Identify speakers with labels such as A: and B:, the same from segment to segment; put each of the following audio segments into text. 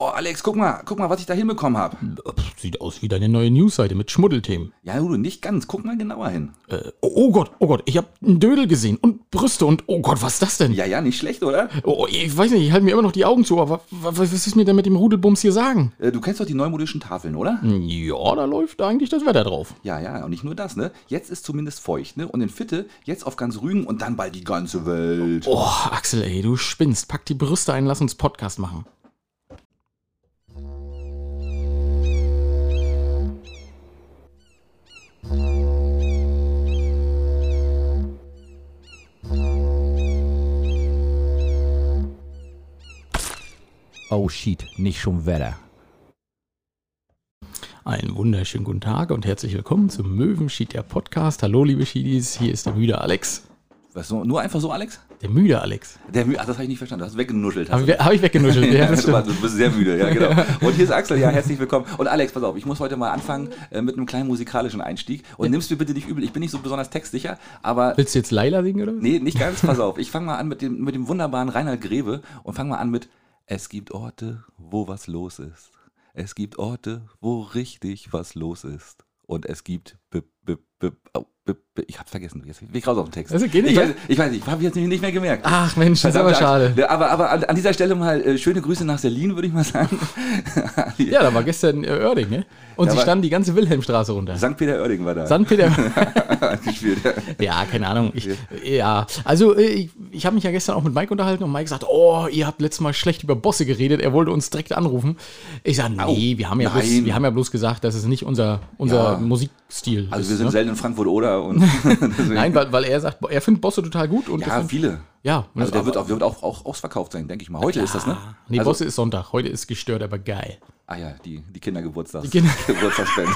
A: Oh, Alex, guck mal, guck mal, was ich da hinbekommen habe.
B: Pff, Sieht aus wie deine neue Newsseite mit Schmuddelthemen.
A: Ja, du, nicht ganz. Guck mal genauer hin.
B: Äh, oh, oh Gott, oh Gott, ich hab einen Dödel gesehen und Brüste und oh Gott, was ist das denn?
A: Ja, ja, nicht schlecht, oder?
B: Oh, ich weiß nicht, ich halte mir immer noch die Augen zu, aber wa- wa- was ist mir denn mit dem Rudelbums hier sagen?
A: Äh, Du kennst doch die neumodischen Tafeln, oder?
B: Ja, da läuft eigentlich das Wetter drauf.
A: Ja, ja, und nicht nur das, ne? Jetzt ist zumindest feucht, ne? Und in Fitte, jetzt auf ganz Rügen und dann bald die ganze Welt.
B: Oh, Axel, ey, du spinnst. Pack die Brüste ein, lass uns Podcast machen.
C: Oh shit, nicht schon Wetter.
B: Einen wunderschönen guten Tag und herzlich willkommen zum Möwenschied, der Podcast. Hallo, liebe Schiedis, hier ist der müde Alex.
A: Was, so- nur einfach so, Alex?
B: Der müde Alex.
A: Der, Mü- ach, das habe ich nicht verstanden. Du hast weggenuschelt.
B: Habe
A: Hast
B: ich,
A: du.
B: we- hab ich weggenuschelt. ja, das
A: du,
B: stimmt.
A: warst- du bist sehr müde, ja, genau. Und hier ist Axel, ja, herzlich willkommen. Und Alex, pass auf, ich muss heute mal anfangen äh, mit einem kleinen musikalischen Einstieg. Und nimmst mir bitte nicht übel, ich bin nicht so besonders textsicher, aber
B: Willst du jetzt Laila singen oder? was?
A: Nee, nicht ganz, pass auf. Ich fange mal an mit dem, mit dem wunderbaren Reinhard Greve und fange mal an mit Es gibt Orte, wo was los ist. Es gibt Orte, wo richtig was los ist. Und es gibt b, b, b, oh, b, b, ich hab's vergessen, jetzt bin ich raus auf den Text.
B: Also, geht nicht,
A: ich,
B: ja?
A: weiß, ich weiß nicht, ich habe jetzt nicht mehr gemerkt.
B: Ach Mensch, das ist aber
A: Verdammte Axt.
B: schade.
A: Ja, Aber, aber an, an dieser Stelle mal äh, schöne Grüße nach Berlin, würde ich mal sagen.
B: Ja, da war gestern äh, Oerding, ne? Und
A: Da
B: sie
A: war-
B: standen die ganze Wilhelmstraße runter.
A: St. Peter Oerding war da.
B: St. Peter.
A: Hat gespielt.
B: Ja, keine Ahnung. Ich, ja, also äh, ich, ich habe mich ja gestern auch mit Mike unterhalten und Mike sagt, oh, ihr habt letztes Mal schlecht über Bosse geredet. Er wollte uns direkt anrufen. Ich sage, nee, wir haben, ja bloß,
A: nein.
B: wir haben ja bloß gesagt, dass es nicht unser, unser
A: Ja.
B: Musikstil
A: Also
B: ist.
A: wir sind
B: ne?
A: selten in Frankfurt oder und deswegen-
B: Nein, weil, weil er sagt, er findet Bosse total gut. Und
A: ja,
B: das-
A: viele.
B: ja und
A: Also
B: das-
A: der wird auch, wird auch, auch ausverkauft sein, denke ich mal. Heute ist das, ne?
B: Nee,
A: also,
B: Bosse ist Sonntag. Heute ist gestört, aber geil.
A: ah ja, die, die Kindergeburtstags. Die
B: Kinder-
A: Geburtstagsband.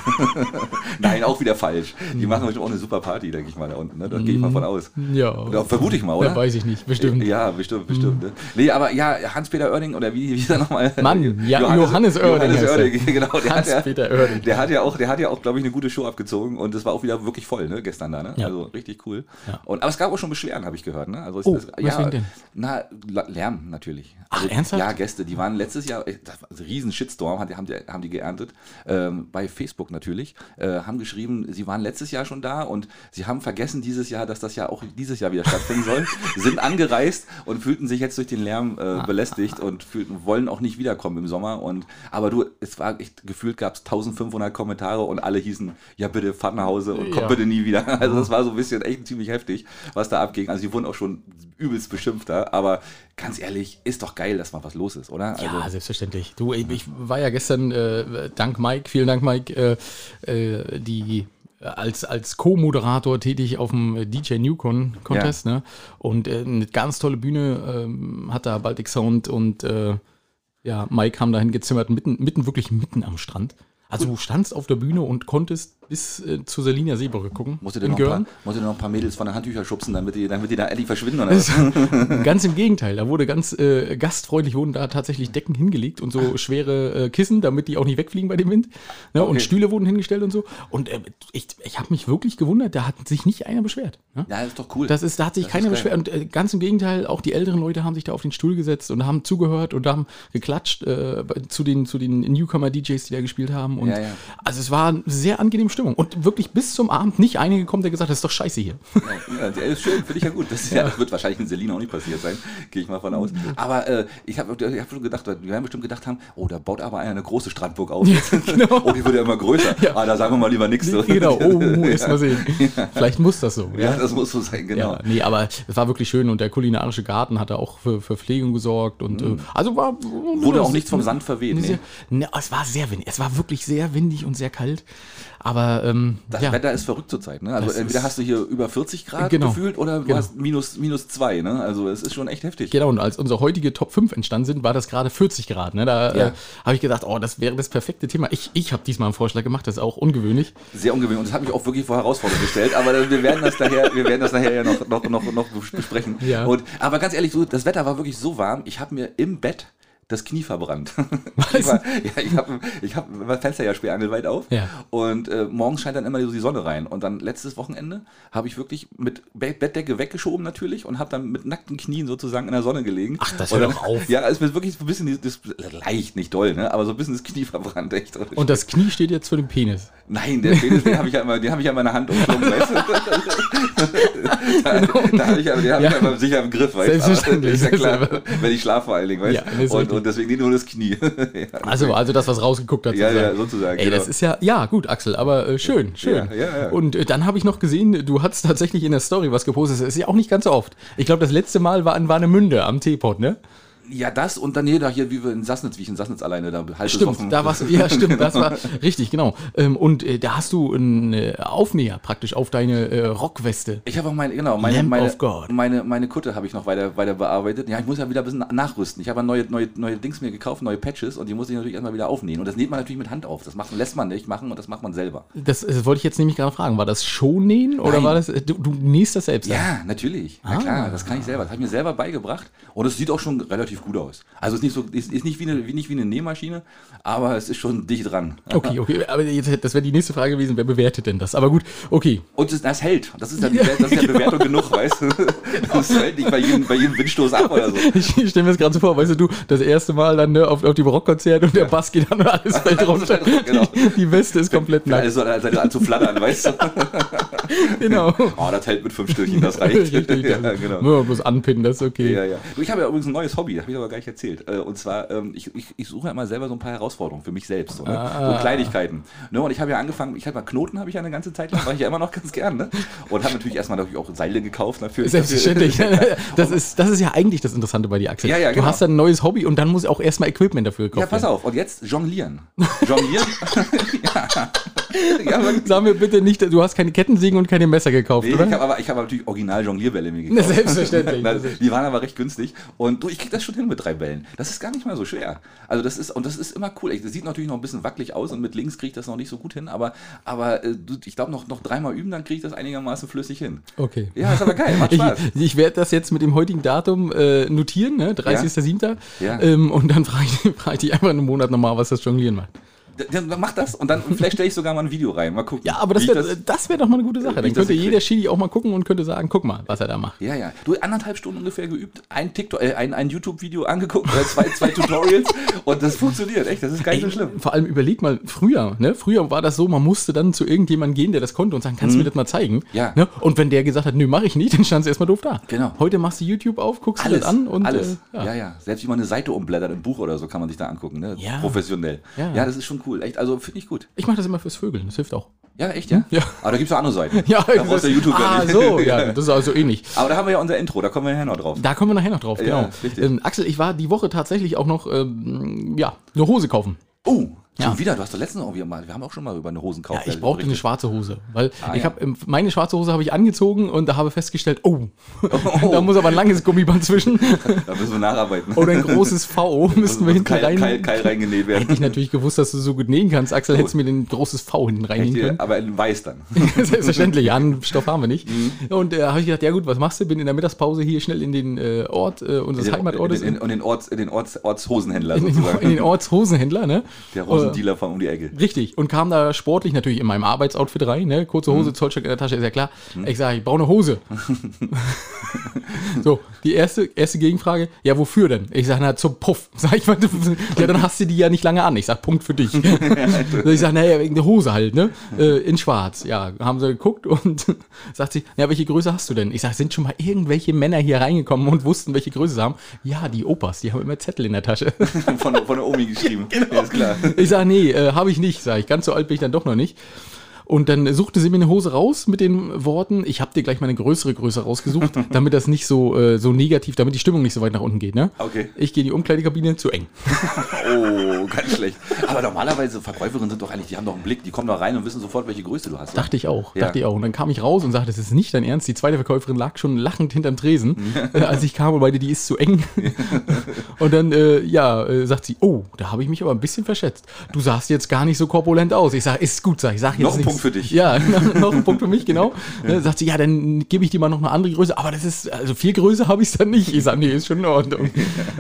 A: Nein, auch wieder falsch. Die
B: Mhm.
A: machen heute auch eine super Party, denke ich mal, da unten. Ne? Da gehe ich mal von aus.
B: Ja.
A: Ja, vermute ich mal, oder?
B: Ja, weiß ich nicht, Mhm. bestimmt. Mhm.
A: Ja, bestimmt, bestimmt. Ne? Nee, aber ja, Hans-Peter Oerding oder wie, wie ist er nochmal?
B: Mann, ja, Johannes Oerding
A: Johannes
B: heißt er.
A: Oerding, genau. Der hat, ja,
B: Hans-Peter Oerding.
A: der hat ja auch, der hat ja auch, glaube ich, eine gute Show abgezogen und es war auch wieder wirklich voll, ne, gestern da, ne?
B: Ja.
A: Also richtig cool.
B: Ja.
A: Und, aber es gab auch schon Beschwerden, habe ich gehört, ne? Also es,
B: Oh,
A: es, ja,
B: weswegen denn?
A: Na, La- Lärm natürlich. Also,
B: Ach, ernsthaft?
A: Ja, Gäste, die waren letztes Jahr, ey, das war ein riesen Shitstorm, hat, haben, die, haben die geerntet, ähm, bei Facebook natürlich, äh, haben geschrieben, sie waren letztes Jahr schon da und sie haben vergessen dieses Jahr, dass das ja auch dieses Jahr wieder stattfinden soll, sind angereist und fühlten sich jetzt durch den Lärm äh, belästigt und fühlten, wollen auch nicht wiederkommen im Sommer. Und, aber du, es war echt, gefühlt gab es 1500 Kommentare und alle hießen, ja bitte, fahr nach Hause und komm
B: Ja.
A: bitte nie wieder. Also das war so ein bisschen echt ziemlich heftig, was da abging. Also die wurden auch schon übelst beschimpft da, aber ganz ehrlich, ist doch geil, dass mal was los ist, oder?
B: Ja,
A: Also,
B: selbstverständlich. Du, ich, ich war ja gestern, äh, dank Mike, vielen Dank, Mike, äh, äh, die als, als Co-Moderator tätig auf dem DJ Newcon Contest, ne? Und äh, eine ganz tolle Bühne ähm, hat da Baltic Sound und äh, ja, Mike haben dahin gezimmert, mitten, mitten, wirklich mitten am Strand. Also du standst auf der Bühne und konntest bis äh, zur Seliner Seebrücke gucken.
A: musst du,
B: in
A: denn noch ein paar,
B: Görn.
A: musst du denn noch ein paar Mädels von den Handtüchern schubsen, damit die, damit die da endlich verschwinden? Oder was?
B: Ganz im Gegenteil, da wurde ganz äh, gastfreundlich wurden da tatsächlich Decken hingelegt und so schwere äh, Kissen, damit die auch nicht wegfliegen bei dem Wind. Ne? Und
A: Okay.
B: Stühle wurden hingestellt und so. Und äh, ich, ich habe mich wirklich gewundert, da hat sich nicht einer beschwert. Ne?
A: Ja, ist doch cool.
B: Das ist, da hat sich
A: Das
B: keiner
A: ist
B: beschwert.
A: geil.
B: Und äh, ganz im Gegenteil, auch die älteren Leute haben sich da auf den Stuhl gesetzt und haben zugehört und haben geklatscht äh, zu den, zu den Newcomer-DJs, die da gespielt haben. Und
A: Ja, ja.
B: Also es war eine sehr angenehme Stimmung. Und wirklich bis zum Abend nicht einer gekommen, der gesagt hat, das ist doch scheiße hier.
A: Ja, der ist schön, finde ich ja gut. Das, ja. das wird wahrscheinlich in Selina auch nicht passiert sein, gehe ich mal von aus. Aber äh, ich habe ich hab schon gedacht, wir werden bestimmt gedacht haben, oh, da baut aber einer eine große Strandburg auf.
B: genau.
A: Oh, die wird ja immer größer. Ah, da sagen wir mal lieber nichts.
B: Genau, oh, erst mal sehen. Vielleicht muss das so.
A: Ja, das muss so sein, genau.
B: Ja, nee, aber es war wirklich schön und der kulinarische Garten hat da auch für, für Pflegung gesorgt und äh, also war
A: Mhm. Wurde auch nichts vom Sand verweht.
B: Nee.
A: Nee.
B: Sehr, ne, es war sehr windig. Es war wirklich sehr windig und sehr kalt. Aber ähm,
A: Das
B: ja,
A: Wetter ist verrückt zurzeit. Ne? Also
B: Das
A: entweder
B: ist-
A: hast du hier über 40 Grad
B: Genau.
A: gefühlt oder du
B: Genau.
A: hast minus, minus zwei. Ne? Also es ist schon echt heftig.
B: genau. Und als unsere heutige Top 5 entstanden sind, war das gerade 40 Grad. Ne? Da
A: Ja.
B: äh, habe ich gedacht, oh, das wäre das perfekte Thema. Ich, ich habe diesmal einen Vorschlag gemacht, das ist auch ungewöhnlich.
A: Sehr ungewöhnlich. Und das hat mich auch wirklich vor Herausforderungen gestellt. Aber wir werden das daher, wir werden das nachher ja noch, noch, noch, noch besprechen.
B: Ja.
A: Und, aber ganz ehrlich, du, das Wetter war wirklich so warm. Ich habe mir im Bett das Knie verbrannt. Ich, war, ja, ich habe ich hab, mein Fenster ja sperr angelweit auf
B: Ja.
A: und äh, morgens scheint dann immer so die Sonne rein. Und dann letztes Wochenende habe ich wirklich mit Be Bettdecke weggeschoben natürlich und habe dann mit nackten Knien sozusagen in der Sonne gelegen.
B: Ach, das
A: Und
B: hört
A: dann-
B: doch auf.
A: Ja, ist mir wirklich so ein bisschen, die- das, leicht, nicht doll, ne? aber so ein bisschen das Knie verbrannt. Echt.
B: Und das Knie steht jetzt für den Penis.
A: Nein, der Penis, den habe ich ja immer, den habe ich ja in meiner Hand umschlungen, weißt du? da, da habe ich ja, den habe ich
B: Ja.
A: ja immer sicher im Griff, weißt du?
B: Selbstverständlich,
A: Ist ja klar,
B: selbstverständlich.
A: wenn ich schlafe vor allen Dingen, weißt
B: Ja,
A: du?
B: das ist
A: und,
B: richtig.
A: und deswegen nicht nur das Knie.
B: Also, also das, was rausgeguckt hat.
A: Ja, ja, sozusagen,
B: Ey,
A: genau.
B: das ist ja, ja, gut, Axel, aber äh, schön, schön.
A: Ja, ja, ja.
B: Und äh, dann habe ich noch gesehen, du hast tatsächlich in der Story was gepostet. Das ist ja auch nicht ganz so oft. Ich glaube, das letzte Mal war an Warnemünde am Teepot, ne?
A: ja, das und dann hier, da hier, wie wir in Sassnitz, wie ich in Sassnitz alleine da halb
B: Stimmt, da warst du, ja, stimmt, das war richtig, genau. Ähm, und äh, da hast du einen äh, Aufnäher praktisch auf deine äh, Rockweste.
A: Ich habe auch meine, genau, meine,
B: Lamb
A: meine,
B: of God.
A: meine, meine Kutte habe ich noch weiter, weiter bearbeitet. Ja, ich muss ja wieder ein bisschen nachrüsten. Ich habe ja neue, neue, neue Dings mir gekauft, neue Patches und die muss ich natürlich erstmal wieder aufnähen. Und das näht man natürlich mit Hand auf. Das macht, lässt man nicht machen und das macht man selber.
B: Das, äh, wollte ich jetzt nämlich gerade fragen. War das Schonnähen oder
A: Nein.
B: war das, äh, du, du nähst das selbst? an?
A: Ja, Ah. natürlich. Na klar, das kann ich selber. Das habe ich mir selber beigebracht und es sieht auch schon relativ gut aus. Also es ist nicht so, ist, ist nicht wie eine, wie nicht wie eine Nähmaschine, aber es ist schon dicht dran.
B: Okay, okay, aber jetzt, das wäre die nächste Frage gewesen, wer bewertet denn das? Aber gut, okay,
A: Und es, das hält. Das ist ja, die, das ist ja Bewertung genug, weißt du? Das hält nicht bei jedem, bei jedem Windstoß ab oder so.
B: Ich stelle mir das gerade so vor, weißt du, du, das erste Mal dann ne, auf, auf die Barockkonzert und der Bass geht an und alles fällt runter.
A: Genau.
B: Die, die Weste ist komplett nackt.
A: Alles so als- als- als zu flattern, weißt du?
B: Genau.
A: Oh, das hält mit fünf Stückchen, das reicht.
B: Richtig,
A: ja,
B: das-
A: genau.
B: Nur bloß anpinnen, das ist okay.
A: Ja, ja. Du, Ich habe ja übrigens ein neues Hobby, das habe ich aber gar nicht erzählt. Äh, Und zwar, ähm, ich, ich, ich suche ja immer selber so ein paar Herausforderungen für mich selbst. So, ne? so Kleinigkeiten. Ne? Und ich habe ja angefangen, ich hatte mal Knoten, habe ich ja eine ganze Zeit lang, mache ich ja immer noch ganz gern. Ne? Und habe natürlich erstmal natürlich auch Seile gekauft. ne, Natürlich.
B: Selbstverständlich. Das ist, das ist ja eigentlich das Interessante bei dir, Axel.
A: Ja, ja,
B: Du
A: genau.
B: hast dann ein neues Hobby und dann muss auch erstmal Equipment dafür gekauft
A: Ja, pass auf. Und jetzt jonglieren. Jonglieren. ja. ja, aber,
B: werden. Sag mir bitte nicht, du hast keine Kettensägen und keine Messer gekauft,
A: Nee, ich
B: oder?
A: habe aber, ich hab aber natürlich original Jonglierbälle mir gekauft.
B: Na, selbstverständlich.
A: Na, die waren aber recht günstig. Und du, ich krieg das schon hin mit drei Bällen. Das ist gar nicht mal so schwer. Also das ist, und das ist immer cool. Ich- Das sieht natürlich noch ein bisschen wackelig aus und mit links krieg ich das noch nicht so gut hin, aber, aber äh, du, ich glaube noch, noch dreimal üben, dann krieg ich das einigermaßen flüssig hin.
B: Okay.
A: Ja, ist aber geil, macht
B: Ich,
A: Spaß.
B: ich werde das jetzt mit dem heutigen Datum äh, notieren, ne? 30.07.
A: Ja.
B: Ähm, und dann frage ich, frag ich dich einfach in einem Monat nochmal, was das Jonglieren macht.
A: D- Dann mach das und dann vielleicht stelle ich sogar mal ein Video rein. Mal gucken.
B: Ja, aber das äh,
A: wie ich äh,
B: wäre das wär doch mal eine gute Sache.
A: wie
B: Dann
A: ich das
B: könnte jeder
A: hinkrieg.
B: Schiri auch mal gucken und könnte sagen, guck mal, was er da macht.
A: Ja, ja. Du anderthalb Stunden ungefähr geübt, ein TikTok, äh, ein, ein YouTube-Video angeguckt, äh, zwei, zwei Tutorials und das funktioniert, echt. Das ist gar nicht so schlimm.
B: Vor allem überleg mal, früher, ne? Früher war das so, man musste dann zu irgendjemandem gehen, der das konnte und sagen, kannst du mir das mal zeigen?
A: Mhm. Ja.
B: Ne? Und wenn der gesagt hat, nö, mach ich nicht, dann standst du erstmal doof da.
A: Genau.
B: Heute machst du YouTube auf, guckst dir das an und
A: alles.
B: Äh,
A: ja. ja, Selbst wie man eine Seite umblättert im Buch oder so, kann man sich da angucken. Ne?
B: Ja.
A: Professionell.
B: Ja.
A: Ja. das ist schon cool. Echt, also finde ich gut.
B: Ich mache das immer fürs Vögeln, das hilft auch.
A: Ja, echt, ja?
B: Ja.
A: Aber da gibt es auch andere Seiten. da
B: das-
A: brauchst du YouTube
B: ah,
A: nicht.
B: so, ja, das ist also ähnlich.
A: Aber da haben wir ja unser Intro, da kommen wir ja noch drauf.
B: Da kommen wir nachher noch drauf, genau.
A: richtig.
B: ähm, Axel, ich war die Woche tatsächlich auch noch, ähm, ja, eine Hose kaufen.
A: Oh, schon
B: Ja.
A: wieder. Du hast doch letztens irgendwie mal, wir haben auch schon mal über eine Hosenkauf.
B: Ja, Ah, ich brauchte eine schwarze Hose, weil
A: Ah,
B: ich
A: ja.
B: habe meine schwarze Hose habe ich angezogen und da habe festgestellt, oh,
A: Oh.
B: da muss aber ein langes Gummiband zwischen
A: Da müssen wir nacharbeiten.
B: oder ein großes VO müssten
A: Muss
B: wir hinten
A: Keil,
B: rein.
A: Keil, Keil reingenäht
B: Hätte ich
A: werden.
B: natürlich gewusst, dass du so gut nähen kannst, Axel, hättest du mir den großes V hinten reinnehmen können.
A: Aber in weiß dann.
B: Selbstverständlich, ja, einen Stoff haben wir nicht.
A: Mhm.
B: Und äh, habe ich gedacht, ja gut, was machst du? Bin in der Mittagspause hier schnell in den äh, Ort äh, unseres Heimatortes,
A: In, in, in den, Orts, in den Orts, Ortshosenhändler
B: in, den-
A: sozusagen.
B: in den Ortshosenhändler, ne?
A: Der
B: Äh,
A: Rosendealer von um die Ecke.
B: Richtig. Und kam da sportlich natürlich in meinem Arbeitsoutfit rein, ne? Kurze Hose, Zollstock in der Tasche, ist ja klar. Ich sage, ich brauche eine Hose. so, die erste, erste Gegenfrage, ja, wofür denn? Ich sage, na, zum Puff. Sag ich mal, du- ja, dann hast du die ja nicht lange an. Ich sage, Punkt für dich. so, ich sage, naja, wegen der Hose halt, ne? Äh, in schwarz. Ja, haben sie geguckt und sagt sie, na, welche Größe hast du denn? Ich sage, sind schon mal irgendwelche Männer hier reingekommen und wussten, welche Größe sie haben? Ja, die Opas, die haben immer Zettel in der Tasche.
A: Von, von der Omi geschrieben.
B: genau.
A: Ja, ist klar.
B: Ich sage, nee, äh, habe ich nicht, sage ich. Ganz so alt bin ich dann doch noch nicht. Und dann suchte sie mir eine Hose raus mit den Worten, ich habe dir gleich mal eine größere Größe rausgesucht, damit das nicht so, äh, so negativ, damit die Stimmung nicht so weit nach unten geht. Ne?
A: Okay.
B: Ich gehe in die Umkleidekabine, zu eng.
A: Oh, ganz schlecht. Aber normalerweise, Verkäuferinnen sind doch eigentlich, die haben doch einen Blick, die kommen da rein und wissen sofort, welche Größe du hast. oder?
B: Dachte ich auch,
A: Ja.
B: dachte ich auch. Und dann kam ich raus und sagte, das ist nicht dein Ernst. Die zweite Verkäuferin lag schon lachend hinterm Tresen,
A: Mhm.
B: äh, als ich kam und meinte, die ist zu eng. und dann, äh, ja, äh, sagt sie, oh, da habe ich mich aber ein bisschen verschätzt. Du sahst jetzt gar nicht so korpulent aus. Ich sage, ist gut, sag ich, sag jetzt
A: Noch ein
B: nichts.
A: Punkt Punkt für dich.
B: Ja, noch ein Punkt für mich, genau. Ne, sagt sie, ja, dann gebe ich dir mal noch eine andere Größe. Aber das ist, also viel Größe habe ich dann nicht. Ich sage, nee, ist schon in Ordnung.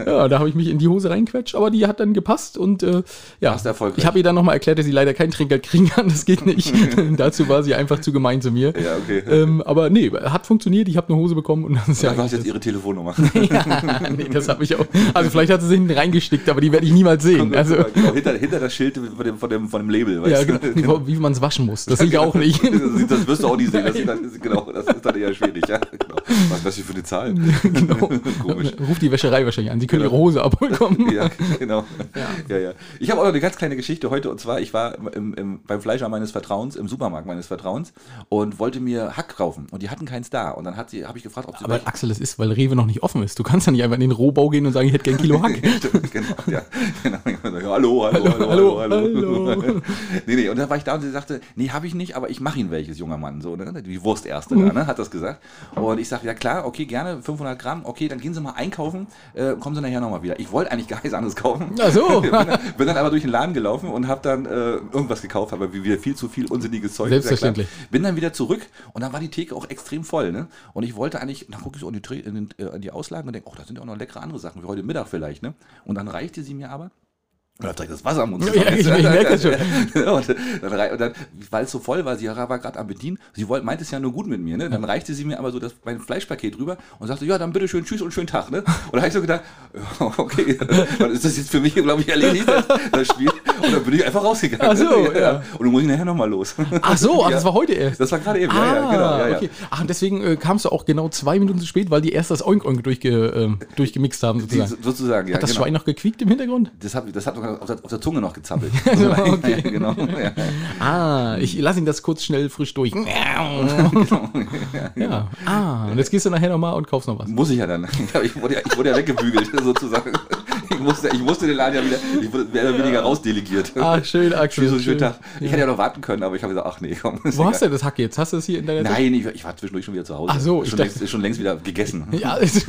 B: Ja, da habe ich mich in die Hose reinquetscht, aber die hat dann gepasst und äh, ja.
A: Hast erfolgreich.
B: Ich habe ihr dann nochmal erklärt, dass sie leider kein Trinkgeld kriegen kann. Das geht nicht. Dazu war sie einfach zu gemein zu mir.
A: Ja, okay.
B: Ähm, aber nee, hat funktioniert. Ich habe eine Hose bekommen und das ist ja.
A: Du hast jetzt ihre Telefonnummer.
B: ja nee, das habe ich auch. Also vielleicht hat sie sich hinten reingestickt, aber die werde ich niemals sehen. Also,
A: genau, hinter, hinter das Schild von dem, von dem, von dem Label,
B: ja,
A: du?
B: genau, wie man es waschen muss. Das sehe ich auch nicht.
A: Das, das wirst du auch nicht sehen. Das, das, ist- genau, das ist dann eher schwierig. Ja? Genau. Was ist das hier für eine Zahl?
B: genau.
A: Komisch.
B: Ruft die Wäscherei wahrscheinlich an. Sie können ihre Hose abholen kommen.
A: Ja, genau. Ja. Ja, Ich habe auch noch eine ganz kleine Geschichte heute und zwar, ich war im, im, beim Fleischer meines Vertrauens, im Supermarkt meines Vertrauens und wollte mir Hack kaufen und die hatten keins da. Und dann hat sie, habe ich gefragt, ob sie
B: Aber Axel, das ist, weil Rewe noch nicht offen ist. Du kannst ja nicht einfach in den Rohbau gehen und sagen, ich hätte gern Kilo Hack.
A: Stimmt, genau, ja. Genau. Hallo, hallo, hallo, hallo,
B: hallo,
A: hallo.
B: hallo.
A: nee, nee, und dann war ich da und sie sagte, nee, habe ich nicht, aber ich mache Ihnen welches, junger Mann. So, ne? Die Wurstärzte da, ne? hat das gesagt. Und ich sage, ja klar, okay, gerne, 500 Gramm, okay, dann gehen Sie mal einkaufen, äh, kommen Sie nachher nochmal wieder. Ich wollte eigentlich gar nichts anderes kaufen.
B: Ach so.
A: bin, dann, bin dann aber durch den Laden gelaufen und habe dann äh, irgendwas gekauft, aber wie wieder viel zu viel unsinniges Zeug. ist ja klar.
B: Selbstverständlich.
A: Bin dann wieder zurück und dann war die Theke auch extrem voll. Ne? Und ich wollte eigentlich, dann gucke ich so in die, Tre- in, den, äh, in die Auslagen und denke, oh, da sind ja auch noch leckere andere Sachen, wie heute Mittag vielleicht. Ne? Und dann reichte sie mir aber. Und dann direkt das Wasser am Mund.
B: Ja, ich- ich merk das schon.
A: und dann, rei- und dann weil es so voll war, sie war gerade am Bedienen, sie wollte, meinte es ja nur gut mit mir, ne? Dann reichte sie mir aber so das, mein Fleischpaket rüber und sagte, ja, dann bitte schön, tschüss und schönen Tag, ne? Und da habe ich so gedacht, ja, okay, dann ist das jetzt für mich, glaube ich, erledigt, das, das Spiel. Und dann bin ich einfach rausgegangen. ne?
B: Ach so, ja.
A: Und dann muss ich nachher nochmal los.
B: Ach so, ach, das war heute erst.
A: Das war gerade eben, ja,
B: ah,
A: ja, genau. Ja, ja.
B: okay. Ach, und deswegen äh, kamst du auch genau zwei Minuten zu spät, weil die erst das Oink Oink durchge, ähm, durchgemixt haben,
A: Die,
B: sozusagen.
A: so- sozusagen, ja.
B: Hat das
A: genau.
B: Schwein noch gequiekt im Hintergrund?
A: das hat, das hat noch auf der, auf der Zunge noch gezappelt.
B: Okay.
A: ja, genau. Ja.
B: Ah, ich lasse ihn das kurz schnell frisch durch.
A: genau.
B: ja. Ah, und jetzt gehst du nachher nochmal und kaufst noch was.
A: Muss ich ja dann. Ja, Ich wurde ja, ich wurde ja weggebügelt, sozusagen. Ich musste, ich musste den Laden ja wieder, ich wurde mehr oder weniger rausdelegiert.
B: Ah, schön, Axel.
A: Wie so ein schöner
B: schön.
A: Tag. Ich hätte ja noch warten können, aber ich habe gesagt, ach nee, komm. ist
B: Wo hast du
A: egal.
B: denn das Hack jetzt? Hast du das hier in deiner
A: Nein, ich, ich war zwischendurch schon wieder zu Hause.
B: Ach so, ich
A: schon,
B: dachte-
A: längst, ist schon längst wieder gegessen.
B: Ja, das
A: ist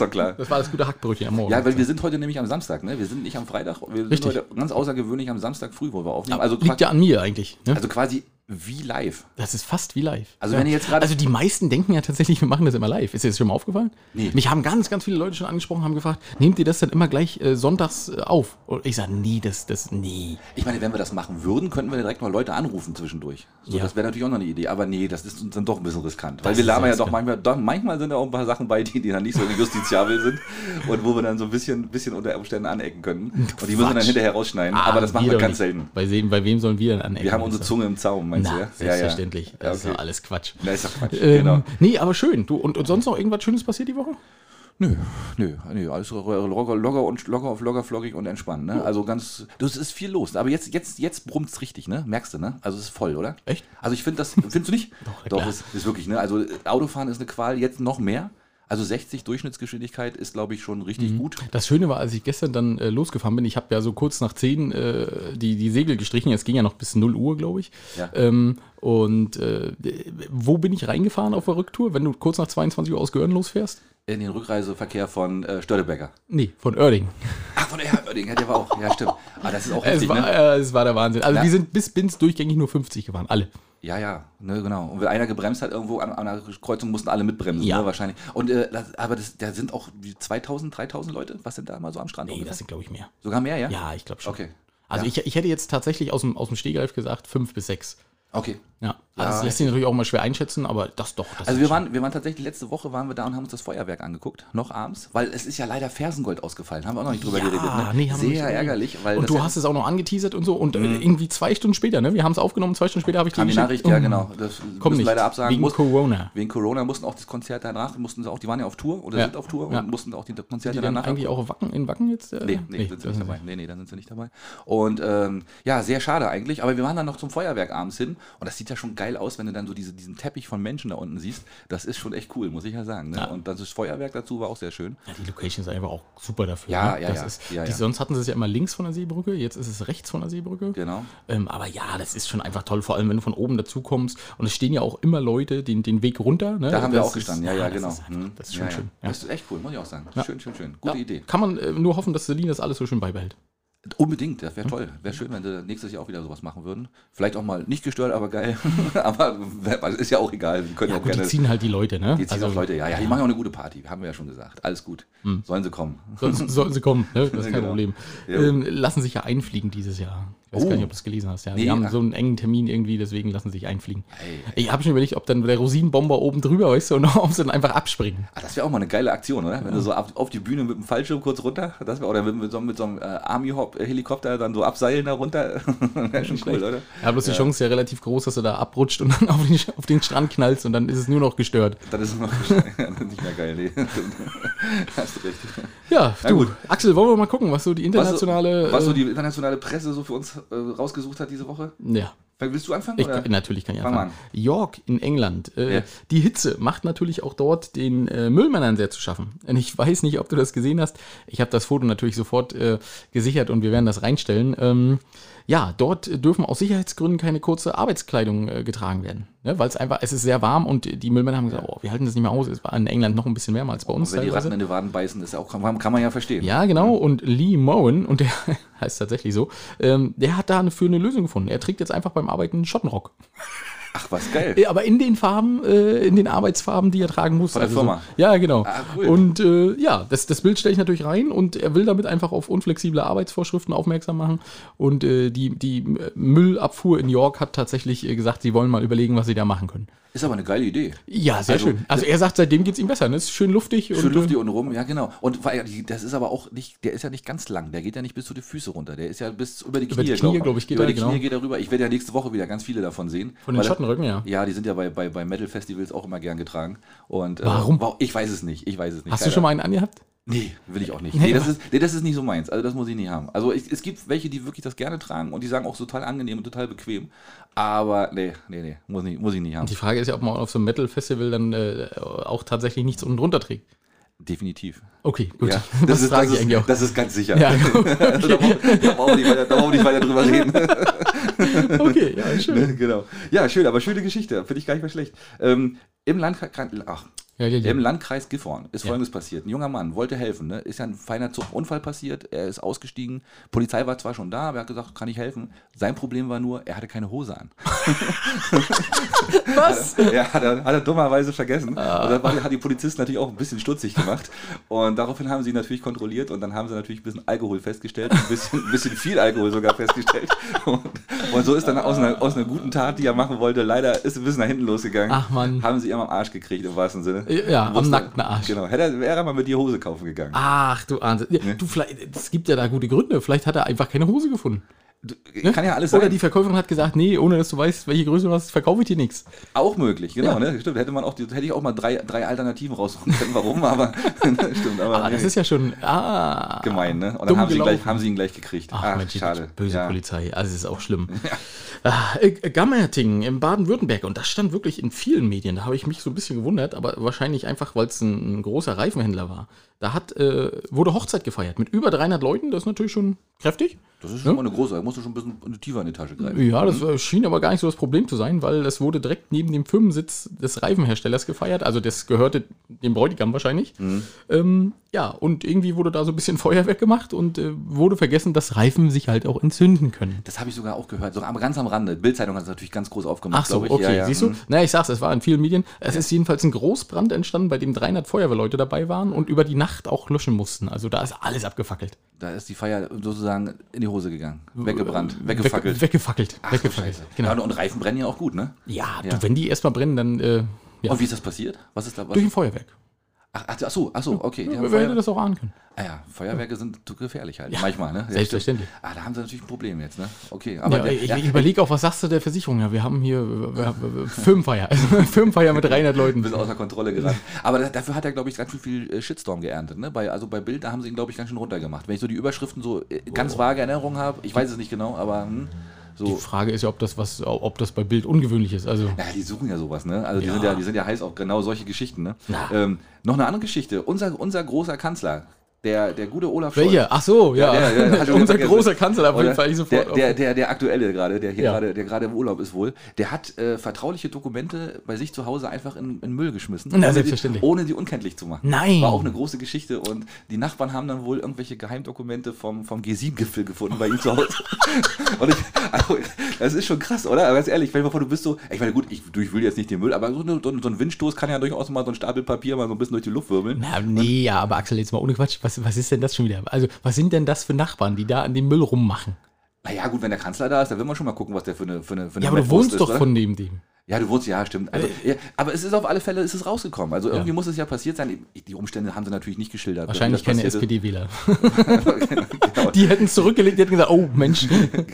A: doch klar.
B: das war das gute Hackbrötchen am Morgen.
A: Ja, weil wir sind heute nämlich am Samstag, ne? Wir sind nicht am Freitag. Wir sind
B: Richtig.
A: heute ganz außergewöhnlich am Samstag früh, wo wir aufnehmen. Also,
B: also liegt
A: quasi,
B: ja an mir eigentlich. Ne?
A: also quasi wie live.
B: das ist fast wie live.
A: Also
B: ja.
A: wenn ihr jetzt gerade-
B: Also die meisten denken ja tatsächlich, wir machen das immer live. Ist dir das schon mal aufgefallen?
A: Nee.
B: Mich haben ganz, ganz viele Leute schon angesprochen, haben gefragt, nehmt ihr das dann immer gleich äh, sonntags äh, auf? Und ich sage, nee, das, das, nee.
A: Ich meine, wenn wir das machen würden, könnten wir direkt mal Leute anrufen zwischendurch. So,
B: Ja.
A: Das wäre natürlich auch noch eine Idee. Aber nee, das ist uns dann doch ein bisschen riskant. weil
B: Das
A: wir
B: ist
A: labern ja
B: riskant.
A: doch manchmal, doch, manchmal sind da auch ein paar Sachen bei, die, die dann nicht so justiziabel sind und wo wir dann so ein bisschen, bisschen unter Umständen anecken können. Und die müssen wir dann
B: Quatsch.
A: hinterher rausschneiden. Aber das machen wir
B: doch
A: ganz
B: nicht.
A: selten.
B: Bei, wem, bei wem sollen wir denn anecken?
A: Wir haben unsere Zunge im Zaum, meinst
B: Na,
A: du? Ja,
B: selbstverständlich.
A: Ja, ja.
B: Das ist
A: okay.
B: ja alles Quatsch.
A: Na, ist doch Quatsch.
B: Ähm,
A: genau.
B: Nee, aber schön. Du, und, und sonst noch irgendwas Schönes passiert die Woche?
A: Nö, nö, nö, alles locker, locker und locker auf locker, flockig und entspannt, ne? Also ganz, das ist viel los. Aber jetzt, jetzt, jetzt brummt's richtig, ne? Merkst du, ne? Also es ist voll, oder?
B: Echt?
A: Also ich finde das, findest du nicht?
B: Doch, ja,
A: Doch,
B: klar.
A: ist, ist wirklich, ne? Also äh, Autofahren ist eine Qual, jetzt noch mehr. Also 60 Durchschnittsgeschwindigkeit ist, glaube ich, schon richtig gut.
B: Das Schöne war, als ich gestern dann äh, losgefahren bin, ich habe ja so kurz nach 10 äh, die, die Segel gestrichen, es ging ja noch bis 0 Uhr, glaube ich.
A: Ja.
B: Ähm, und äh, wo bin ich reingefahren auf der Rücktour, wenn du kurz nach 22 Uhr aus Gehörn losfährst?
A: In den Rückreiseverkehr von äh, Störtebecker.
B: Nee, von Oerding.
A: Ach, von der Oerding, ja, der war auch. Ja, stimmt. Ah, das ist auch
B: Es
A: heftig,
B: war,
A: ne?
B: äh, es war der Wahnsinn. Also
A: Na.
B: die sind bis Binz durchgängig nur 50 gefahren, alle.
A: Ja, ja, ne, genau. Und wenn einer gebremst hat irgendwo an, an einer Kreuzung, mussten alle mitbremsen,
B: Ja.
A: ne, wahrscheinlich. Und äh, das, aber das, da sind auch wie 2000, 3000 Leute, was sind da mal so am Strand?
B: Nee,
A: ungefähr?
B: das sind, glaube ich, mehr.
A: Sogar mehr, ja?
B: Ja, ich glaube schon.
A: Okay.
B: Also
A: Ja.
B: ich, ich hätte jetzt tatsächlich aus dem, aus dem Stehgreif gesagt, 5 bis 6.
A: Okay.
B: Ja, also das lässt sich natürlich auch mal schwer einschätzen, aber das doch. Das
A: Also
B: ist
A: wir
B: schon-
A: waren, wir waren tatsächlich letzte Woche waren wir da und haben uns das Feuerwerk angeguckt, noch abends, weil es ist ja leider Fersengold ausgefallen, haben wir auch noch nicht drüber
B: ja,
A: geredet. Ne?
B: Ah, nee, haben wir
A: Sehr
B: nicht überlegt.
A: ärgerlich, weil
B: und
A: das
B: du
A: ja- Mhm.
B: hast es auch noch angeteasert und so und äh, irgendwie zwei Stunden später, ne? Wir haben es aufgenommen, zwei Stunden später habe ich
A: kam die
B: geschickt.
A: Nachricht, ja
B: Oh,
A: genau, das
B: Komm
A: müssen
B: nicht.
A: leider absagen
B: wegen
A: muss-
B: Corona.
A: Wegen Corona mussten auch das Konzert danach, mussten sie auch, die waren ja auf Tour oder
B: Ja.
A: sind auf Tour und
B: Ja.
A: mussten auch die Konzerte
B: Die dann
A: danach
B: eigentlich auch Wacken, in Wacken jetzt? Äh,
A: Nee, nee, sind sie
B: das
A: nicht dabei. Nee, nee, dann sind sie nicht dabei. Und ähm, ja, sehr schade eigentlich. Aber wir waren dann noch zum Feuerwerk abends hin. Und das sieht ja schon geil aus, wenn du dann so diese, diesen Teppich von Menschen da unten siehst. Das ist schon echt cool, muss ich ja sagen. Ne?
B: Ja.
A: Und das ist Feuerwerk dazu war auch sehr schön.
B: Ja, die Location ist einfach auch super dafür.
A: Ja,
B: ne?
A: ja,
B: das
A: ja.
B: Ist,
A: Ja,
B: die,
A: ja.
B: Sonst hatten sie es ja immer links von der Seebrücke, jetzt ist es rechts von der Seebrücke.
A: Genau.
B: Ähm, aber ja, das ist schon einfach toll, vor allem wenn du von oben dazu kommst. Und es stehen ja auch immer Leute den, den Weg runter. Ne?
A: Da haben wir
B: Das
A: auch gestanden. Ja,
B: ist-
A: ja,
B: das
A: genau.
B: Ist einfach,
A: Hm.
B: das ist schon
A: ja, ja.
B: schön. Ja.
A: Das ist echt cool, muss ich auch sagen. Schön, schön, schön. Gute
B: Ja.
A: Idee.
B: Kann man äh, nur hoffen, dass Celine das alles so schön beibehält.
A: Unbedingt, das wäre toll. Wäre schön, wenn sie nächstes Jahr auch wieder sowas machen würden. Vielleicht auch mal nicht gestört, aber geil. aber wer- ist ja auch egal. Die können ja,
B: Ja,
A: auch
B: gut, die
A: gerne.
B: ziehen halt die Leute, ne?
A: die ziehen auch Leute, ja, ja, die machen ja auch eine gute Party, haben wir ja schon gesagt. Alles gut.
B: Hm.
A: Sollen sie kommen.
B: Sonst sollen sie kommen, ne? Das ist kein
A: Genau.
B: Problem.
A: Ja.
B: Ähm, lassen sich ja einfliegen dieses Jahr. Ich weiß
A: Oh.
B: gar nicht, ob du es gelesen hast. Ja,
A: Nee,
B: die haben
A: ach.
B: so einen engen Termin irgendwie, deswegen lassen sich einfliegen.
A: Ei,
B: Ich habe schon überlegt, ob dann der Rosinenbomber oben drüber ist und ob sie dann einfach abspringen.
A: Ah, das wäre auch mal eine geile Aktion, oder? Wenn du so auf, auf die Bühne mit dem Fallschirm kurz runter, das wär, oder mit, mit so, mit so einem äh, Army-Helikopter dann so abseilen da runter. wäre schon cool, oder?
B: Ja, bloß die Chance ist ja relativ groß, dass du da abrutscht und dann auf den, auf den Strand knallst und dann ist es nur noch gestört.
A: Dann ist es noch nicht mehr geil, nee. Stimmt. Hast du recht.
B: Ja,
A: Na
B: du,
A: gut.
B: Axel, wollen wir mal gucken, was so die
A: Was so-
B: internationale.
A: Was so
B: äh,
A: die internationale Presse so für uns äh, rausgesucht hat diese Woche?
B: ja.
A: Willst du anfangen?
B: Ich,
A: oder?
B: natürlich kann ich
A: Fang mal
B: anfangen. York in England. Äh,
A: Ja.
B: Die Hitze macht natürlich auch dort den äh, Müllmännern sehr zu schaffen. Und ich weiß nicht, ob du das gesehen hast. Ich habe das Foto natürlich sofort äh, gesichert und wir werden das reinstellen. Ähm, ja, dort äh, dürfen aus Sicherheitsgründen keine kurze Arbeitskleidung äh, getragen werden. Ne? Weil es einfach, es ist sehr warm und äh, die Müllmänner haben gesagt, oh, wir halten das nicht mehr aus. Es war in England noch ein bisschen wärmer als bei uns.
A: Wenn die
B: teilweise.
A: Ratten in die Waden beißen, ist ja auch, kann, kann man ja verstehen.
B: Ja, genau. Und Lee Moen, und der heißt tatsächlich so, ähm, der hat da eine, für eine Lösung gefunden. Er trägt jetzt einfach beim Arbeiten einen Schottenrock.
A: Ach, was geil.
B: Ja, Äh, aber in den Farben, äh, in den Arbeitsfarben, die er tragen muss. Von
A: der Firma.
B: So, ja, genau.
A: Ah, cool.
B: Und äh, ja, das, das Bild stelle ich natürlich rein und er will damit einfach auf unflexible Arbeitsvorschriften aufmerksam machen. Und äh, die, die Müllabfuhr in York hat tatsächlich äh, gesagt, sie wollen mal überlegen, was sie da machen können.
A: Ist aber eine geile Idee.
B: Ja, sehr
A: Also-
B: schön. Also er sagt, seitdem geht es ihm besser. Ne? Es ist schön luftig.
A: Schön
B: äh,
A: luftig und rum, ja genau. Und weil, die- das ist aber auch nicht, der ist ja nicht ganz lang, der geht ja nicht bis zu den Füßen runter, der ist ja bis über die Knie,
B: Über die Knie,
A: glaub
B: glaub ich, geht
A: Über
B: er,
A: die Knie
B: genau.
A: geht er rüber. Ich werde ja nächste Woche wieder ganz viele davon sehen.
B: Von den
A: Weil-
B: Schottenröcken, ja.
A: Ja, die sind ja bei, bei, bei Metal-Festivals auch immer gern getragen. Und, äh,
B: Warum?
A: wa- Ich weiß es nicht, ich weiß es nicht.
B: Hast du schon mal einen angehabt?
A: Nee, will ich auch nicht. Nee, das ist, nee, das ist nicht so meins. Also das muss ich nicht haben. Also ich, es gibt welche, die wirklich das gerne tragen und die sagen auch total angenehm und total bequem. Aber nee, nee, nee, muss, nicht, muss ich nicht haben.
B: Die Frage ist ja, ob man auf so einem Metal-Festival dann äh, auch tatsächlich nichts unten drunter trägt.
A: Definitiv.
B: Okay, gut.
A: Ja,
B: das
A: das, ist,
B: frage
A: das,
B: ich eigentlich auch.
A: ist, das ist ganz sicher.
B: Ja,
A: Also da brauchen- da brauchen wir nicht weiter- da brauchen wir nicht weiter drüber reden.
B: okay, ja, schön.
A: Ne, genau. Ja, schön, aber schöne Geschichte. Finde ich gar nicht mal schlecht. Ähm, im, Landkreis, ach,
B: Ja, ja, ja.
A: Im Landkreis Gifhorn ist Folgendes passiert. Ein junger Mann wollte helfen. Ne? Ist ja ein feiner Zugunfall passiert. Er ist ausgestiegen. Polizei war zwar schon da, aber er hat gesagt, kann ich helfen. Sein Problem war nur, er hatte keine Hose an.
B: Was?
A: Ja, hat er, hat er dummerweise vergessen.
B: Ah.
A: Und dann war, hat die Polizisten natürlich auch ein bisschen stutzig gemacht. Und daraufhin haben sie ihn natürlich kontrolliert und dann haben sie natürlich ein bisschen Alkohol festgestellt, ein bisschen, ein bisschen viel Alkohol sogar festgestellt. Und, und so ist dann aus einer, aus einer guten Tat, die er machen wollte, leider ist ein bisschen nach hinten losgegangen.
B: Ach, Mann.
A: Haben sie ihm am Arsch gekriegt, im wahrsten Sinne.
B: Ja, am
A: Wusste-
B: nackten Arsch.
A: Genau. Hätte, er- wäre er mal mit dir Hose kaufen gegangen.
B: Ach, du Ahnst. Ja, du, vielleicht, es gibt ja da gute Gründe. Vielleicht hat er einfach keine Hose gefunden. Ne?
A: Kann ja alles
B: Oder
A: sein.
B: die Verkäuferin hat gesagt, nee, ohne dass du weißt, welche Größe du hast, verkaufe ich dir nichts.
A: Auch möglich, genau.
B: Ja.
A: Ne? Stimmt, hätte, man auch, die- hätte ich auch mal drei, drei Alternativen raussuchen können, warum, aber ne, stimmt. Aber
B: Ah, das
A: nee.
B: ist ja schon, ah.
A: gemein, ne? Und
B: Dumm
A: dann haben sie, ihn
B: gelaufen.
A: gleich, haben sie ihn gleich gekriegt.
B: Ach, Mensch, schade. böse
A: ja.
B: Polizei. Also es ist auch schlimm. Ah, äh, Gammertingen im Baden-Württemberg. Und das stand wirklich in vielen Medien. Da habe ich mich so ein bisschen gewundert, aber wahrscheinlich einfach, weil es ein, ein großer Reifenhändler war. Da hat, äh, wurde Hochzeit gefeiert mit über 300 Leuten. Das ist natürlich schon kräftig.
A: Das ist schon
B: Hm?
A: mal eine große, da musst du schon ein bisschen in die tiefer in die Tasche greifen.
B: Ja, das äh, schien aber gar nicht so das Problem zu sein, weil das wurde direkt neben dem Firmensitz des Reifenherstellers gefeiert. Also das gehörte dem Bräutigam wahrscheinlich.
A: Mhm.
B: Ähm, ja, und irgendwie wurde da so ein bisschen Feuerwerk gemacht und äh, wurde vergessen, dass Reifen sich halt auch entzünden können.
A: Das habe ich sogar auch gehört, so, aber ganz am Rande. Bildzeitung hat es natürlich ganz groß aufgemacht,
B: Ach so,
A: glaub ich.
B: okay,
A: Ja, ja.
B: siehst du?
A: Hm.
B: Na, ich sag's, es war in vielen Medien. Es ist jedenfalls ein Großbrand entstanden, bei dem 300 Feuerwehrleute dabei waren und über die Nacht auch löschen mussten. Also da ist alles abgefackelt.
A: Da ist die Feier sozusagen in die Hose gegangen. Weggebrannt, weggefackelt.
B: Weg, Ähm, weggefackelt.
A: Ach, so
B: weggefackelt.
A: Scheiße.
B: Genau.
A: Ja, und Reifen brennen ja auch gut, ne?
B: Ja,
A: Ja.
B: Du, wenn die erstmal brennen, dann äh, ja,
A: Und wie ist das passiert? Was ist da? Was?
B: durch ein Feuerwerk.
A: Ach, ach, ach so, ach so, okay. Die haben
B: Wer hätte
A: Feuer,
B: das auch ahnen können?
A: ah, ja, Feuerwerke sind zu gefährlich halt, manchmal, ne? Ja,
B: selbstverständlich.
A: stimmt. Ah, da haben sie natürlich ein Problem jetzt, ne? Okay, aber
B: Ja,
A: der,
B: ich
A: ja,
B: ich überlege auch, was sagst du der Versicherung? Ja, wir haben hier äh, wir haben, äh, Firmenfeier. Firmenfeier mit
A: ein
B: 300
A: bisschen
B: Leuten.
A: außer Kontrolle geraten. Aber da, dafür hat er, glaube ich, ganz schön viel äh, Shitstorm geerntet. Ne? Bei, also bei Bild, da haben sie ihn, glaube ich, ganz schön runtergemacht. Wenn ich so die Überschriften so äh, ganz vage Erinnerungen habe, ich weiß es nicht genau, aber hm,
B: Die
A: so.
B: Frage ist ja, ob das, was, ob das bei Bild ungewöhnlich ist. Also,
A: Ja, die suchen ja sowas, ne? Also die
B: Ja.
A: sind ja, die sind ja heiß auf genau solche Geschichten, ne? Ähm, noch eine andere Geschichte. Unser, unser großer Kanzler, Der, der gute Olaf
B: Welcher? Ach so, ja. Also
A: Ja, ja, ja, hat schon
B: Unser
A: vergessen.
B: großer Kanzler, da
A: Oder?
B: fall ich
A: der,
B: sofort auf.
A: der, der, der aktuelle gerade, der hier
B: Ja.
A: gerade, der gerade im Urlaub ist wohl, der hat äh, vertrauliche Dokumente bei sich zu Hause einfach in, in Müll geschmissen.
B: Na,
A: ohne
B: selbstverständlich.
A: Die, ohne die unkenntlich zu machen.
B: Nein.
A: War auch eine große Geschichte und die Nachbarn haben dann wohl irgendwelche Geheimdokumente vom, vom G7-Gipfel gefunden bei ihm zu Hause. und ich, also, das ist schon krass, oder? Aber ganz ehrlich, wenn ich mal vor, du bist so, ich meine, gut, ich, du, ich will jetzt nicht den Müll, aber so, eine, so, ein- so ein Windstoß kann ja durchaus mal so ein Stapel Papier mal so ein bisschen durch die Luft wirbeln.
B: Na, nee, ja, aber Axel, jetzt mal ohne Quatsch, was, was ist denn das schon wieder? Also, was sind denn das für Nachbarn, die da an dem Müll rummachen?
A: Naja, gut, wenn der Kanzler da ist, dann will man schon mal gucken, was der für eine für eine, für eine
B: Ja, aber du
A: Mettwurst
B: wohnst
A: ist, ne?
B: doch
A: oder?
B: von neben dem.
A: Ja, du wurdest, ja, stimmt. Also,
B: Äh.
A: ja, aber es ist auf alle Fälle ist es rausgekommen. Also irgendwie muss es ja passiert sein. Die Umstände haben sie natürlich nicht geschildert.
B: Wahrscheinlich
A: wie das
B: keine
A: passiert
B: SPD-Wähler.
A: ist. genau.
B: Die hätten es zurückgelegt, die hätten gesagt, oh Mensch,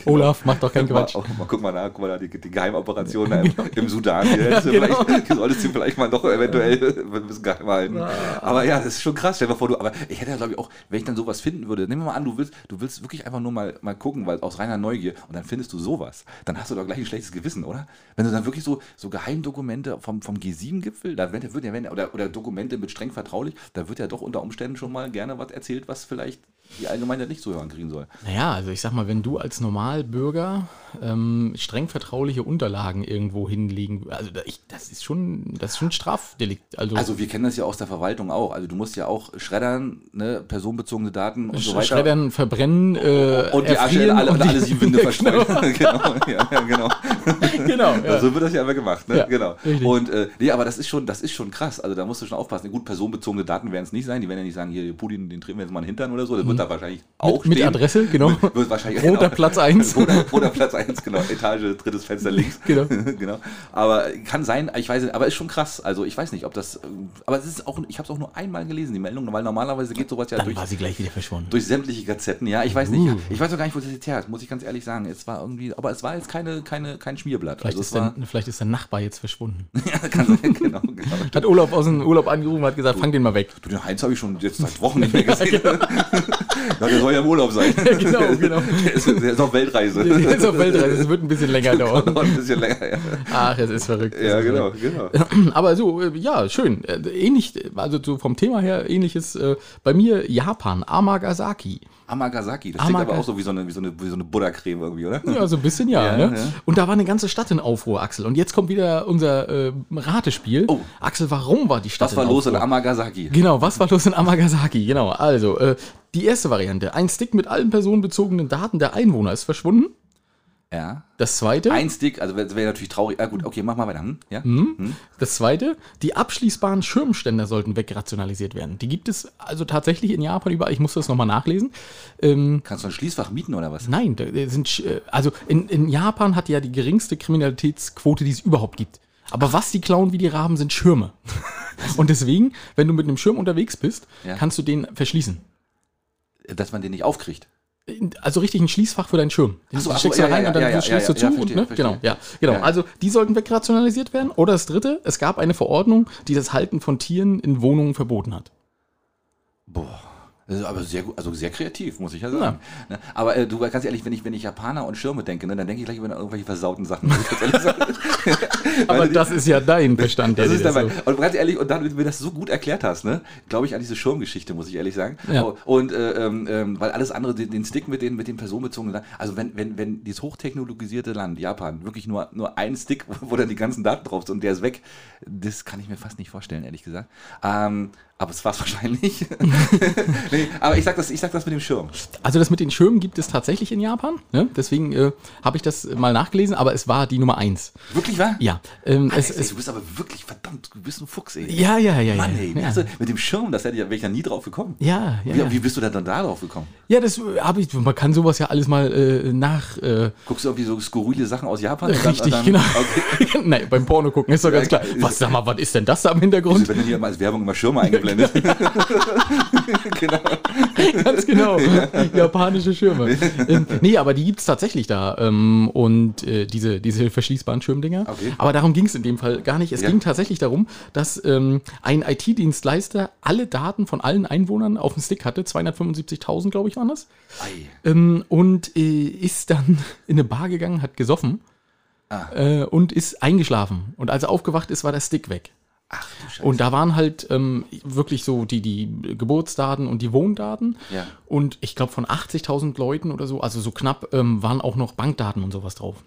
B: Olaf, mach doch keinen
A: Mal,
B: Quatsch.
A: auch, mal, guck mal nach, guck mal da, die, die Geheimoperation da im, im Sudan. Hier, hättest du
B: genau.
A: vielleicht, solltest du vielleicht mal doch eventuell ein bisschen geheim halten. Aber ja, das ist schon krass. Stell dir mal vor, du, aber ich hätte ja, glaube ich, auch, wenn ich dann sowas finden würde, nehmen wir mal an, du willst, du willst wirklich einfach nur mal, mal gucken, weil aus reiner Neugier und dann findest du sowas, dann hast du doch gleich ein schlechtes Gewissen, oder? Wenn du dann wirklich so, so Geheimdokumente vom, vom G7-Gipfel, da wird, wird ja, wenn, oder, oder Dokumente mit streng vertraulich, da wird ja doch unter Umständen schon mal gerne was erzählt, was vielleicht die Allgemeinheit nicht zu hören kriegen soll.
B: Naja, also ich sag mal, wenn du als Normalbürger ähm, streng vertrauliche Unterlagen irgendwo hinlegen, also da- ich, das ist schon, das ist schon ein Strafdelikt. Also,
A: Also wir kennen das ja aus der Verwaltung auch. Also du musst ja auch schreddern, ne, personenbezogene Daten und so
B: sch
A: weiter.
B: schreddern, verbrennen, äh,
A: und die Asche in
B: erfrieren
A: alle, und
B: die-
A: alle sieben Winde verstreuen. genau, ja, ja, genau.
B: genau, ja.
A: So wird das ja immer gemacht, ne?
B: Ja,
A: genau.
B: richtig.
A: Und äh, nee, aber das ist schon, das ist schon krass. Also da musst du schon aufpassen. Gut, personenbezogene Daten werden es nicht sein. Die werden ja nicht sagen, hier Putin, den treten wir jetzt mal in den Hintern oder so. Das wird da wahrscheinlich auch
B: Mhm. mit, mit
A: stehen.
B: Adresse, genau.
A: Wird wahrscheinlich
B: Roter Platz 1.
A: Roter, roter Platz 1, genau. Etage, drittes Fenster links.
B: Genau.
A: genau. Aber kann sein, ich weiß nicht, aber ist schon krass. Also ich weiß nicht, ob das. ähm, Aber es ist auch, ich habe es auch nur einmal gelesen, die Meldung, weil normalerweise geht sowas ja
B: Dann
A: durch.
B: war sie gleich wieder verschwunden.
A: Durch sämtliche Gazetten, ja, ich weiß nicht.
B: Uh.
A: Ich weiß auch gar nicht, wo das jetzt her ist, muss ich ganz ehrlich sagen. Es war irgendwie, aber es war jetzt keine, keine, kein Schmierblatt.
B: Vielleicht,
A: also es
B: ist
A: war,
B: der, vielleicht ist der Nachbar jetzt verschwunden.
A: ja, kann sein, genau, genau.
B: Hat Olaf aus dem Urlaub angerufen und hat gesagt, fang den mal weg.
A: Du, den Heinz habe ich schon jetzt seit Wochen nicht mehr gesehen. ja, der soll ja im Urlaub sein.
B: genau, genau.
A: Der ist, der ist auf Weltreise.
B: Der ist jetzt auf Weltreise, es wird ein bisschen länger dauern.
A: Noch ein bisschen länger, ja.
B: Ach, es ist verrückt. es
A: Genau. Ja,
B: ist
A: genau, genau.
B: verrückt. Aber so, äh, ja, schön. Äh, Ähnlich, äh, also so vom Thema her ähnliches. äh, Bei mir Japan, Amagasaki.
A: Amagasaki, das
B: Amaga-
A: klingt aber auch so wie so eine, wie so eine, wie so eine Buddha-Creme irgendwie, oder?
B: Ja, so ein bisschen ja.
A: Ja,
B: ne?
A: ja.
B: Und da war eine ganze Stadt in Aufruhr, Axel. Und jetzt kommt wieder unser äh, Ratespiel.
A: Oh.
B: Axel, warum war die Stadt
A: Was war
B: in
A: los in
B: Aufruhr?
A: Amagasaki?
B: Genau, was war los in Amagasaki? Genau, also äh, die erste Variante. Ein Stick mit allen personenbezogenen Daten der Einwohner ist verschwunden.
A: Ja.
B: Das zweite,
A: Ein Stick, also wäre wär natürlich traurig. Ah, gut, okay, mach mal weiter. Hm? Ja?
B: das zweite, die abschließbaren Schirmständer sollten wegrationalisiert werden. Die gibt es also tatsächlich in Japan überall. Ich muss das nochmal nachlesen. Ähm,
A: Kannst du ein Schließfach mieten oder was?
B: nein, da da sind Sch- äh, also in, in Japan hat die ja die geringste Kriminalitätsquote, die es überhaupt gibt. Aber was die klauen wie die Raben sind Schirme. Und deswegen, wenn du mit einem Schirm unterwegs bist,
A: Ja.
B: kannst du den verschließen.
A: Dass man den nicht aufkriegt.
B: Also richtig ein Schließfach für deinen Schirm. Den
A: Ach so, ach so,
B: steckst du
A: ja,
B: rein
A: ja,
B: und dann
A: ja, ja,
B: schließt
A: ja, ja,
B: du zu.
A: ja,
B: und,
A: verstehe,
B: ne?
A: verstehe.
B: Genau, ja, genau.
A: Ja.
B: Also die sollten wegrationalisiert werden. Oder das dritte, es gab eine Verordnung, die das Halten von Tieren in Wohnungen verboten hat.
A: Boah. Das ist aber sehr gut, also sehr kreativ, muss ich ja sagen. Ne? Aber äh, du ganz ehrlich, wenn ich, wenn ich Japaner und Schirme denke, ne, dann denke ich gleich über irgendwelche versauten Sachen. muss ich ganz ehrlich sagen.
B: Aber
A: Weil die-
B: das ist ja dein Bestand. der
A: Das ist
B: dir das
A: dabei.
B: so-
A: Und ganz ehrlich, und dann, wenn du mir das so gut erklärt hast, ne, glaube ich an diese Schirmgeschichte, muss ich ehrlich sagen.
B: Ja.
A: Oh, Und äh, ähm, ähm, weil alles andere, den, den Stick mit den, mit den personenbezogenen Daten, also wenn, wenn, wenn dieses hochtechnologisierte Land, Japan, wirklich nur, nur ein Stick, wo dann die ganzen Daten drauf sind und der ist weg, das kann ich mir fast nicht vorstellen, ehrlich gesagt. Ähm, aber es war es wahrscheinlich. nee, aber ich sag, das, ich sag das mit dem Schirm.
B: Also das mit den Schirmen gibt es tatsächlich in Japan. Ne? Deswegen äh, habe ich das mal nachgelesen, aber es war die Nummer eins.
A: Wirklich, wahr?
B: Ja, ähm,
A: Alex,
B: es,
A: ey,
B: es,
A: du bist aber wirklich verdammt, du bist ein Fuchs, ey.
B: ja, ja, ja.
A: Mann,
B: ja,
A: ey, wie
B: ja.
A: hast du, mit dem Schirm, das hätte ich, wäre ich ja nie drauf gekommen.
B: Ja, ja,
A: Wie,
B: ja.
A: wie bist du denn dann da drauf gekommen?
B: ja, das äh, habe ich. Man kann sowas ja alles mal äh, nach. Äh,
A: Guckst du irgendwie so skurrile Sachen aus Japan? und dann-
B: Richtig,
A: und dann, Also,
B: genau.
A: Okay.
B: Nein, beim Porno gucken ist doch ganz klar. Was, sag mal, was ist denn das da im
A: Also,
B: Hintergrund?
A: wenn du hier mal als Werbung immer Schirme eingeblendet. genau.
B: ganz genau. Japanische Schirme. ähm, nee, aber die gibt's tatsächlich da. Ähm, und äh, diese, diese verschließbaren Schirmdinger.
A: Okay.
B: Aber darum ging's in dem Fall gar nicht. Es
A: Ja.
B: ging tatsächlich darum, dass ähm, ein IT-Dienstleister alle Daten von allen Einwohnern auf dem Stick hatte. 275.000, glaube ich, waren das.
A: Ei.
B: Ähm, und äh, ist dann in eine Bar gegangen, hat gesoffen.
A: Ah.
B: Äh, und ist eingeschlafen. Und als er aufgewacht ist, war der Stick weg. Und da waren halt ähm, wirklich so die, die Geburtsdaten und die Wohndaten.
A: Ja.
B: Und ich glaube, von 80.000 Leuten oder so, also so knapp, ähm, waren auch noch Bankdaten und sowas drauf.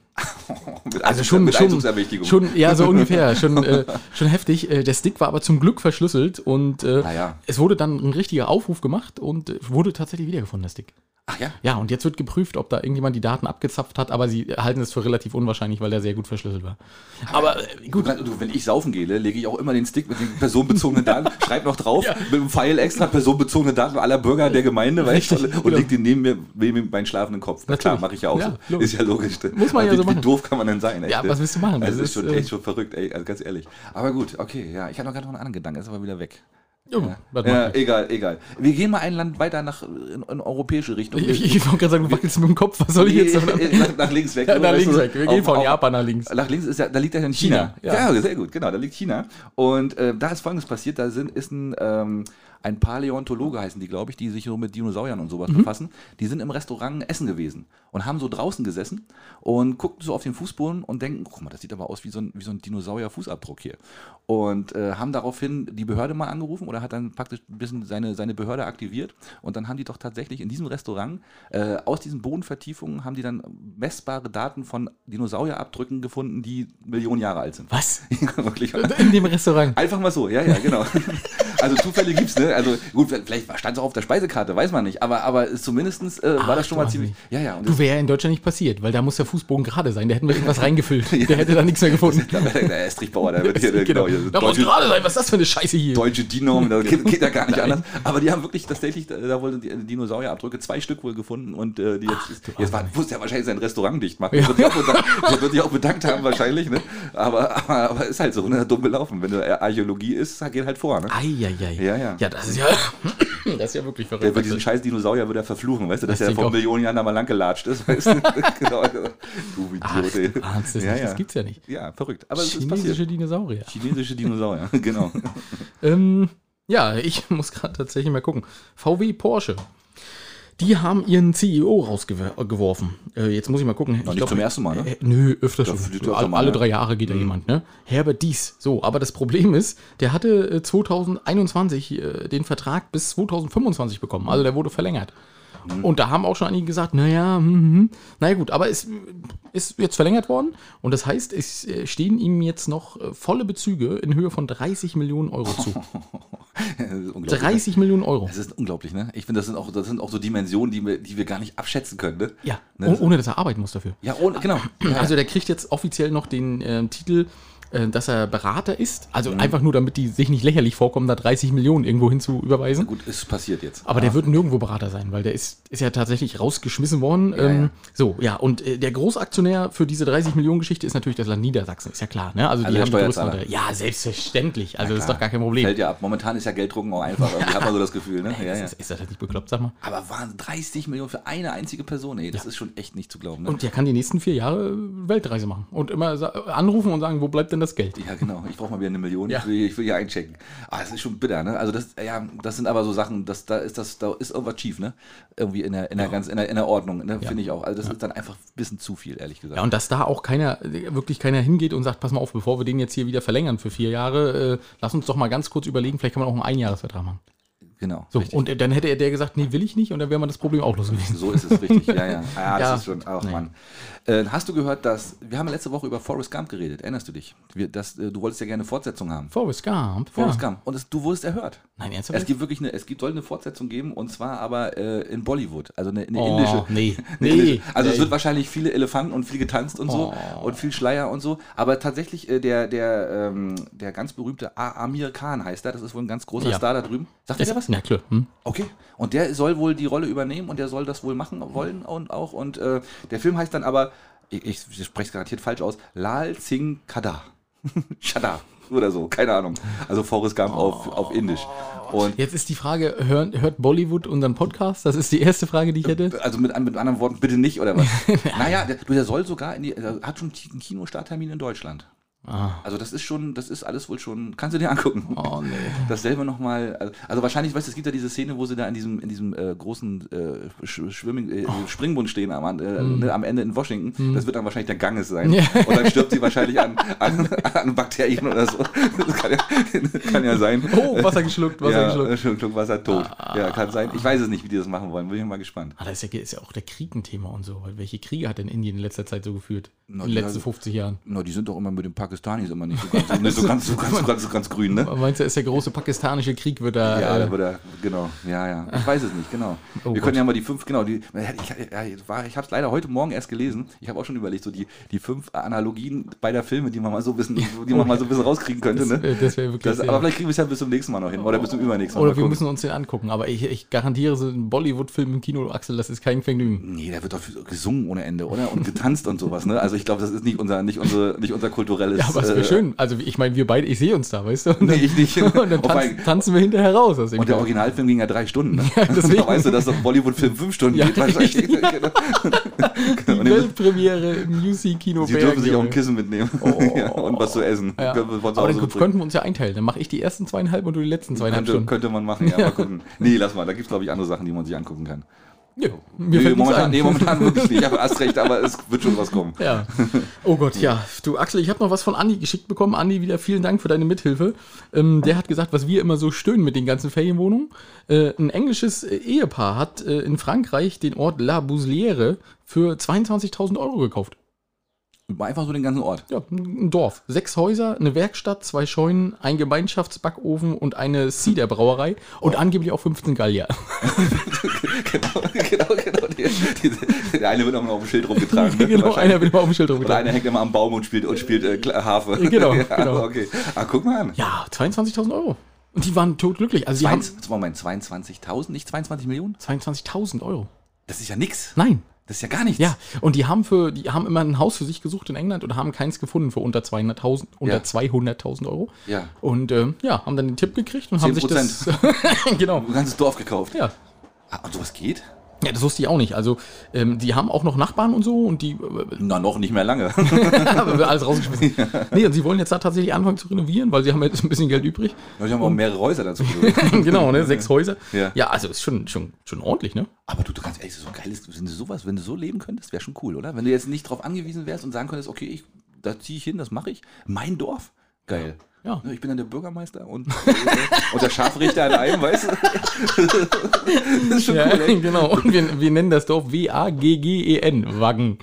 A: Mit
B: Also schon,
A: mit
B: schon,
A: Einzugsermächtigung.
B: schon, ja, so ungefähr, schon, äh, schon heftig. Äh, Der Stick war aber zum Glück verschlüsselt und äh,
A: Ah ja.
B: es wurde dann ein richtiger Aufruf gemacht und äh, wurde tatsächlich wiedergefunden, der Stick.
A: Ach ja.
B: Ja, und jetzt wird geprüft, ob da irgendjemand die Daten abgezapft hat, aber sie halten es für relativ unwahrscheinlich, weil der sehr gut verschlüsselt war. Aber äh,
A: Du,
B: gut,
A: kannst- du, wenn ich saufen gehe, ne, lege ich auch immer den Stick mit den personenbezogenen Daten, schreib noch drauf, mit dem Pfeil extra personenbezogene Daten aller Bürger der Gemeinde, weißt du,
B: Richtig,
A: und
B: genau.
A: leg den neben mir, neben meinen schlafenden Kopf. Na klar,
B: Natürlich.
A: mache ich ja auch
B: Ja,
A: so.
B: logisch.
A: Ist ja logisch.
B: Muss man ja
A: wie,
B: so
A: Wie
B: machen.
A: doof kann man denn sein, echt,
B: Ja,
A: ne?
B: was willst du machen?
A: Also
B: Das
A: das ist
B: ist,
A: schon
B: äh,
A: echt schon verrückt, ey, also ganz ehrlich. Aber gut, okay, ja, ich hatte noch gerade noch einen anderen Gedanken, ist aber wieder weg.
B: ja, das
A: Ja,
B: macht nichts.
A: egal, egal. Wir gehen mal ein Land weiter nach in, in europäische Richtung.
B: ich, ich, ich wollte gerade sagen, du wackelst mit dem Kopf, was soll ich
A: Nee,
B: jetzt davon
A: nach, nach links weg.
B: Ja,
A: nur,
B: nach
A: weißt
B: links
A: du,
B: weg. Wir gehen von Japan nach links.
A: Nach links ist ja, da liegt ja dann China.
B: China, ja.
A: sehr gut, genau, da liegt China. Und äh, da ist Folgendes passiert, da sind, ist ein, ähm, ein Paläontologe heißen die, glaube ich, die sich so mit Dinosauriern und sowas befassen. Die sind im Restaurant essen gewesen und haben so draußen gesessen und guckten so auf den Fußboden und denken, guck mal, das sieht aber aus wie so ein, wie so ein Dinosaurier-Fußabdruck hier. Und äh, haben daraufhin die Behörde mal angerufen oder hat dann praktisch ein bisschen seine, seine Behörde aktiviert. Und dann haben die doch tatsächlich in diesem Restaurant, äh, aus diesen Bodenvertiefungen, haben die dann messbare Daten von Dinosaurierabdrücken gefunden, die Millionen Jahre alt sind.
B: Was?
A: Ja, wirklich.
B: In dem Restaurant.
A: Einfach mal so, ja, ja, genau. Also Zufälle gibt's, ne? Also gut, vielleicht stand es auch auf der Speisekarte, weiß man nicht. Aber, aber zumindestens äh, war das schon mal
B: du
A: ziemlich.
B: Assi.
A: Ja, ja. Und das,
B: Du wäre in Deutschland nicht passiert, weil da muss der Fußboden gerade sein. Da hätten wir irgendwas reingefüllt. Der hätte da nichts mehr gefunden.
A: da wäre der Estrichbauer, da wird hier, genau, hier
B: Da muss
A: deutsche-
B: gerade sein. Was ist das für eine Scheiße hier?
A: deutsche DIN-Norm, das geht, geht ja gar nicht anders. Aber die haben wirklich tatsächlich, da- da wurden die äh, Dinosaurierabdrücke zwei Stück wohl gefunden und äh, die jetzt, jetzt war, muss ja wahrscheinlich sein Restaurant dicht machen. Das, wird die auch bedankt, das wird die auch bedankt haben wahrscheinlich, ne? aber, aber, aber ist halt so, ne? dumm gelaufen. Wenn du Archäologie ist, geht halt vor. Ne?
B: Eieiei.
A: Ja, ja.
B: Ja, das ist ja, das ist ja wirklich
A: Der
B: verrückt.
A: wird diesen scheiß Dinosaurier würde er verfluchen, weißt du, dass er
B: Äh, Das denk
A: vor
B: auch.
A: Millionen Jahren da mal lang gelatscht ist. Weißt du? genau. Du
B: Ach,
A: Idiot. ey.
B: du ahnst es
A: ja,
B: nicht.
A: ja.
B: Das gibt's ja nicht.
A: ja, verrückt. Aber es ist passiert.
B: Chinesische Dinosaurier.
A: Chinesische Dinosaurier, genau.
B: Ähm, ja, ich muss gerade tatsächlich mal gucken. VW Porsche. Die haben ihren E CEO rausgeworfen. Äh, jetzt muss ich mal gucken.
A: Noch
B: Ich
A: nicht
B: glaub,
A: zum ersten Mal, ne?
B: Äh, nö, öfter schon.
A: fliegt er
B: Alle,
A: öfter mal, ne?
B: alle drei Jahre geht da jemand, ne? Herbert Dies. So, aber das Problem ist, der hatte äh, 2021 äh, den Vertrag bis 2025 bekommen. Also der wurde verlängert.
A: Mhm.
B: Und da haben auch schon einige gesagt, naja, hm, hm. naja gut, aber es ist jetzt verlängert worden. Und das heißt, es äh, stehen ihm jetzt noch äh, volle Bezüge in Höhe von 30 Millionen Euro zu.
A: Das ist unglaublich. ne?
B: 30 Millionen Euro.
A: Das ist unglaublich, ne? Ich finde, das sind auch, das sind auch so Dimensionen, die wir, die wir gar nicht abschätzen können, ne?
B: Ja,
A: Ne,
B: oh-
A: das-
B: ohne dass er arbeiten muss dafür.
A: Ja, ohne, genau.
B: Also der kriegt jetzt offiziell noch den ähm, Titel, äh, dass er Berater ist. Also
A: Mhm.
B: einfach nur, damit die sich nicht lächerlich vorkommen, da 30 Millionen irgendwo hin zu überweisen.
A: Gut, ist passiert jetzt.
B: Aber der wird nirgendwo Berater sein, weil der ist, ist ja tatsächlich rausgeschmissen worden. ähm,
A: ja.
B: So, ja, und äh, der Großaktionär für diese 30 Millionen Geschichte ist natürlich das Land Niedersachsen, ist ja klar. Ne? Also,
A: Also
B: die
A: der
B: haben die größten
A: Steuerzahler.
B: Anteile. Ja, selbstverständlich. Also das ist
A: klar.
B: doch gar kein Problem.
A: Fällt ja ab. Momentan ist ja Gelddrucken auch einfach. Ich habe mal so das Gefühl, ne? Ja,
B: Das
A: ja.
B: Ist, ist das nicht bekloppt, sag mal?
A: Aber waren 30 Millionen für eine einzige Person, ey. Das ist schon echt nicht zu glauben, ne?
B: Und der kann die nächsten vier Jahre Weltreise machen und immer sa- anrufen und sagen, wo bleibt denn das Geld?
A: Ja, genau. Ich brauche mal wieder eine Million.
B: Ja.
A: Ich, will, hier- ich will hier einchecken. Ah, das ist schon bitter, ne? Also das, ja, das sind aber so Sachen, das, da ist das, da ist irgendwas schief, ne? Irgendwie in der, in der ganz, in der, in der Ordnung, ne? Finde ich auch. Also das ist dann einfach ein bisschen zu viel, ehrlich gesagt.
B: Ja, und dass da auch keiner, wirklich keiner hingeht und sagt, pass mal auf, bevor wir den jetzt hier wieder verlängern für vier Jahre, äh, lass uns doch mal ganz kurz überlegen, vielleicht kann man auch einen Einjahresvertrag machen.
A: Genau.
B: So,
A: richtig.
B: und äh, dann hätte er der gesagt, nee, will ich nicht, und dann wäre man das Problem auch los gewesen.
A: So ist es richtig, ja, ja. Ah, das
B: Ja.
A: ist schon, ach Mann. Äh, hast du gehört, dass, wir haben letzte Woche über Forrest Gump geredet, erinnerst du dich? Wir, das, äh, du wolltest ja gerne Fortsetzung haben.
B: Forrest Gump.
A: Forrest
B: ja.
A: Gump. Und es, du wurdest erhört.
B: Nein, ernsthaft?
A: Es gibt wirklich eine, es gibt, soll eine Fortsetzung geben und zwar aber äh, in Bollywood, also eine, eine
B: Oh,
A: indische.
B: nee,
A: eine
B: nee,
A: indische. Also es
B: nee. Oh.
A: wird wahrscheinlich viele Elefanten und viel getanzt und so und viel Schleier und so. Aber tatsächlich äh, der, der, ähm, der ganz berühmte A- Amir Khan heißt er, das ist wohl ein ganz großer
B: Ja.
A: Star da drüben. Sagt er
B: Ist
A: dir
B: ja
A: was?
B: was? Na klar. Hm?
A: Okay. Und der soll wohl die Rolle übernehmen und der soll das wohl machen wollen und auch. Und äh, der Film heißt dann aber, ich, ich spreche es garantiert falsch aus, Lal Singh Kada. Shada oder so, keine Ahnung. Also Forrest Gump auf, auf Indisch. Und
B: Jetzt ist die Frage, hört, hört Bollywood unseren Podcast? Das ist die erste Frage, die ich hätte.
A: also mit, an- mit anderen Worten, bitte nicht oder was? naja, der, du, der soll sogar, in die, der hat schon einen Kinostaattermin in Deutschland. Also das ist schon, das ist alles wohl schon, kannst du dir angucken.
B: Ah. Oh nee.
A: Dasselbe nochmal, also, also wahrscheinlich, weißt du, es gibt ja diese Szene, wo sie da in diesem, in diesem äh, großen äh, Sch- Schwimming, äh,
B: Oh.
A: Springbund stehen am, An- äh,
B: Hm.
A: ne, am Ende in Washington. Das wird dann wahrscheinlich der Ganges sein. Und dann stirbt sie wahrscheinlich an, an, an Bakterien oder so. Das kann ja, kann ja sein.
B: Oh, Wasser geschluckt, Wasser
A: ja,
B: geschluckt.
A: Schluck, Schluck Wasser tot. Ja, kann sein. Ich weiß es nicht, wie die das machen wollen. Bin ich mal gespannt.
B: Ah, das ist ja, ist ja auch der Krieg ein Thema und so. Weil Welche Kriege hat denn Indien in letzter Zeit so geführt? In
A: Na,
B: den
A: die
B: letzten
A: haben-
B: 50 Jahren.
A: Na, die sind doch immer mit den Pakistanis immer nicht so ganz, nicht so ganz, so ganz, so ganz, so ganz grün, ne?
B: Aber Meinst du, ist der große pakistanische Krieg wird da.
A: Ja,
B: äh,
A: oder genau, ja, ja. Ich weiß es nicht, genau.
B: Oh
A: Wir
B: Gott.
A: können ja mal die fünf, genau, die, ich, ja, ich, war- ich habe es leider heute Morgen erst gelesen. Ich habe auch schon überlegt, so die, die fünf Analogien beider Filme, die man mal so ein bisschen, die man mal so ein bisschen rauskriegen könnte.
B: Das-
A: ne?
B: äh, das wär wirklich
A: Das,
B: sehr-
A: aber vielleicht kriegen wir es ja bis zum nächsten Mal noch hin oder bis zum übernächsten Mal.
B: oder
A: Mal
B: wir
A: gucken.
B: müssen uns den angucken. Aber ich, ich garantiere, so ein Bollywood-Film im Kino, Axel, das ist kein Vergnügen.
A: Nee, da wird doch gesungen ohne Ende, oder? Und getanzt und sowas, ne? Also ich glaube, das ist nicht unser, nicht unser, nicht unser kulturelles.
B: Ja, aber es wäre
A: äh,
B: schön. Also ich meine, wir beide, ich sehe uns da, weißt du? Und
A: Nee,
B: dann,
A: ich nicht.
B: Und dann
A: Oh
B: tanzen,
A: mein-
B: tanzen wir hinterher raus. Aus dem
A: Und der
B: Kino.
A: Originalfilm ging ja drei Stunden. Ne?
B: Ja, deswegen.
A: Da weißt du, dass so ein Bollywood-Film fünf Stunden
B: Ja,
A: geht wahrscheinlich.
B: richtig,
A: Genau. Und
B: Die
A: ihr müsst-
B: Weltpremiere im UC-Kino.
A: Sie dürfen sich auch ein Kissen mitnehmen
B: Oh,
A: ja, und was zu essen.
B: Ja.
A: Können wir von zu
B: Aber
A: Hause
B: dann
A: mitbringen.
B: könnten wir uns ja einteilen. Dann mache ich die ersten zweieinhalb und du die letzten zweieinhalb
A: könnte,
B: Stunden.
A: könnte man machen, ja, mal gucken. Nee, lass mal, da gibt es glaube ich andere Sachen, die man sich angucken kann.
B: Ja, mir
A: nee,
B: fällt nichts
A: momentan,
B: ein.
A: nee, momentan wirklich nicht, aber hast recht, aber es wird schon was kommen.
B: Ja. Oh Gott, ja. Du, Axel, ich habe noch was von Andi geschickt bekommen. Andi, wieder vielen Dank für deine Mithilfe. Ähm, der hat gesagt, was wir immer so stöhnen mit den ganzen Ferienwohnungen. Äh, ein englisches äh, Ehepaar hat äh, in Frankreich den Ort La Bouselière für 22.000 Euro gekauft.
A: Einfach so den ganzen Ort.
B: Ja, ein Dorf. Sechs Häuser, eine Werkstatt, zwei Scheunen, ein Gemeinschaftsbackofen und eine Cider-Brauerei und angeblich auch 15 Gallier.
A: genau, genau, genau. Die, die, der eine wird auch noch auf dem Schild rumgetragen. ne?
B: genau,
A: Wahrscheinlich.
B: einer will mal auf dem Schild
A: Oder
B: rumgetragen.
A: einer hängt immer am Baum und spielt, und spielt äh, Kla- Harfe.
B: Genau,
A: ja,
B: genau.
A: Okay. Ah, guck mal an.
B: Ja, 22.000 Euro. Und die waren totglücklich. Also die haben
A: 22 Moment, 22.000, nicht 22 Millionen?
B: 22.000 Euro.
A: Das ist ja nix.
B: Nein,
A: Das ist ja gar nichts.
B: Ja, und die haben für, die haben immer ein Haus für sich gesucht in England und haben keins gefunden für unter 200.000, unter
A: Ja.
B: 200.000 Euro.
A: Ja.
B: Und ähm, ja, haben dann den Tipp gekriegt und haben sich das. genau.
A: Ein ganzes Dorf gekauft.
B: Ja.
A: Ah, und sowas geht?
B: ja, das wusste ich auch nicht. Also, ähm, die haben auch noch Nachbarn und so und die
A: Na, noch nicht mehr lange.
B: haben wir alles rausgeschmissen. Nee, und sie wollen jetzt da tatsächlich anfangen zu renovieren, weil sie haben jetzt ein bisschen Geld übrig.
A: Ja, die haben auch mehrere Häuser dazu. geholt.
B: genau, ne? Sechs Häuser.
A: Ja.
B: ja also ist schon, schon, schon ordentlich, ne?
A: Aber du, du kannst ehrlich, so geil ist, wenn du sowas, wenn du so leben könntest, wäre schon cool, oder? Wenn du jetzt nicht drauf angewiesen wärst und sagen könntest, okay, ich, da ziehe ich hin, das mache ich. Mein Dorf. Geil.
B: Ja.
A: Ne, Ich bin dann der Bürgermeister und, äh, und der Scharfrichter an einem, weißt du? das ist schon
B: Ja,
A: cool, ey.
B: genau. Und wir, wir nennen das Dorf E W-A-G-G-E-N, Wagen.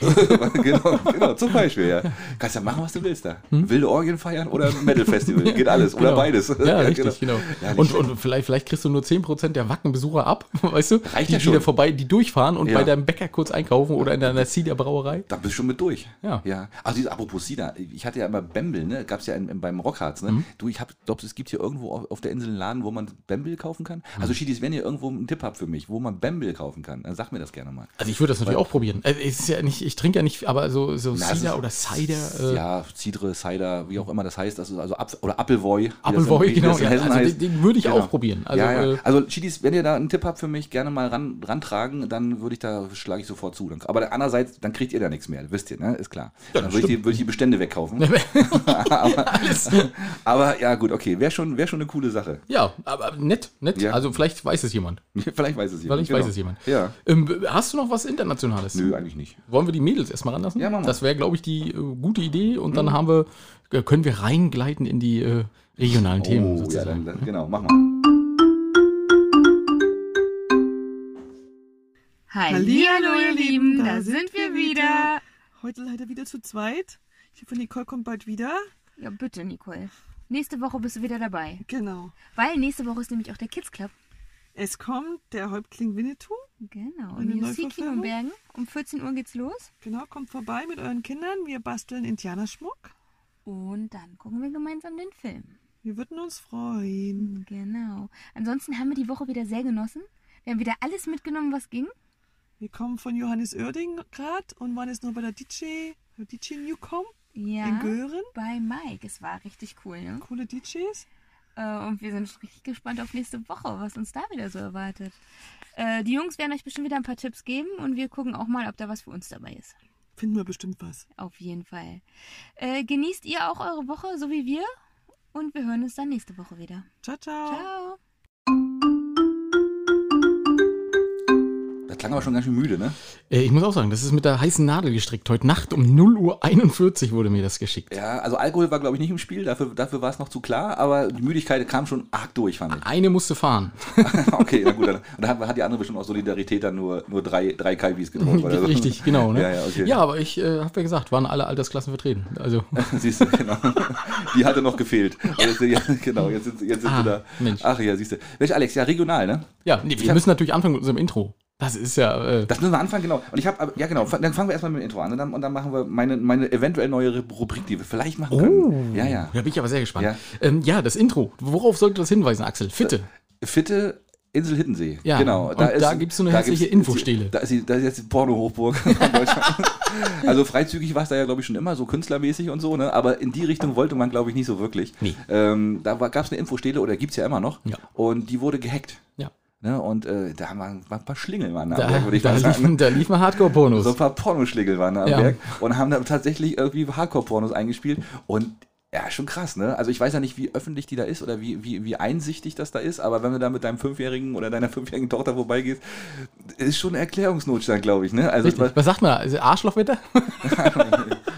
A: genau, genau, zum Beispiel, ja. Kannst ja machen, was du willst da. Wilde Orgien feiern oder Metal-Festival. Geht alles. Oder
B: Hm? Genau.
A: beides.
B: Ja, richtig, genau.
A: Ja, nicht
B: und und vielleicht, vielleicht kriegst du nur 10% der Wackenbesucher ab, weißt du?
A: Reicht
B: die,
A: ja
B: die
A: schon.
B: da vorbei, die durchfahren und
A: Ja.
B: bei deinem Bäcker kurz einkaufen oder in deiner Cider-Brauerei.
A: Da bist du schon mit durch.
B: Ja.
A: ja. Also dieses, apropos Sina, ich hatte ja immer Bembel, ne? Gab's ja in, in, beim Rockharz,
B: Mhm.
A: ne? Du, ich hab, glaubst du, es gibt hier irgendwo auf, auf der Insel einen Laden, wo man Bembel kaufen kann?
B: Mhm.
A: Also Schiedis, wenn ihr irgendwo einen Tipp habt für mich, wo man Bembel kaufen kann, dann sag mir das gerne mal.
B: Also ich würde das natürlich auch probieren. Also es ist ja nicht, ich trinke ja nicht, aber so, so
A: Na,
B: Cider
A: das ist-
B: oder Cider. Äh,
A: ja, Cidre, Cider, wie auch immer das heißt, das ist also Apf oder Applevoy. wie das
B: Appleboy,
A: in- wie das
B: genau,
A: in
B: ja,
A: Hessen
B: also
A: heißt.
B: den- den würde ich auch probieren. Also,
A: Also, ja, ja.
B: äh,
A: also Schiedis, wenn ihr da einen Tipp habt für mich, gerne mal ran, rantragen, dann würde ich da, schlage ich sofort zu. Dann, aber andererseits, dann kriegt ihr da nichts mehr, wisst ihr, ne? ist klar. dann würde ich, die- würde ich die Bestände wegkaufen.
B: äh, Alles.
A: Aber ja, gut, okay, wäre schon, wär schon eine coole Sache.
B: Ja, aber nett, nett.
A: Ja.
B: Also vielleicht weiß es jemand.
A: Vielleicht weiß es jemand. genau.
B: Vielleicht weiß es jemand.
A: Ja.
B: Ähm, hast du noch was Internationales?
A: Nö, eigentlich nicht.
B: Wollen wir die Mädels erstmal ranlassen?
A: Ja, Mhm. machen wir.
B: Das wäre, glaube ich, die äh, gute Idee. Und dann haben wir, äh, können wir reingleiten in die äh, regionalen Themen.
A: oh, ja,
B: sozusagen.
A: dann, dann, genau, mach mal.
D: Hallihallo, ihr Lieben, da sind wir wieder.
E: Heute leider wieder zu zweit. Ich hoffe, Nicole kommt bald wieder.
F: Ja, bitte, Nicole. Nächste Woche bist du wieder dabei.
E: Genau.
F: Weil nächste Woche ist nämlich auch der Kids Club.
E: Es kommt der Häuptling Winnetou.
F: Genau.
E: Eine
F: Im UC
E: Neuverfilmung?
F: Kinobergen. Um 14 Uhr geht's los.
E: Genau, kommt vorbei mit euren Kindern. Wir basteln Indianerschmuck.
F: Und dann gucken wir gemeinsam den Film.
E: Wir würden uns freuen.
F: Genau. Ansonsten haben wir die Woche wieder sehr genossen. Wir haben wieder alles mitgenommen, was ging.
E: Wir kommen von Johannes Oerding gerade und waren jetzt noch bei der DJ, DJ Newcom in
F: Ja.
E: Göhren.
F: Bei Mike. Es war richtig cool, ne?
E: Coole DJs.
F: Äh, Und wir sind richtig gespannt auf nächste Woche, was uns da wieder so erwartet. Äh, Die Jungs werden euch bestimmt wieder ein paar Tipps geben und wir gucken auch mal, ob da was für uns dabei ist.
E: Finden wir bestimmt was.
F: Auf jeden Fall. Äh, genießt ihr auch eure Woche, so wie wir. Und wir hören uns dann nächste Woche wieder.
E: Ciao, ciao.
F: Ciao.
A: Das klang aber schon ganz schön müde, ne?
B: Äh, ich muss auch sagen, das ist mit der heißen Nadel gestrickt. Heute Nacht um 0.41 Uhr wurde mir das geschickt.
A: Ja, also Alkohol war, glaube ich, nicht im Spiel, dafür, dafür war es noch zu klar, aber die Müdigkeit kam schon arg durch, fand ich.
B: Eine musste fahren.
A: okay, na gut, dann, und dann hat, hat die andere bestimmt aus Solidarität dann nur, nur drei, drei Kalbis getrunken. oder so.
B: Richtig, genau. Ne?
A: Ja, ja, okay.
B: aber ich äh, habe ja gesagt, waren alle Altersklassen vertreten. Also,
A: Siehst du, genau. Die hatte noch gefehlt. Und Jetzt, ja, genau, jetzt sind, jetzt sind
B: Ah,
A: wir da.
B: Mensch.
A: Ach ja, siehst du. Welch Alex, ja, regional, ne?
B: ja, nee, wir
A: hab-
B: müssen natürlich anfangen mit unserem Intro. Das ist ja. Äh,
A: Das müssen wir anfangen, genau. Und ich habe, ja genau, dann fangen wir erstmal mit dem Intro an und dann, und dann machen wir meine, meine eventuell neue Rubrik, die wir vielleicht machen
B: Oh.
A: können. Ja, ja.
B: Da bin ich aber sehr gespannt.
A: Ja.
B: Ja, ähm, ja das Intro. Worauf sollte das hinweisen, Axel? Fitte.
A: Äh, Fitte Insel Hittensee.
B: Ja,
A: genau.
B: und da gibt's so eine
A: da
B: herzliche
A: gibt's-
B: Infostele.
A: Da ist, die- da ist jetzt die Porno-Hochburg von Deutschland. also freizügig war es da ja, glaube ich, schon immer, so künstlermäßig und so, ne? aber in die Richtung wollte man, glaube ich, nicht so wirklich.
B: Nee.
A: Ähm, da gab es eine Infostele, oder gibt's ja immer noch,
B: Ja.
A: und die wurde gehackt.
B: Ja.
A: Ne? Und äh, da haben wir ein paar Schlingel waren da, am
B: Da,
A: Werk, würde ich
B: da,
A: mal sagen.
B: liefen, da liefen Hardcore-Pornos.
A: So ein paar Pornoschlägel waren da am
B: Ja.
A: Werk und haben da tatsächlich irgendwie Hardcore-Pornos eingespielt und ja, schon krass, ne? Also ich weiß ja nicht, wie öffentlich die da ist oder wie, wie, wie einsichtig das da ist, aber wenn du da mit deinem fünfjährigen oder deiner fünfjährigen Tochter vorbeigehst, ist schon Erklärungsnotstand, glaube ich, ne? Also es war
B: Richtig. Was sagt man? da? Also Arschlochwetter?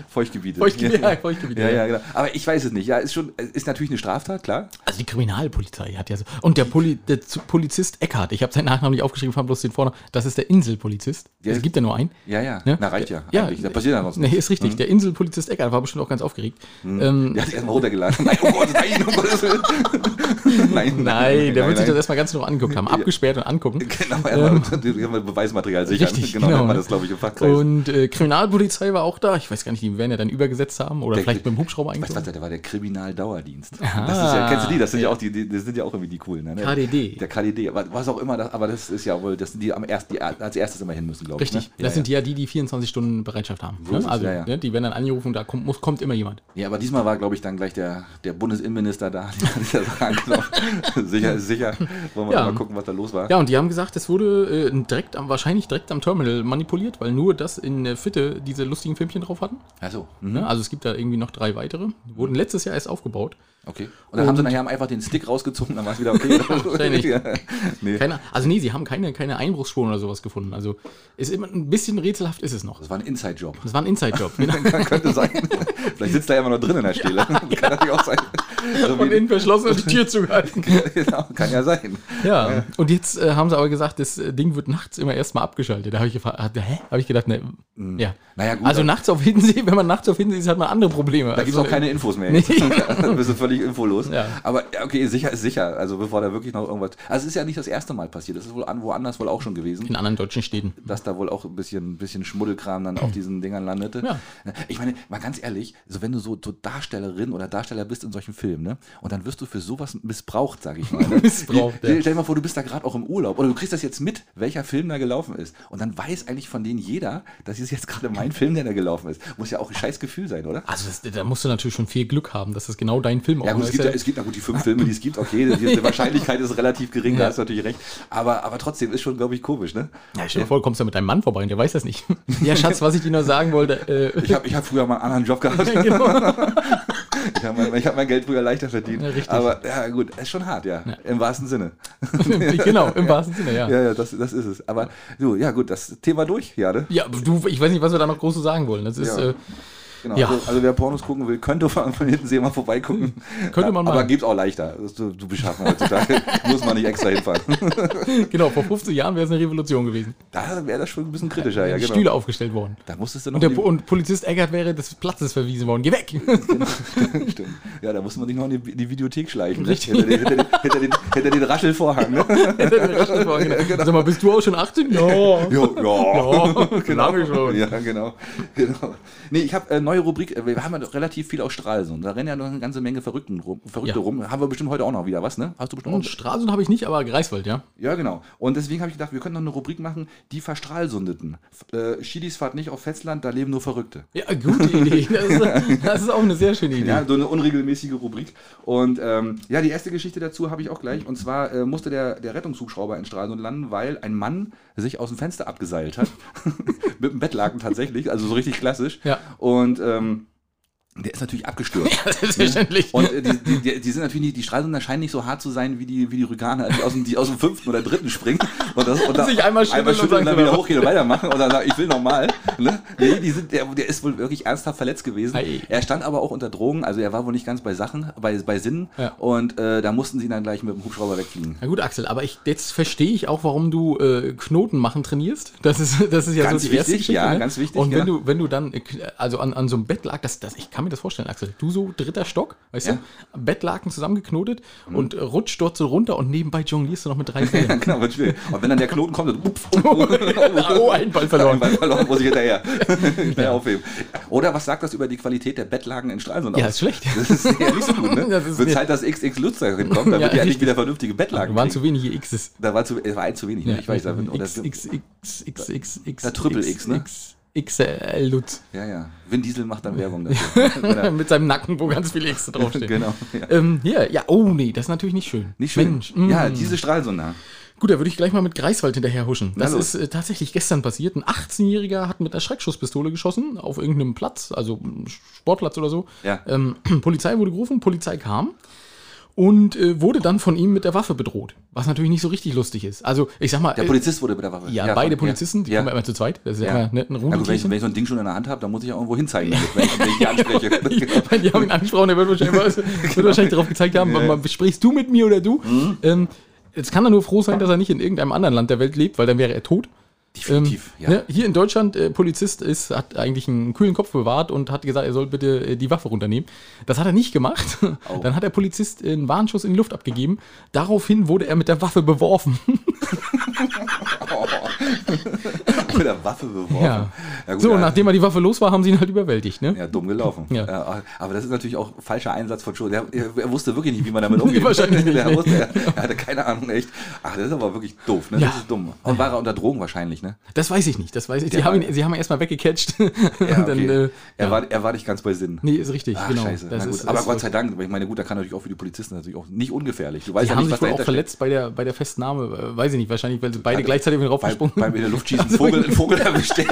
A: Feuchtgebiete.
B: Feuchtgebiete,
A: ja,
B: ja, Feuchtgebiete,
A: ja, ja,
B: ja.
A: genau. Aber ich weiß es nicht. Ja, ist schon, ist natürlich eine Straftat, klar.
B: Also die Kriminalpolizei hat ja so. Und der, Poli, der Z- Polizist Eckhart, ich habe seinen Nachnamen nicht aufgeschrieben, habe bloß den Vornamen. Das ist der Inselpolizist.
A: Ja.
B: Es gibt ja nur einen.
A: Ja, ja.
B: Ne?
A: Na, reicht ja.
B: Ja,
A: eigentlich. Da passiert ja sonst
B: Nee,
A: nichts. Mhm.
B: ist richtig. Der Inselpolizist Eckhart war bestimmt auch ganz aufgeregt. Ähm,
A: Der hat sich erstmal runtergeladen. Nein, oh Gott, nein, um Gottes Willen. Nein,
B: Nein, der wird sich das
A: nein.
B: erstmal ganz nur angeguckt haben. Abgesperrt und angucken.
A: Genau, erstmal erstmal Beweismaterial sichern.
B: Ähm, Richtig,
A: genau,
B: genau,
A: nennt man
B: ne?
A: das, glaube ich, im Fachkreis.
B: Und äh, Kriminalpolizei war auch da. Ich weiß gar nicht, die werden ja dann übergesetzt haben oder
A: Der-
B: vielleicht mit dem Hubschrauber
A: Weißt du, was,
B: eingezogen.
A: der war der Kriminaldauerdienst. Das ist
B: Ah,
A: ja, kennst du die? Das sind ja, auch die, die, das sind ja auch irgendwie die coolen. Ne?
B: KDD.
A: Der KDD, aber was auch immer, das, aber das ist ja wohl, das sind die am ersten, die als erstes immer hin müssen, glaube ich.
B: Richtig.
A: Ne?
B: Das sind ja die, die 24 Stunden Bereitschaft haben.
A: ist
B: ne?
A: es,
B: Also,
A: ja, ja.
B: Ne? die werden dann angerufen und da kommt, muss, kommt immer jemand.
A: Ja, aber diesmal war, glaube ich, dann gleich der, der Bundesinnenminister da. Der hat sich das angeklopft. sicher, ist sicher. Wollen wir
B: Ja.
A: mal gucken, was da los war.
B: Ja, und die haben gesagt, es wurde äh, direkt am, wahrscheinlich direkt am Terminal manipuliert, weil nur das in äh, Fitte diese lustigen Filmchen drauf hatten.
A: Achso,
B: Ne? Also es gibt da irgendwie noch drei weitere. Die Wurden letztes Jahr erst aufgebaut.
A: okay. Und dann haben sie nachher einfach den Stick rausgezogen, dann war es wieder okay.
B: Wahrscheinlich.
A: ja. nee.
B: Keine, also nee, sie haben keine, keine Einbruchsspuren oder sowas gefunden. Also ist immer ein bisschen rätselhaft ist es noch.
A: Das war ein Inside-Job.
B: Das war ein Inside-Job. Genau.
A: Könnte sein. Vielleicht sitzt er ja immer noch drin in der Stelle. Kann natürlich auch sein. So
B: Von
A: wie-
B: innen verschlossen und die Tür zugehalten.
A: genau, kann ja sein.
B: Ja, und jetzt äh, haben sie aber gesagt, das äh, Ding wird nachts immer erstmal abgeschaltet. Da habe ich gefragt, hat- hä? Habe ich gedacht, ne, ja.
A: Naja, Hm. gut.
B: also
A: aber
B: nachts auf Hiddensee, wenn man nachts auf Hiddensee ist, hat man andere Probleme.
A: da gibt es
B: Also,
A: auch keine Infos mehr.
B: Nee.
A: Jetzt. da bist du völlig infolos.
B: Ja.
A: Aber ja, okay, sicher ist sicher. Also bevor da wirklich noch irgendwas. Also es ist ja nicht das erste Mal passiert. Das ist wohl an, woanders wohl auch schon gewesen.
B: In anderen deutschen Städten.
A: dass da wohl auch ein bisschen, bisschen Schmuddelkram dann auf diesen Dingern landete.
B: Ja.
A: Ich meine, mal ganz ehrlich, so wenn du so, so Darstellerin oder Darsteller bist in solchen Filmen, ne, und dann wirst du für sowas missbraucht, sag ich mal. Ne?
B: Missbraucht,
A: Stell-
B: ja.
A: Stell dir mal vor, du bist da gerade auch im Urlaub oder du kriegst das jetzt mit, welcher Film da gelaufen ist. Und dann weiß eigentlich von denen jeder, das ist jetzt gerade mein Film, der da gelaufen ist. Muss ja auch ein scheiß Gefühl sein, oder?
B: Also das, da musst du natürlich schon viel Glück haben, dass das genau dein Film
A: Ja, gut, es
B: ist.
A: gibt, ja, es gibt na gut die fünf Filme, die es gibt, okay, die, die Wahrscheinlichkeit ist relativ gering, da hast du natürlich recht. Aber, aber trotzdem ist schon, glaube ich, komisch, ne?
B: Ja, stell dir vor, du kommst da mit deinem Mann vorbei und der weiß das nicht. ja, Schatz, was ich dir nur sagen wollte. Äh,
A: Ich habe ich hab früher mal einen anderen Job gehabt.
B: genau.
A: Ich habe mein, ich hab mein Geld früher leichter verdient.
B: Ja, richtig.
A: aber ja, gut, ist schon hart, ja. Im wahrsten Sinne.
B: genau, im wahrsten Sinne, ja.
A: Ja, ja, das, das ist es. Aber so, ja, gut, das Thema durch, ja, ne?
B: Ja, du, ich weiß nicht, was wir da noch groß zu sagen wollen. Das ist,
A: Ja.
B: äh,
A: Genau.
B: Ja.
A: Also, also, wer Pornos gucken will, könnte von von hinten sehen mal vorbeigucken.
B: Hm, Könnte man
A: Aber
B: machen.
A: gibt's auch leichter. Das Du, du beschaffen heutzutage. Muss man nicht extra hinfahren.
B: genau, vor 15 Jahren wäre es eine Revolution gewesen.
A: Da wäre das schon ein bisschen kritischer, ja,
B: Die
A: genau.
B: Stühle aufgestellt worden.
A: Da musstest du noch.
B: Und, der,
A: in die-
B: und Polizist Eggert wäre des Platzes verwiesen worden. Geh weg!
A: Stimmt. Ja, da musste man sich noch in die, in die Videothek schleichen. Ne?
B: Richtig.
A: Hinter, den, hinter, den, hinter, den, hinter den Raschelvorhang. Ne?
B: Sag mal, bist du auch schon 18? Ja.
A: genau. Ja, ja.
B: Ja, lange schon.
A: Ja, genau. genau. Nee, ich habe äh, neulich neue Rubrik. äh, Wir haben ja noch relativ viel aus Stralsund. Da rennen ja noch eine ganze Menge Verrückten rum, Verrückte
B: Ja.
A: rum. Haben wir bestimmt heute auch noch wieder was, ne? Hast du bestimmt auch
B: Und Stralsund habe ich nicht, aber Greifswald, ja.
A: Ja, genau. Und deswegen habe ich gedacht, wir können noch eine Rubrik machen, die Verstrahlsundeten. F- Äh, Schiedis fahrt nicht auf Festland, da leben nur Verrückte.
B: Ja, gute Idee. Das ist, das ist auch eine sehr schöne Idee.
A: Ja, so eine unregelmäßige Rubrik. Und ähm, ja, die erste Geschichte dazu habe ich auch gleich. Und zwar äh, musste der, der Rettungshubschrauber in Stralsund landen, weil ein Mann sich aus dem Fenster abgeseilt hat. Mit einem Bettlaken tatsächlich, also so richtig klassisch.
B: Ja.
A: Und ähm, der ist natürlich abgestürzt.
B: Selbstverständlich.
A: Und äh, die, die, die, die sind natürlich nicht, die Stralsunder scheinen nicht so hart zu sein wie die, wie die Rüganer, die aus, dem, die aus dem fünften oder dritten springen und, das, und, dann-
B: Sich einmal schütteln
A: einmal
B: und
A: schütteln und dann
B: sagen,
A: wieder
B: so,
A: hochgehen und weitermachen und dann sagen, ich will nochmal. Ne? Nee, die sind, der, der ist wohl wirklich ernsthaft verletzt gewesen.
B: Ei.
A: Er stand aber auch unter Drogen, also er war wohl nicht ganz bei Sachen, bei, bei Sinnen
B: Ja.
A: und äh, da mussten sie ihn dann gleich mit dem Hubschrauber wegfliegen.
B: Na gut, Axel, aber ich, jetzt verstehe ich auch, warum du äh, Knoten machen trainierst. Das ist, das ist ja
A: Ganz
B: so die erste
A: wichtig,
B: Geschichte.
A: ja,
B: ne?
A: ganz wichtig,
B: Und wenn
A: ja.
B: du, wenn du dann, äh, kn- also an, an so einem Bett lag, das, das, ich kann mir das vorstellen, Axel. Du so dritter Stock, weißt
A: Ja. Mhm.
B: du, Bettlaken zusammengeknotet und äh, rutscht dort so runter und nebenbei jonglierst du noch mit drei Fällen.
A: Genau, wird schwierig. Und wenn dann der Knoten kommt, dann upf, upf,
B: oh, ein Ball verloren.
A: Ball verloren, muss ich hinterher. Hinterher aufheben. Oder was sagt das über die Qualität der Bettlagen in Stralsund
B: Ja,
A: aus?
B: ist schlecht.
A: Das ist ja nicht so gut, ne?
B: Das ist
A: Wird
B: nicht-
A: Zeit, dass XX Lutzer hinkommt, damit
B: Ja,
A: die endlich
B: richtig.
A: wieder vernünftige Bettlagen
B: Da waren zu
A: kriegen.
B: wenige X's.
A: Da war zu, es war ein zu wenig, ne? ich weiß, da wird, oder,
B: X, X, X, X, X, X,
A: Da Triple X, ne?
B: X, XL Lutz.
A: ja, ja. Vin Diesel macht dann Werbung dafür. Genau.
B: Mit seinem Nacken, wo ganz viele X draufstehen.
A: genau. Ja.
B: Ähm, hier, ja, oh nee, das ist natürlich nicht schön.
A: Nicht schön.
B: Mensch, mm.
A: Ja, diese Stralsunder.
B: Gut, da würde ich gleich mal mit Greifswald hinterher huschen.
A: Na
B: Das
A: los.
B: ist äh, tatsächlich gestern passiert. Ein 18-Jähriger hat mit einer Schreckschusspistole geschossen auf irgendeinem Platz, also mm, Sportplatz oder so.
A: Ja.
B: Ähm, Polizei wurde gerufen, Polizei kam und äh, wurde dann von ihm mit der Waffe bedroht. Was natürlich nicht so richtig lustig ist. Also, ich sag mal,
A: Der
B: äh,
A: Polizist wurde mit der Waffe.
B: ja, beide
A: von-
B: Polizisten, die
A: ja.
B: kommen ja immer zu zweit. Das ist ja,
A: Ja.
B: immer ne, ein
A: Na gut, wenn, ich, wenn
B: Rudelkirchen.
A: ich so ein Ding schon in der Hand habe, dann muss ich ja irgendwo hinzeigen, damit, wenn ich, wenn ich die anspreche.
B: Weil die haben ihn angesprochen, der wird wahrscheinlich, wird wahrscheinlich darauf gezeigt haben, wann- sprichst du mit mir oder du?
A: Mhm.
B: Ähm, jetzt kann er nur froh sein, dass er nicht in irgendeinem anderen Land der Welt lebt, weil dann wäre er tot.
A: Definitiv,
B: Ähm, ne, hier in Deutschland, äh, Polizist ist, hat eigentlich einen kühlen Kopf bewahrt und hat gesagt, er soll bitte äh, die Waffe runternehmen. Das hat er nicht gemacht.
A: Oh.
B: Dann hat der Polizist einen Warnschuss in die Luft abgegeben. Daraufhin wurde er mit der Waffe beworfen.
A: mit der Waffe beworfen.
B: Ja.
A: Ja, gut, also
B: so,
A: ja.
B: nachdem er die Waffe los war, haben sie ihn halt überwältigt. Ne?
A: Ja, dumm gelaufen.
B: Ja.
A: Ja, aber das ist natürlich auch falscher Einsatz von Schulden. Er, er, er wusste wirklich nicht, wie man damit umgeht.
B: Wahrscheinlich nicht,
A: er,
B: nee.
A: wusste, er, er hatte keine Ahnung, echt. Ach, das ist aber wirklich doof, ne?
B: Ja.
A: Das ist dumm. Und war er unter Drogen wahrscheinlich, ne?
B: Das weiß ich nicht. Das weiß ich.
A: Der
B: Sie haben,
A: war-
B: ihn, sie haben ihn erstmal weggecatcht.
A: Ja,
B: Und dann,
A: okay.
B: äh,
A: er,
B: ja.
A: war, er war nicht ganz bei Sinn.
B: Nee, ist richtig,
A: Ach,
B: genau.
A: scheiße.
B: Das
A: Na gut.
B: ist-
A: aber
B: ist
A: Gott sei Dank, weil ich meine, gut, da kann natürlich auch für die Polizisten natürlich auch nicht ungefährlich. Du weißt
B: Die
A: ja
B: haben
A: nicht,
B: sich wohl auch
A: dahinter
B: verletzt bei der, bei der Festnahme. Äh, Weiß ich nicht, wahrscheinlich, weil sie beide
A: Hat-
B: gleichzeitig mit
A: steht. Bei,
B: raufgesprungen
A: beim in der Luft
B: Also
A: schießen, Vogel, ein Vogel erwischt, der,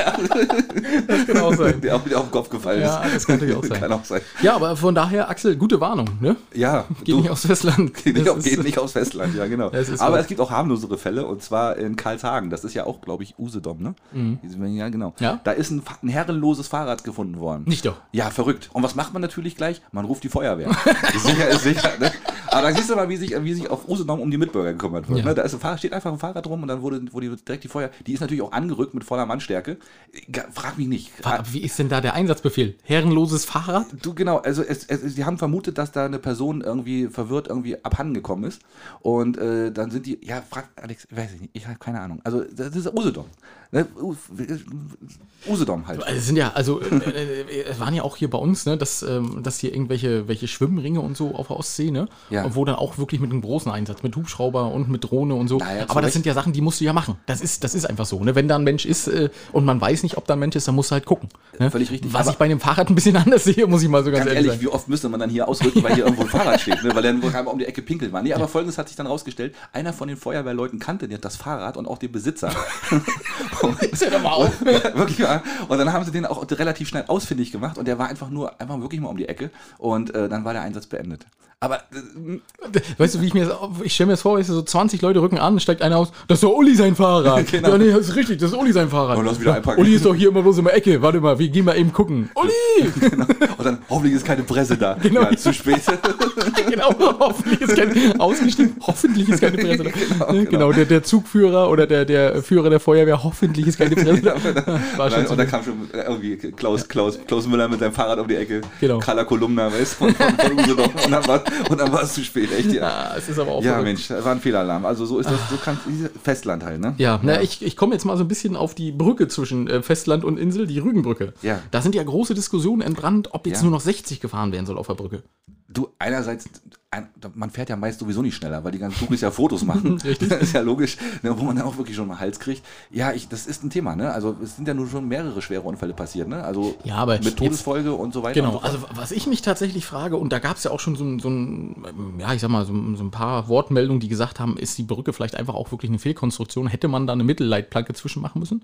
B: Das kann auch Genau sein.
A: der auf, der auf den Kopf gefallen
B: Ja,
A: ist.
B: das kann natürlich auch sein.
A: Kann auch sein.
B: Ja, aber von daher, Axel, gute Warnung. Ne?
A: Ja,
B: Geht
A: du-
B: nicht aufs Festland.
A: Geht nicht,
B: Das
A: auf,
B: ist-
A: geht nicht aufs Festland, ja, genau.
B: Das ist
A: Aber
B: so.
A: es gibt auch harmlosere Fälle, und zwar in Karlshagen. Das ist ja auch, glaube ich, Usedom, ne? Ja, genau.
B: Mhm. Ja.
A: Da ist ein, fa- ein herrenloses Fahrrad gefunden worden.
B: Nicht doch.
A: Ja, verrückt. Und was macht man natürlich gleich? Man ruft die Feuerwehr. Ist sicher ist sicher. Ne? Aber dann siehst du mal, wie sich, wie sich auf Usedom um die Mitbürger gekümmert wird.
B: Ja.
A: Ne? Da ist ein Fahrrad, steht einfach ein Fahrrad rum und dann wurde, wurde direkt die Feuer. Die ist natürlich auch angerückt mit voller Mannstärke. Ga- Frag mich nicht.
B: Warte, wie ist denn da der Einsatzbefehl? Herrenloses Fahrrad?
A: Du, genau, also es, es, sie haben vermutet, dass da eine Person irgendwie verwirrt irgendwie abhanden gekommen ist. Und äh, dann sind die, ja, fragt Alex, weiß ich nicht, ich habe keine Ahnung. Also das ist Usedom. Ne? U- Usedom halt.
B: Also, Es sind ja, also, äh, äh, es waren ja auch hier bei uns, ne, dass, ähm, dass hier irgendwelche welche Schwimmringe und so auf der Ostsee, ne?
A: Ja.
B: Und wo dann auch wirklich mit einem großen Einsatz, mit Hubschrauber und mit Drohne und so.
A: Naja, zu
B: Aber das
A: Recht.
B: sind ja Sachen, die musst du ja machen. Das ist, das ist einfach so, ne? Wenn da ein Mensch ist äh, und man weiß nicht, ob da ein Mensch ist, dann musst du halt gucken. Ne?
A: Völlig richtig.
B: Was
A: Aber-
B: ich bei dem Fahrrad ein bisschen anders sehe, muss ich mal so ganz,
A: Ganz
B: ehrlich,
A: ehrlich, wie oft müsste man dann hier ausrücken, weil hier irgendwo ein Fahrrad steht, ne? weil dann wohl einmal um die Ecke pinkeln war. Nee, aber folgendes hat sich dann rausgestellt, einer von den Feuerwehrleuten kannte das Fahrrad und auch den Besitzer.
B: sagen. Hör mal auf.
A: wirklich ja. Und dann haben sie den auch relativ schnell ausfindig gemacht und der war einfach nur, einfach wirklich mal um die Ecke und äh, dann war der Einsatz beendet. Aber äh,
B: Weißt du, wie ich mir das, ich stelle mir das vor, weißt du, so 20 Leute rücken an, steigt einer aus, das ist doch Uli sein Fahrrad.
A: Genau.
B: Ja, nee, das ist richtig, das ist Uli sein Fahrrad.
A: Und lass wieder einpacken. Genau.
B: Uli ist doch hier immer bloß in der Ecke, warte mal, wir gehen mal eben gucken. Uli!
A: Und dann hoffentlich ist keine Presse da.
B: Genau.
A: Ja, zu spät.
B: genau, hoffentlich ist kein, ausgestiegen, hoffentlich ist keine Presse da.
A: Genau,
B: Genau,
A: genau.
B: der, der Zugführer oder der, der Führer der Feuerwehr, hoffentlich ist keine Presse da.
A: Genau,
B: War
A: Und dann,
B: schon
A: und
B: zu
A: dann kam schon äh, irgendwie Klaus, Klaus, Klaus Müller mit seinem Fahrrad um die Ecke.
B: Genau.
A: Carla Kolumna, weißt du, von, von, von Usedom. Und dann war, Und dann war es zu spät, echt, ja.
B: Ah, es ist aber auch
A: Ja,
B: verrückt.
A: Mensch, das war ein Fehlalarm. Also so ist das, so kann Festland halt, ne?
B: Ja, Na, ich, ich komme jetzt mal so ein bisschen auf die Brücke zwischen äh, Festland und Insel, die Rügenbrücke.
A: Ja.
B: Da sind ja große Diskussionen entbrannt, ob jetzt
A: Ja.
B: nur noch 60 gefahren werden soll auf der Brücke.
A: Du, einerseits, ein, man fährt ja meist sowieso nicht schneller, weil die ganzen Touris ja Fotos machen. Richtig. Das ist ja logisch, ne, wo man dann auch wirklich schon mal Hals kriegt. Ja, ich, das ist ein Thema, ne? Also es sind ja nur schon mehrere schwere Unfälle passiert, ne? Also
B: Ja, aber
A: mit
B: jetzt-
A: Todesfolge und so weiter.
B: Genau,
A: Und so fort.
B: also was ich mich tatsächlich frage, und da gab es ja auch schon so, ein- so ein, ähm, ja, ich sag mal, so, ein- so ein paar Wortmeldungen, die gesagt haben, ist die Brücke vielleicht einfach auch wirklich eine Fehlkonstruktion? Hätte man da eine Mittelleitplanke zwischen machen müssen?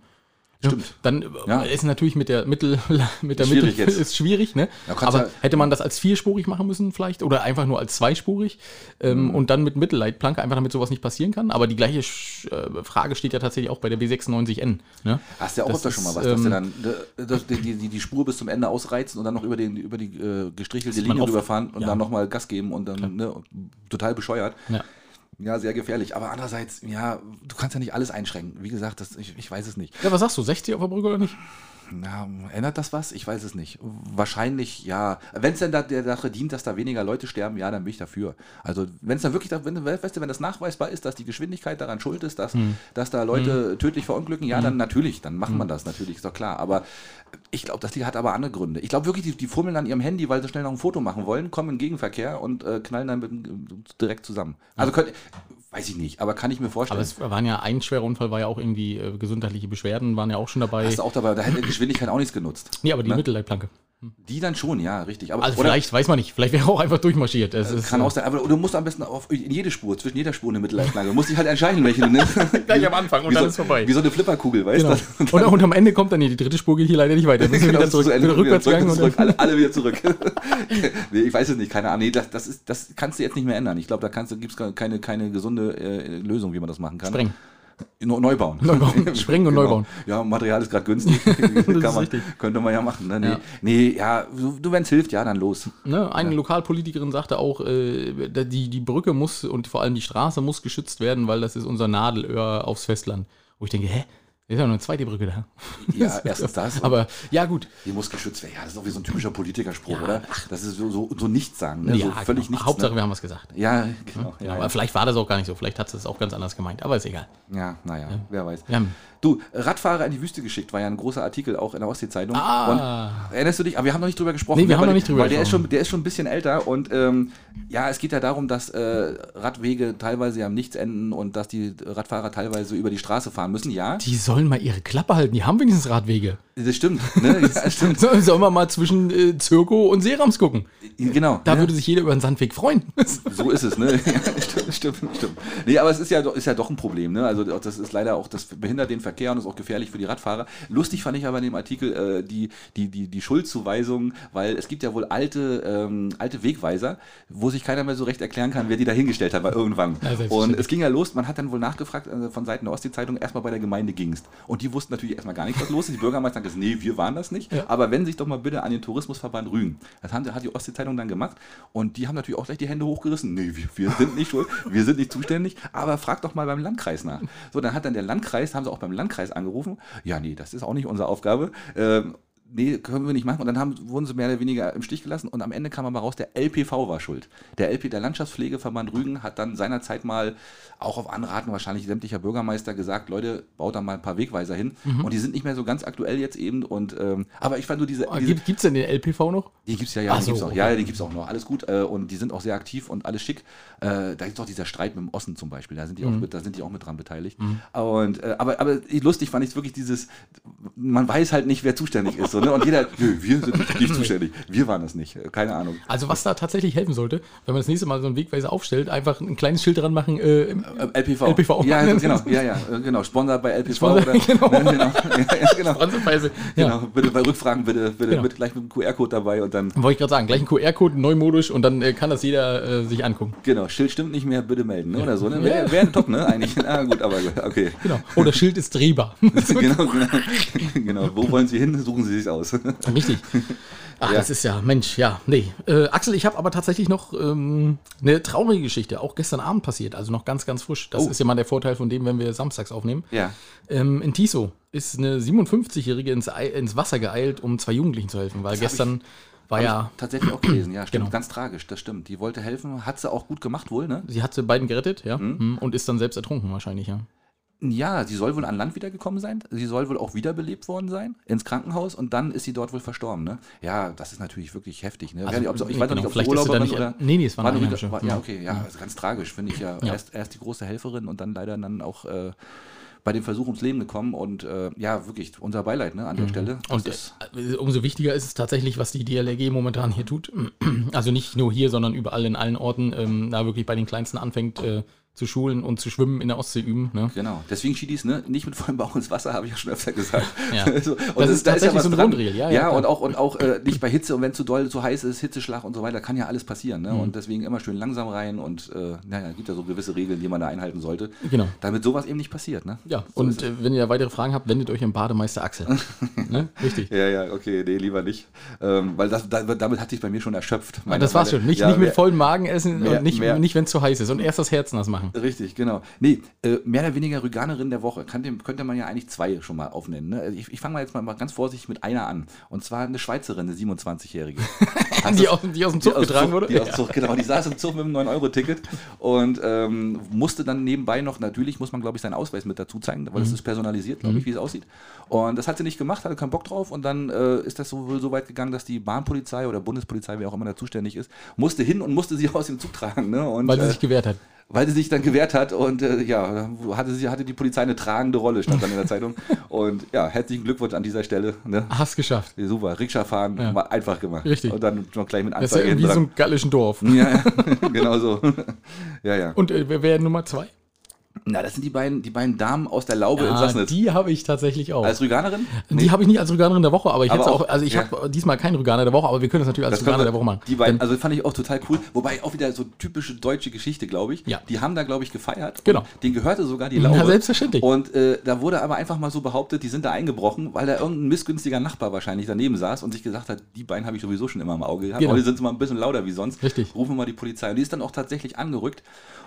B: Stimmt. Dann äh,
A: Ja.
B: ist natürlich mit der Mittel, mit der
A: Schwierig
B: Mittel
A: jetzt.
B: ist schwierig, ne?
A: Da kannst
B: Aber
A: du-
B: hätte man das als vierspurig machen müssen vielleicht oder einfach nur als zweispurig
A: Mhm.
B: ähm, und dann mit Mittelleitplanke einfach damit sowas nicht passieren kann? Aber die gleiche Sch- äh, Frage steht ja tatsächlich auch bei der B96N. Ne?
A: Hast du ja auch
B: Das
A: öfter schon mal
B: ist,
A: was, dass
B: ähm,
A: du dann äh, dass die, die, die Spur bis zum Ende ausreizen und dann noch über, den, über die äh, gestrichelte
B: man
A: Linie
B: oft.
A: rüberfahren und
B: Ja.
A: dann nochmal Gas geben und dann ne, und total bescheuert.
B: Ja.
A: Ja, sehr gefährlich. Aber andererseits, ja, du kannst ja nicht alles einschränken. Wie gesagt, das, ich, ich weiß es nicht.
B: ja, was sagst du, 60 auf der Brücke oder nicht?
A: Na, ändert das was? Ich weiß es nicht. Wahrscheinlich ja. Wenn es denn da der Sache dient, dass da weniger Leute sterben, ja, dann bin ich dafür. Also wenn es dann wirklich, da- wenn, weißt du, wenn das nachweisbar ist, dass die Geschwindigkeit daran schuld ist, dass,
B: Hm.
A: dass da Leute tödlich verunglücken, ja, dann natürlich, dann macht man das natürlich, ist doch klar. Aber ich glaube, das Ding hat aber andere Gründe. Ich glaube wirklich, die, die fummeln an ihrem Handy, weil sie schnell noch ein Foto machen wollen, kommen in den Gegenverkehr und äh, knallen dann mit, dem- direkt zusammen. Also könnte, weiß ich nicht, aber kann ich mir vorstellen.
B: Aber es waren ja ein schwerer Unfall, war ja auch irgendwie äh, gesundheitliche Beschwerden, waren ja auch schon dabei.
A: Hast du auch dabei, da hätte Geschwindigkeit auch nichts genutzt.
B: nee, aber die
A: ne?
B: Mittelleitplanke.
A: Die dann schon, ja, richtig. Aber
B: Also
A: oder- Äh,
B: vielleicht, weiß man nicht, vielleicht wäre er auch einfach durchmarschiert. Es ist, äh,
A: Kann auch sein, aber du musst am besten auf, in jede Spur, zwischen jeder Spur eine Mittelleitplanke. Du musst dich halt entscheiden, welche du nimmst.
B: Gleich am Anfang und
A: wie
B: dann
A: so,
B: ist vorbei.
A: Wie so eine Flipperkugel, weißt
B: Genau.
A: du?
B: Und, und am Ende kommt dann hier die dritte Spur geht hier leider nicht weiter. Dann müssen wir
A: Genau, das
B: wieder
A: ist
B: zurück,
A: zu Ende.
B: wieder rückwärts
A: Wieder
B: gegangen. Und
A: zurück,
B: dann,
A: alle, alle wieder zurück. nee, ich weiß es nicht, keine Ahnung. Nee, das, das, ist, das kannst du jetzt nicht mehr ändern. Ich glaube, da kannst du, gibt's keine, keine gesunde äh, Lösung, wie man das machen kann.
B: sprengen.
A: Neu- Neubauen.
B: Neubauen. Sprengen und Neubauen.
A: Ja, Material ist gerade günstig. Kann man,
B: richtig.
A: Könnte man ja machen. Ne? Nee,
B: Ja.
A: ja. nee, ja, so- du, wenn es hilft, ja, dann los.
B: Ne? Eine Lokalpolitikerin sagte auch, äh, da- die, die Brücke muss und vor allem die Straße muss geschützt werden, weil das ist unser Nadelöhr aufs Festland. Wo ich denke, hä? Da Ist ja noch eine zweite Brücke da.
A: Ja, erstens das.
B: Aber ja, gut.
A: Die muss geschützt werden. Ja, das ist auch wie so ein typischer Politikerspruch, oder? Das ist so, so, so nichts sagen. Ne? so
B: ja,
A: völlig
B: genau.
A: nichts.
B: Hauptsache,
A: ne?
B: wir haben was gesagt.
A: Ja, genau.
B: Ja,
A: Ja,
B: aber
A: ja.
B: vielleicht war das auch gar nicht so. Vielleicht hat sie es auch ganz anders gemeint. Aber ist egal.
A: ja naja, wer weiß.
B: Ja.
A: Du, Radfahrer in die Wüste geschickt war ja ein großer Artikel auch in der Ostsee-Zeitung.
B: Ah.
A: Und Erinnerst du dich? Aber wir haben noch nicht drüber gesprochen. ne?
B: Nee, wir haben
A: weil-
B: noch nicht drüber
A: weil der ist,
B: gesprochen.
A: schon, der ist schon ein bisschen älter und ähm, ja, es geht ja darum, dass äh, Radwege teilweise ja am Nichts enden und dass die Radfahrer teilweise über die Straße fahren müssen. Ja,
B: Die sollen mal ihre Klappe halten. Die haben wenigstens Radwege.
A: das stimmt. Ne? Ja, stimmt.
B: So, sollen wir mal zwischen äh, Zirko und Serams gucken?
A: Genau.
B: Da
A: ne?
B: würde sich jeder über den Sandweg freuen.
A: So ist es, ne? Ja, stimmt, stimmt, stimmt. Nee, aber es ist ja, doch- ist ja doch ein Problem, ne? Also das ist leider auch, das behindert den Verkehr und ist auch gefährlich für die Radfahrer. Lustig fand ich aber in dem Artikel äh, die, die, die, die Schuldzuweisung, weil es gibt ja wohl alte, ähm, alte Wegweiser, wo sich keiner mehr so recht erklären kann, wer die da hingestellt hat, weil irgendwann.
B: Ja, selbstverständlich.
A: und es ging ja los, man hat dann wohl nachgefragt äh, von Seiten der Ostsee-Zeitung, erstmal bei der Gemeinde gingst. Und die wussten natürlich erstmal gar nicht, was los ist. Die Bürgermeister haben gesagt, nee, wir waren das nicht. Aber wenn sich doch mal bitte an den Tourismusverband rügen. Das haben, hat die Ostsee-Zeitung dann gemacht. Und die haben natürlich auch gleich die Hände hochgerissen. Nee, wir, wir sind nicht schuld, wir sind nicht zuständig. Aber frag doch mal beim Landkreis nach. So, dann hat dann der Landkreis, haben sie auch beim Landkreis angerufen. Ja, nee, das ist auch nicht unsere Aufgabe. Ähm, Nee, können wir nicht machen. Und dann haben, wurden sie mehr oder weniger im Stich gelassen. Und am Ende kam aber raus, der LPV war schuld. Der LP, der Landschaftspflegeverband Rügen, hat dann seinerzeit mal auch auf Anraten wahrscheinlich sämtlicher Bürgermeister gesagt, Leute, baut da mal ein paar Wegweiser hin. Und die sind nicht mehr so ganz aktuell jetzt eben. Und ähm, aber ich fand nur diese, diese
B: Gibt es denn den LPV noch?
A: die gibt's ja, ja,
B: Ach
A: die
B: so,
A: gibt's auch. Ja,
B: okay.
A: ja, die gibt's auch noch. Alles gut. Äh, und die sind auch sehr aktiv und alles schick. Äh, da gibt's auch dieser Streit mit dem Osten zum Beispiel. Da sind die,
B: Mhm.
A: auch, mit, da sind die auch mit dran beteiligt. Und, äh, aber, aber lustig fand ich wirklich dieses, man weiß halt nicht, wer zuständig ist. So, ne? Und jeder, nö, wir sind nicht zuständig. Wir waren das nicht. Keine Ahnung.
B: Also was da tatsächlich helfen sollte, wenn man das nächste Mal so einen Wegweiser aufstellt, einfach ein kleines Schild dran machen. Äh, im-
A: Äh, LPV.
B: LPV.
A: Ja, genau. Ja, ja, äh, genau. Sponsor bei LPV.
B: Sponsor,
A: oder,
B: genau.
A: Ne, genau. Ja, ja, genau.
B: Franzweise.
A: Genau,
B: ja.
A: bitte bei Rückfragen, bitte, bitte
B: Genau.
A: mit, gleich mit dem QR-Code dabei und dann,
B: Wollte ich gerade sagen, gleich ein QR-Code, neumodisch und dann äh, kann das jeder äh, sich angucken.
A: genau, Schild stimmt nicht mehr, bitte melden, ne? oder so, ne? Wäre wär top, ne, eigentlich, na gut, aber okay.
B: Genau. Oh, das Schild ist drehbar.
A: genau, genau, genau. Wo wollen Sie hin? Suchen Sie sich aus.
B: Richtig. Ach,
A: Ja.
B: das ist ja, Mensch, ja, nee. Äh, Axel, ich habe aber tatsächlich noch ähm, eine traurige Geschichte, auch gestern Abend passiert, also noch ganz, ganz frisch. Das
A: Oh.
B: ist ja mal der Vorteil von dem, wenn wir samstags aufnehmen.
A: Ja.
B: Ähm, in Tiso ist eine 57-Jährige ins, Ei- ins Wasser geeilt, um zwei Jugendlichen zu helfen, weil gestern War
A: Hab
B: ja,
A: ich tatsächlich auch gelesen, ja, stimmt.
B: Genau.
A: Ganz tragisch, das stimmt. Die wollte helfen, hat sie auch gut gemacht wohl, ne?
B: sie hat sie beiden gerettet, ja, mhm. und ist dann selbst ertrunken wahrscheinlich, ja.
A: Ja, sie soll wohl an Land wiedergekommen sein. Sie soll wohl auch wiederbelebt worden sein ins Krankenhaus und dann ist sie dort wohl verstorben. Ne? Ja, das ist natürlich wirklich heftig. Ne?
B: Also,
A: ich, weiß nicht, ob sie- ich
B: nee,
A: weiß noch
B: genau,
A: nicht, ob sie
B: vielleicht ist sie da
A: Urlauberin
B: nicht-
A: oder.
B: nee, nee, es war eine
A: eine
B: Einheimische. genau.
A: Rüge-
B: Ja.
A: Ja, okay, ja, Also ganz tragisch, finde ich ja.
B: Ja.
A: Erst, erst die große Helferin und dann leider dann auch äh, bei dem Versuch ums Leben gekommen und äh, ja, wirklich unser Beileid ne, an der Stelle. Das
B: Mhm. Und
A: ist,
B: äh, umso wichtiger ist es tatsächlich, was die DLRG momentan hier tut. Also nicht nur hier, sondern überall in allen Orten, ähm, da wirklich bei den Kleinsten anfängt äh, zu schulen und zu schwimmen in der Ostsee üben. Ne?
A: Genau, deswegen Schiedis, ne? Nicht mit vollem Bauch ins Wasser, habe ich ja schon öfter gesagt.
B: Ja.
A: So, und
B: Das ist
A: da
B: tatsächlich so eine Grundregel, ja,
A: Ja,
B: ja, klar.
A: und auch, und auch äh, nicht bei Hitze und wenn zu doll, zu heiß ist, Hitzeschlag und so weiter, kann ja alles passieren. Ne?
B: Mhm.
A: Und deswegen immer schön langsam rein und äh, naja, gibt ja so gewisse Regeln, die man da einhalten sollte.
B: Genau.
A: Damit sowas eben nicht passiert, ne?
B: Ja,
A: So
B: und
A: ist es.
B: äh, wenn ihr da weitere Fragen habt, wendet euch an Bademeister Axel. ne? Richtig.
A: ja, ja, okay, nee, lieber nicht. Ähm, weil das, da, damit hat sich bei mir schon erschöpft.
B: Ah, das war's schon. Nicht, nicht mit
A: voll
B: vollem Magen essen
A: mehr-
B: und nicht,
A: mehr-
B: nicht wenn es zu heiß ist. Und erst das Herz nass machen.
A: Richtig, genau. Nee, äh, mehr oder weniger Ryganerin der Woche. Kann dem, könnte man ja eigentlich zwei schon mal aufnennen. Ne? Also Ich, ich fange mal jetzt mal, mal ganz vorsichtig mit einer an. Und zwar eine Schweizerin, eine 27-Jährige. Hast
B: Die
A: du's-
B: aus, die aus dem Zug
A: aus
B: getragen
A: Zug-
B: wurde?
A: Die aus Zug, genau. Die saß im Zug mit einem 9-Euro-Ticket und ähm, musste dann nebenbei noch, natürlich muss man, glaube ich, seinen Ausweis mit dazu zeigen, weil das
B: Mhm.
A: ist personalisiert, glaube ich, wie es aussieht. Und das hat sie nicht gemacht, hatte keinen Bock drauf und dann äh, ist das so, wohl so weit gegangen, dass die Bahnpolizei oder Bundespolizei, wer auch immer da zuständig ist, musste hin und musste sie aus dem Zug tragen. Ne? Und,
B: weil sie
A: äh,
B: sich gewehrt hat.
A: weil sie sich dann gewehrt hat und äh, ja, hatte, sie, hatte die Polizei eine tragende Rolle, stand dann in der Zeitung. Und ja, herzlichen Glückwunsch an dieser Stelle. Ne?
B: Hast geschafft.
A: Super, Rikscha fahren,
B: Ah. Ja.
A: war einfach gemacht.
B: Richtig.
A: Und dann noch gleich mit
B: Das ist ja
A: Anzeige hinten
B: irgendwie so
A: dran.
B: ein gallischen Dorf.
A: Ja, ja, genau so. ja, ja.
B: Und äh, wer wäre Nummer zwei?
A: Na, das sind die beiden, die beiden Damen aus der Laube in
B: Ah,
A: Sassnitz.
B: die habe ich tatsächlich auch.
A: Als Rüganerin?
B: Die habe ich nicht als Rüganerin der Woche, aber ich
A: Aber
B: hätte auch,
A: auch-
B: also ich
A: ja.
B: habe diesmal keinen Rüganer der Woche, aber wir können das natürlich als
A: können
B: Rüganer
A: wir-
B: der Woche machen.
A: Die beiden, also fand ich auch total cool. Wobei auch wieder so typische deutsche Geschichte, glaube ich.
B: Ja.
A: Die haben da, glaube ich, gefeiert.
B: Genau.
A: Und denen gehörte sogar die
B: Na,
A: Laube.
B: selbstverständlich.
A: Und äh, da wurde aber einfach mal so behauptet, die sind da eingebrochen, weil da irgendein missgünstiger Nachbar wahrscheinlich daneben saß und sich gesagt hat, die beiden habe ich sowieso schon immer im Auge gehabt.
B: Genau.
A: Aber die sind mal ein bisschen lauter wie sonst.
B: Richtig.
A: Rufen wir mal die Polizei. Und die ist dann auch tatsächlich angerückt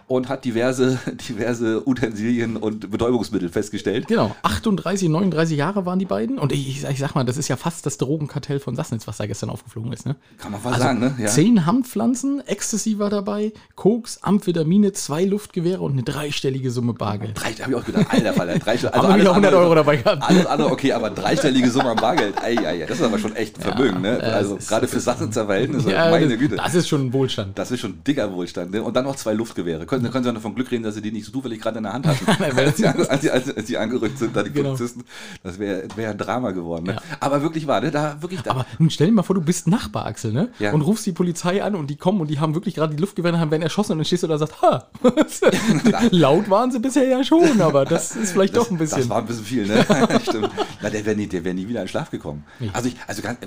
A: und hat diverse, diverse Utensilien und Betäubungsmittel festgestellt.
B: Genau, 38, 39 Jahre waren die beiden. Und ich, ich, sag- ich sag mal, das ist ja fast das Drogenkartell von Sassnitz, was da gestern aufgeflogen ist. Ne?
A: Kann man fast sagen, ne? Ja.
B: Zehn Hanfpflanzen, Ecstasy war dabei, Koks, Amphetamine, zwei Luftgewehre und eine dreistellige Summe Bargeld.
A: Drei, habe ich auch gedacht, alter Falter, drei, also
B: Haben wir
A: alles
B: wieder 100
A: andere-
B: Euro dabei gehabt.
A: Alles andere, okay, aber dreistellige Summe an Bargeld, ei, ei, ei, das ist aber schon echt ein Vermögen, ne?
B: äh,
A: Also
B: das ist-
A: gerade für Sachsenzer Verhältnisse,
B: Ja,
A: meine
B: das,
A: Güte.
B: das ist schon ein Wohlstand.
A: Das ist schon dicker Wohlstand. Ne? Und dann noch zwei Luftgewehre. Können, da können Sie auch noch von Glück reden, dass Sie die nicht so zufällig gerade in der Hand hatten. als, die, als, die, als die angerückt sind, da die
B: Genau.
A: Polizisten. Das wäre wär ein Drama geworden. Ne? Aber wirklich war, ne? Da, wirklich da.
B: Aber nun stell dir mal vor, du bist Nachbar, Axel, ne?
A: Ja.
B: Und rufst die Polizei an und die kommen und die haben wirklich gerade die Luftgewehre haben werden erschossen und dann stehst du da und sagst, ha, laut waren sie bisher ja schon, aber das ist vielleicht doch ein bisschen.
A: Das war ein bisschen viel, ne? Stimmt. Na, der wäre nie, der wär nie wieder in Schlaf gekommen. Also ich, also ganz,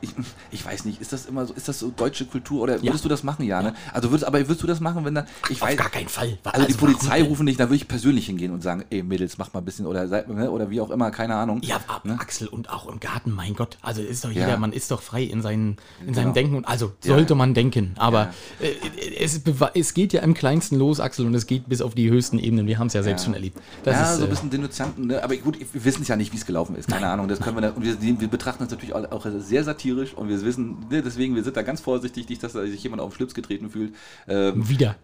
A: ich, ich weiß nicht, ist das immer so, ist das so deutsche Kultur oder würdest du das machen, ja, ne? Also würdest, aber würdest du das machen, wenn dann, ich weiß,
B: Auf gar keinen Fall.
A: also die
B: warum
A: Polizei rufen dich, da würde ich persönlich hingehen und sagen, ey Mädels, macht mal ein bisschen oder seid, ne, oder wie auch immer, keine Ahnung.
B: Ja, ab, Axel und auch im Garten, mein Gott. Also ist doch
A: Ne? Ja.
B: jeder, man ist doch frei in, seinen, in
A: Genau.
B: seinem Denken. Und also sollte man denken. Aber äh, es, bewa- es geht ja im Kleinsten los, Axel, und es geht bis auf die höchsten Ebenen. Wir haben es ja selbst schon erlebt. Das
A: ja,
B: ist,
A: so
B: äh,
A: ein bisschen Denunzianten, ne? aber gut, wir wissen es ja nicht, wie es gelaufen ist, keine Ahnung, das können wir, da, und wir, wir betrachten das natürlich auch, auch sehr satirisch und wir wissen, ne, deswegen, wir sind da ganz vorsichtig, nicht, dass da sich jemand auf den Schlips getreten fühlt, ähm,
B: wieder.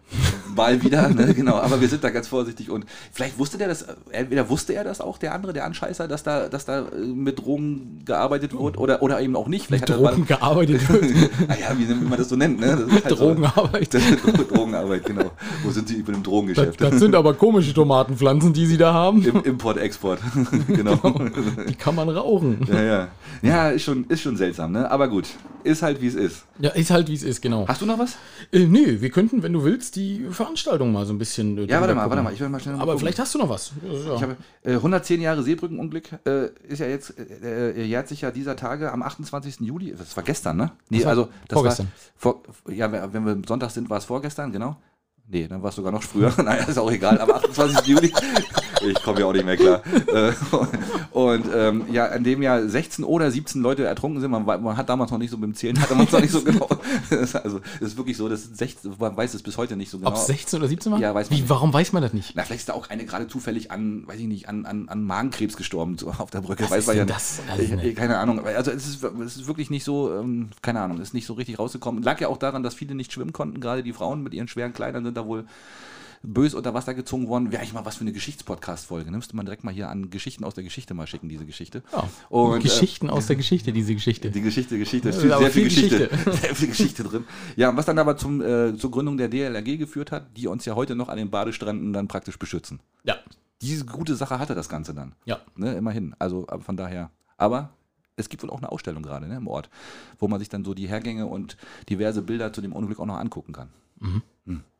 A: Mal wieder, ne, genau. Aber wir sind da ganz vorsichtig und vielleicht wusste der das, entweder wusste er das auch, der andere, der Anscheißer, dass da, dass da äh, mit Drogen gearbeitet wird oder, oder eben auch nicht. Vielleicht
B: Mit Drogen
A: hat er
B: gearbeitet wird.
A: naja, wie man das so nennt, ne? Das ist halt
B: Drogenarbeit.
A: So, Drogenarbeit, genau. Wo sind sie mit dem
B: Das,
A: Drogengeschäft?
B: das sind aber komische Tomatenpflanzen, die sie da haben.
A: Im Import, Export. genau.
B: Die kann man rauchen.
A: Ja, ja. ja ist, schon, ist schon seltsam, ne? Aber gut, ist halt wie es ist.
B: Ja, ist halt wie es ist, genau.
A: Hast du noch was?
B: Äh, nee, wir könnten, wenn du willst, die Veranstaltung mal so ein bisschen. äh,
A: Ja, warte
B: drüber
A: mal,
B: gucken.
A: warte mal. Ich will mal schnell noch mal
B: Aber
A: gucken.
B: vielleicht hast du noch was. Ja.
A: Ich habe äh, 110 Jahre Seebrückenunglück äh, ist ja jetzt äh, äh, jährt sich ja dieser Tage am 28. Juli. Das war gestern, ne? Nee,
B: Das war
A: also das
B: vorgestern.
A: war vor, ja, wenn wir am Sonntag sind, war es vorgestern, genau. Nee, dann war es sogar noch früher. Naja, ist auch egal. Am 28. Juli. Ich komme ja auch nicht mehr klar. Äh, Und ähm, ja, in dem Jahr 16 oder 17 Leute ertrunken sind. Man, wei- man hat damals noch nicht so mit dem Zählen, hatte man es noch nicht so genau. Also es ist wirklich so, dass 16, man weiß es bis heute nicht so genau.
B: Ob es 16 oder 17 war?
A: Ja, weiß man
B: Wie,
A: nicht.
B: warum weiß man das nicht?
A: Na, vielleicht ist da auch eine gerade zufällig an, weiß ich nicht, an, an, an Magenkrebs gestorben so auf der Brücke.
B: Was
A: weiß
B: ist
A: man ja
B: denn das?
A: nicht.
B: Also,
A: Ich-
B: ne.
A: keine Ahnung. Aber Also es ist, es ist wirklich nicht so, ähm, keine Ahnung, ist nicht so richtig rausgekommen. Lag ja auch daran, dass viele nicht schwimmen konnten. Gerade die Frauen mit ihren schweren Kleidern sind da wohl bös unter Wasser gezogen worden. Wäre ich mal was für eine Geschichtspodcast-Folge. ne? Müsste man direkt mal hier an Geschichten aus der Geschichte mal schicken, diese Geschichte.
B: Ja.
A: Und, äh,
B: Geschichten aus der Geschichte, diese Geschichte.
A: die Geschichte, Geschichte,
B: Ja,
A: steht
B: aber
A: sehr viel
B: viel
A: Geschichte. Sehr viel Geschichte drin. Ja, was dann aber zum, äh, zur Gründung der DLRG geführt hat, die uns ja heute noch an den Badestränden dann praktisch beschützen.
B: Ja.
A: Diese gute Sache hatte das Ganze dann.
B: Ja.
A: Ne, immerhin. Also äh, von daher. Aber es gibt wohl auch eine Ausstellung gerade ne, im Ort, wo man sich dann so die Hergänge und diverse Bilder zu dem Unglück auch noch angucken kann.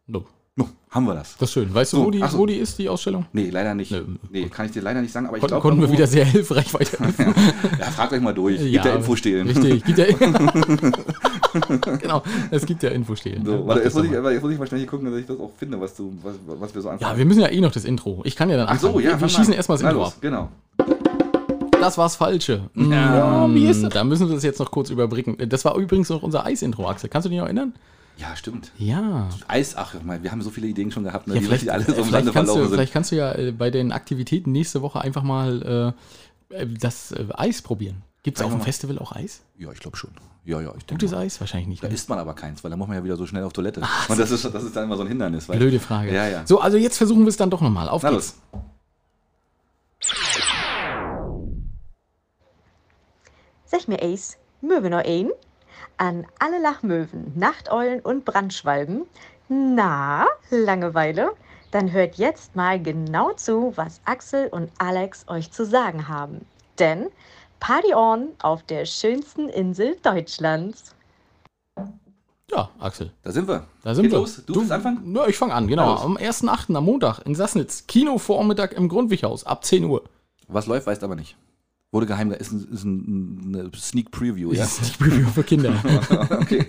B: So,
A: No, haben wir das?
B: das ist schön. Weißt du,
A: So,
B: wo, die,
A: ach so.
B: wo die ist, die Ausstellung?
A: Nee, leider nicht.
B: Nö,
A: Nee, kann ich dir leider nicht sagen, aber ich
B: Kon
A: glaube.
B: konnten wir wieder sehr hilfreich weiterhelfen.
A: Ja, fragt euch mal durch. Gibt da Infostelen.
B: Richtig, gibt ja. genau, es gibt ja Infostelen.
A: So,
B: Mach
A: warte,
B: das
A: jetzt
B: doch
A: muss, ich,
B: mal.
A: aber jetzt muss ich mal schnell hier gucken, dass ich das auch finde, was, du, was, was wir so anfangen.
B: ja, wir müssen ja eh noch das Intro. Ich kann ja dann
A: Ach so,
B: anfangen.
A: ja.
B: Wir, wir
A: fang an.
B: schießen erstmal das
A: Na
B: Intro
A: los,
B: ab.
A: Genau.
B: Das war's Falsche. Ja, wie ist das? Da müssen wir das jetzt noch kurz überbrücken. Das war übrigens noch unser Eis-Intro, Axel. Kannst du dich noch erinnern?
A: Ja, stimmt.
B: Ja.
A: Eis, ach, mein, wir haben so viele Ideen schon gehabt, ne,
B: Ja,
A: die
B: vielleicht, äh,
A: richtig alle so im Sande
B: vielleicht, kannst
A: verlaufen
B: du,
A: sind.
B: vielleicht kannst du ja äh, bei den Aktivitäten nächste Woche einfach mal äh, das äh, Eis probieren. Gibt es auf dem Festival auch Eis?
A: Ja, ich glaube schon. Ja, ja, ich denke.
B: Gutes Eis? Wahrscheinlich nicht.
A: Da
B: ne?
A: isst man aber keins, weil da muss man ja wieder so schnell auf Toilette. Und das ist, das ist dann immer so ein Hindernis. Weil,
B: Blöde Frage.
A: Ja, ja.
B: So, also jetzt versuchen wir es dann doch nochmal. Auf
A: Na
B: geht's.
A: los.
G: Sag mir Ace, mögen noch ein? An alle Lachmöwen, Nachteulen und Brandschwalben. Na, Langeweile? Dann hört jetzt mal genau zu, was Axel und Alex euch zu sagen haben. Denn Party on auf der schönsten Insel Deutschlands.
B: Ja, Axel.
A: Da sind wir.
B: Da sind
A: Geht
B: wir.
A: los. Du, willst anfangen?
B: Na, ich fange an,
A: Na
B: genau.
A: los.
B: Am 1.8. am Montag in Sassnitz. Kinovormittag im Grundwighaus ab 10 Uhr.
A: Was läuft, weißt aber nicht. Wurde geheim, ist, ein, ist ein, eine Sneak Preview, ja?
B: Das ist die Preview für Kinder.
A: okay.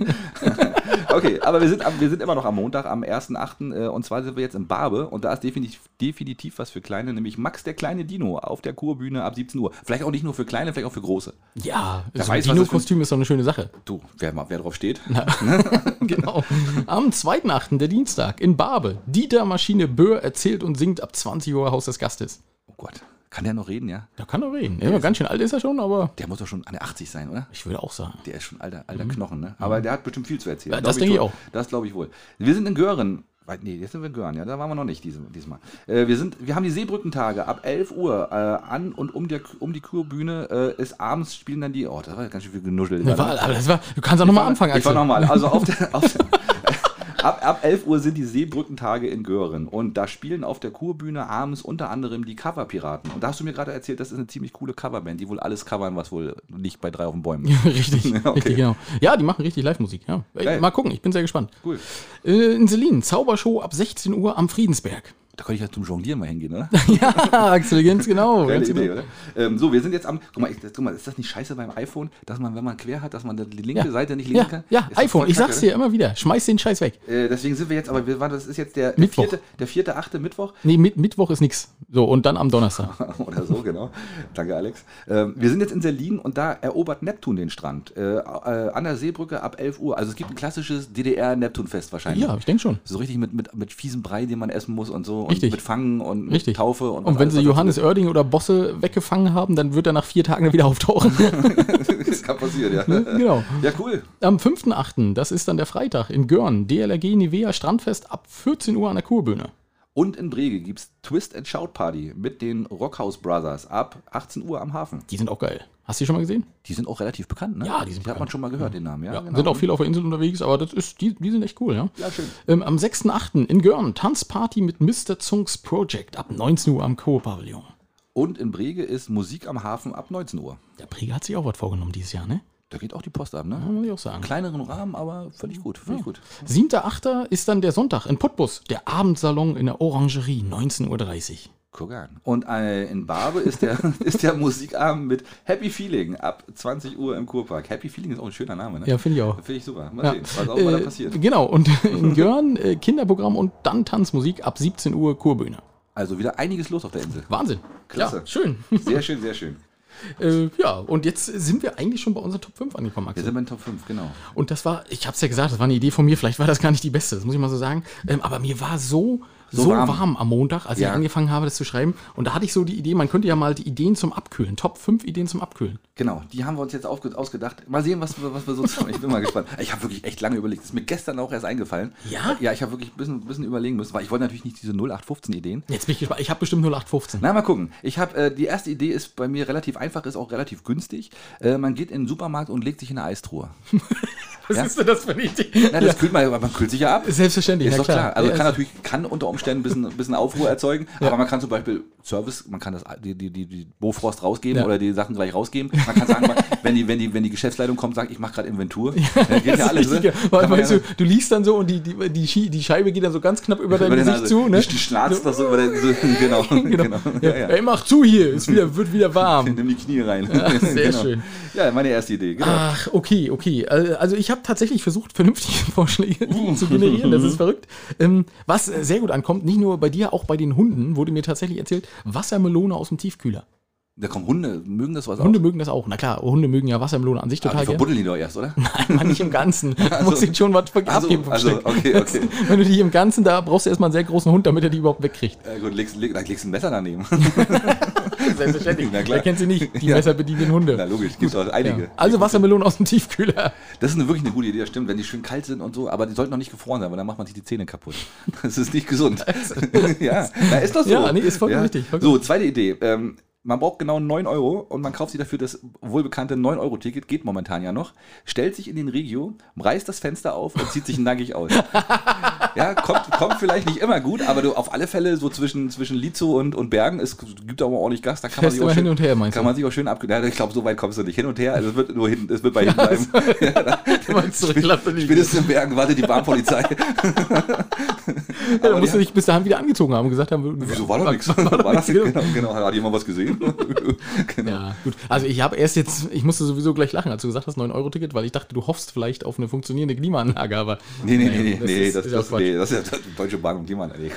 A: okay, aber wir sind, am- wir sind immer noch am Montag, am 1.8. äh, Und zwar sind wir jetzt in Barbe und da ist definitiv, definitiv was für Kleine, nämlich Max der kleine Dino auf der Kurbühne ab 17 Uhr. Vielleicht auch nicht nur für Kleine, vielleicht auch für Große.
B: ja, so
A: weiß,
B: ein
A: was das
B: Dino-Kostüm ist doch eine schöne Sache.
A: Du, wer, mal- wer drauf steht.
B: genau. Am 2.8., der Dienstag, in Barbe. Dieter Maschine Böhr erzählt und singt ab 20 Uhr Haus des Gastes.
A: Oh Gott, kann der noch reden, ja?
B: Da kann er reden. Ja, ganz schön alt ist er schon, aber
A: Der muss doch schon an der 80 sein, oder?
B: ich würde auch sagen.
A: Der ist schon alter, alter Knochen, ne? Aber der hat bestimmt viel zu erzählen.
B: Mhm. Ja,
A: Glaub
B: das denke ich
A: schon.
B: auch.
A: Das glaube ich wohl. Wir sind in Göhren. Weit- Nee, jetzt sind wir in Göhren, ja, da waren wir noch nicht diese, diesmal. Äh, wir, sind, wir haben die Seebrückentage ab 11 Uhr äh, an und um, der, um die Kurbühne äh, ist abends spielen dann die. Oh, da war ja ganz schön viel genuschelt.
B: Ne, war, aber das war, du kannst auch nochmal anfangen,
A: Ich war
B: Axel.
A: nochmal. Also auf der, auf ab, ab 11 Uhr sind die Seebrückentage in Göhren. Und da spielen auf der Kurbühne abends unter anderem die Coverpiraten. Und da hast du mir gerade erzählt, das ist eine ziemlich coole Coverband, die wohl alles covern, was wohl liegt bei drei auf den Bäumen.
B: richtig,
A: Ja, okay.
B: richtig, genau. Ja, die machen richtig Live-Musik, ja. Ey,
A: Geil.
B: Mal gucken, ich bin sehr gespannt.
A: Cool.
B: Äh, in Selin, Zaubershow ab 16 Uhr am Friedensberg.
A: Da könnte ich ja zum Jonglieren mal hingehen, oder?
B: ja, Axel, ganz genau.
A: Geile
B: ganz
A: Idee,
B: genau.
A: oder? Ähm, so, wir sind jetzt am. Guck mal, ich, guck mal, ist das nicht scheiße beim iPhone, dass man, wenn man quer hat, dass man die linke
B: Ja.
A: Seite nicht lesen
B: Ja,
A: kann?
B: ja
A: Ist doch
B: iPhone,
A: voll
B: ich
A: kacke,
B: sag's
A: ne?
B: dir immer wieder. Schmeiß den Scheiß weg.
A: Äh, deswegen sind wir jetzt, aber wir waren, das ist jetzt der, der
B: Mittwoch.
A: vierte, der vierte, achte Mittwoch
B: Nee, mit, Mittwoch ist nix. So, und dann am Donnerstag.
A: oder so, genau. Danke, Alex. Ähm, wir sind jetzt in Berlin und da erobert Neptun den Strand. Äh, äh, an der Seebrücke ab 11 Uhr. Also es gibt ein klassisches DDR-Neptun-Fest wahrscheinlich.
B: Ja, ich denke schon.
A: So richtig mit, mit, mit fiesem Brei, den man essen muss und so. Und
B: Richtig.
A: mit Fangen und mit
B: Richtig.
A: Taufe und was
B: Und wenn
A: alles
B: sie
A: dazu
B: Johannes Oerding oder Bosse weggefangen haben, dann wird er nach vier Tagen wieder auftauchen.
A: gehört. das kann passieren, ja.
B: genau.
A: Ja, cool.
B: Am 5.8., das ist dann der Freitag in Görn, DLRG Nivea Strandfest ab 14 Uhr an der Kurbühne.
A: Und in Brege gibt's Twist and Shout Party mit den Rockhouse Brothers ab 18 Uhr am Hafen.
B: Die sind auch geil. Hast du die schon mal gesehen?
A: Die sind auch relativ bekannt, ne?
B: Ja, die sind
A: hat man
B: bekannt.
A: schon mal gehört, den Namen, ja.
B: Ja,
A: genau.
B: sind auch viel auf der Insel unterwegs, aber das ist, die, die sind echt cool, ja.
A: Ja, schön.
B: Ähm, am 6.8. in Görn, Tanzparty mit Mr. Zungs Project ab 19 Uhr am Co-Pavillon.
A: Und in Brege ist Musik am Hafen ab 19 Uhr.
B: Der Präger hat sich auch was vorgenommen dieses Jahr, ne?
A: Da geht auch die Post ab, ne?
B: Ja, muss ich auch sagen.
A: Kleineren Rahmen, aber völlig gut, völlig gut.
B: 7.8. ist dann der Sonntag in Putbus, der Abendsalon in der Orangerie, 19.30 Uhr.
A: Guck an. Und äh, in Barbe ist der, ist der Musikabend mit Happy Feeling ab 20 Uhr im Kurpark. Happy Feeling ist auch ein schöner Name, ne?
B: Ja, finde ich auch.
A: Finde ich super. Mal
B: Ja.
A: sehen, was auch mal da
B: Äh,
A: passiert.
B: Genau, und in Görn äh, Kinderprogramm und dann Tanzmusik ab 17 Uhr Kurbühne.
A: Also wieder einiges los auf der Insel.
B: Wahnsinn.
A: Klasse.
B: Ja, schön.
A: Sehr schön, sehr schön.
B: äh, ja, und jetzt sind wir eigentlich schon bei unserer Top 5 angekommen,
A: Wir
B: Axel.
A: sind bei den Top 5, genau.
B: Und das war, ich habe es ja gesagt, das war eine Idee von mir, vielleicht war das gar nicht die beste, das muss ich mal so sagen. Ähm, aber mir war so, so,
A: warm.
B: warm. am Montag, als
A: Ja.
B: ich angefangen habe, das zu schreiben. Und da hatte ich so die Idee, man könnte ja mal die Ideen zum Abkühlen, Top 5 Ideen zum Abkühlen.
A: Genau, die haben wir uns jetzt aufge- ausgedacht. Mal sehen, was, wir- was wir so zusammen. Ich bin mal gespannt. Ich habe wirklich echt lange überlegt. Das ist mir gestern auch erst eingefallen.
B: Ja?
A: Ja, ich habe wirklich ein bisschen, ein bisschen überlegen müssen, weil ich wollte natürlich nicht diese 0815-Ideen.
B: Jetzt bin ich gespannt, ich habe bestimmt 0815.
A: Na, mal gucken. Ich habe äh, die erste Idee ist bei mir relativ einfach, ist auch relativ günstig. Äh, man geht in den Supermarkt und legt sich in eine Eistruhe.
B: Was
A: ja.
B: denn das für eine Idee?
A: Na, das kühlt man, aber man kühlt sich ja ab.
B: Selbstverständlich,
A: Ist
B: na
A: doch klar.
B: klar.
A: Also
B: Ja,
A: kann
B: ist-
A: natürlich kann unter Umständen ein bisschen, ein bisschen Aufruhr erzeugen, aber man kann zum Beispiel Service, man kann das die, die, die, die Bofrost rausgeben
B: Ja.
A: oder die Sachen gleich rausgeben. Man kann sagen, man- wenn die, wenn die, wenn die Geschäftsleitung kommt, sagt, ich mache gerade Inventur, dann geht ja
B: Das
A: alles.
B: ist
A: Ne?
B: richtig,
A: Kann
B: weil,
A: man
B: weißt
A: ja
B: du, du liest dann so und die, die, die, Schie- die Scheibe geht dann so ganz knapp über dein
A: über den
B: Gesicht
A: Nase-
B: zu. Ne?
A: Die, die schnarzt doch so über den, so, genau, genau. Ja, Genau. ja.
B: Ey, mach zu hier, ist wieder, wird wieder warm.
A: Nimm die Knie rein. Genau.
B: sehr schön. Ah.
A: Ja, meine erste Idee, genau.
B: Ach, okay, okay. Äh, Also ich habe tatsächlich versucht, vernünftige Vorschläge
A: Uh.
B: zu generieren. Das ist verrückt. Ähm, Was äh, sehr gut ankommt, nicht nur bei dir, auch bei den Hunden, wurde mir tatsächlich erzählt, Wassermelone aus dem Tiefkühler.
A: Da kommen Hunde, mögen das was
B: Hunde mögen das auch. Na klar, Hunde mögen ja Wassermelone an sich
A: auch? Aber
B: total
A: die
B: gerne.
A: verbuddeln die doch erst, oder?
B: Nein, nicht im Ganzen. Du musst ihnen schon was
A: Ach so,
B: abgeben vom
A: also,
B: Stück.
A: okay, okay.
B: Wenn du die im Ganzen, da brauchst du erstmal einen sehr großen Hund, damit er die überhaupt wegkriegt.
A: Ja, gut, legst, leg, dann legst du ein Messer daneben.
B: Selbstverständlich.
A: Na klar.
B: Na klar. Wer kennt sie nicht? Die Messer bedienen Hunde.
A: Na logisch, gibt auch einige.
B: Ja. Also Wassermelone aus dem Tiefkühler.
A: Das ist eine, wirklich eine gute Idee, das stimmt, wenn die schön kalt sind und so, aber die sollten noch nicht gefroren sein, weil dann macht man sich die Zähne kaputt. Das ist nicht gesund. ja, na, ist doch so.
B: Ja, nee, ist vollkommen richtig, vollkommen
A: So, zweite Idee. Ähm, man braucht genau 9 Euro und man kauft sich dafür das wohlbekannte 9-Euro-Ticket, geht momentan ja noch, stellt sich in den Regio, reißt das Fenster auf und zieht sich nackig aus. ja, kommt, kommt vielleicht nicht immer gut, aber du, auf alle Fälle so zwischen, zwischen Lizo und, und Bergen, es gibt auch mal ordentlich Gas, da kann man
B: Fährst
A: sich auch
B: immer
A: schön,
B: hin und her, meinst
A: kann
B: du?
A: man sich auch schön ab. Ja, ich glaube, so weit kommst du nicht hin und her, also es wird nur hinten, es wird bei hinten bleiben.
B: Meinst du, ich lass das nicht.
A: Spätestens in Bergen wartet die Bahnpolizei.
B: Ja,
A: Aber
B: dann musst
A: die-
B: du dich bis dahin wieder angezogen haben und gesagt haben,
A: Wieso war doch nichts? War
B: nichts,
A: genau.
B: genau.
A: Genau, Hat jemand was gesehen? genau.
B: Ja, gut. Also ich habe erst jetzt, ich musste sowieso gleich lachen, als du gesagt hast, 9-Euro-Ticket, weil ich dachte, du hoffst vielleicht auf eine funktionierende Klimaanlage, aber
A: Nee, nee, nee,
B: Nein,
A: nee,
B: das
A: nee,
B: ist-
A: das,
B: ist
A: das,
B: ja Quatsch.
A: nee, das ist ja die Deutsche Bahn und Klima. Nee,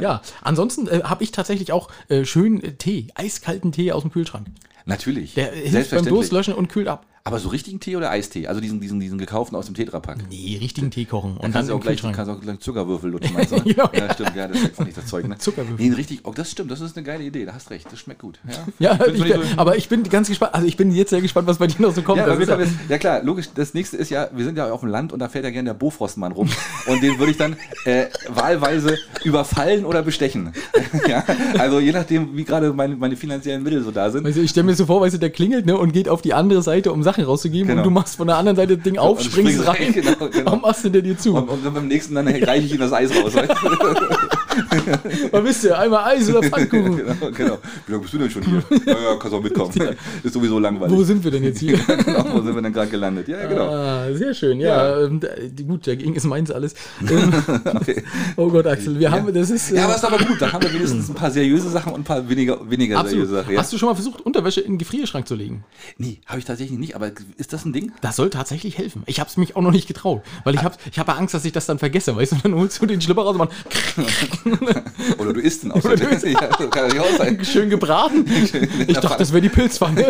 B: ja. Ansonsten äh, habe ich tatsächlich auch äh, schön äh, Tee, eiskalten Tee aus dem Kühlschrank.
A: Natürlich.
B: Der äh, hilft beim Durstlöschen und kühlt ab.
A: Aber so richtigen Tee oder Eistee? Also diesen, diesen, diesen gekauften aus dem Tetrapack. Da
B: Nee, richtigen Tee kochen Mhm. und
A: kannst
B: dann
A: du
B: im
A: auch gleich,
B: Kühlschrank.
A: kannst auch gleich Zuckerwürfel lutschen, meinst du?
B: Genau,
A: ja, stimmt, ja, das ist auch nicht das Zeug, ne?
B: Zuckerwürfel.
A: Nee, richtig, oh, das stimmt, das ist eine geile Idee, da hast recht, das schmeckt gut. Ja,
B: ja,
A: Findest
B: ich
A: du
B: bin,
A: nicht so-
B: aber ich bin ganz gespannt, also ich bin jetzt sehr gespannt, was bei dir noch so kommt.
A: Ja,
B: Das
A: aber wir
B: ist ja-
A: kommen jetzt, ja klar, logisch. Das nächste ist ja, wir sind ja auf dem Land und da fährt ja gerne der Bofrostmann rum. Und den würde ich dann äh, wahlweise überfallen oder bestechen. ja, also je nachdem, wie gerade meine, meine finanziellen Mittel so da sind.
B: Weißt du, ich stelle mir so vor, weißt du, der klingelt ne, und geht auf die andere Seite, um Sachen rauszugeben
A: Genau.
B: und du machst von der anderen Seite das Ding auf,
A: und
B: springst
A: springst rein,
B: rein
A: genau, genau.
B: und machst hinter dir zu.
A: Und, und dann beim nächsten dann reiche ich ihm das Eis raus. Weißt? du?
B: Man wisst ihr, einmal Eis oder Pfannkuchen.
A: genau, genau. Wie lange bist du denn schon hier? Naja, kannst auch mitkommen. Ist sowieso langweilig.
B: Wo sind wir denn jetzt hier?
A: genau, wo sind wir denn gerade gelandet? Ja, genau.
B: Ah, sehr schön, ja. ähm, da- die- gut, dagegen ist meins alles. Ähm,
A: Okay.
B: oh Gott, Axel, wir haben, das ist.
A: Ja,
B: äh,
A: aber ist aber gut. Da haben wir wenigstens ein paar seriöse Sachen und ein paar weniger, weniger seriöse
B: absolut.
A: Sachen. Ja.
B: Hast du schon mal versucht, Unterwäsche in den Gefrierschrank zu legen?
A: Nee, habe ich tatsächlich nicht. Aber ist das ein Ding?
B: Das soll tatsächlich helfen. Ich habe es mich auch noch nicht getraut, weil ich habe ich hab ja Angst, dass ich das dann vergesse, weißt du? Dann holst du den Schlipper raus und man,
A: Oder du isst ihn aus.
B: Oder du isst-
A: ja, das kann ja nicht auch sein.
B: schön gebraten. Ich dachte, das wäre die Pilzpfanne.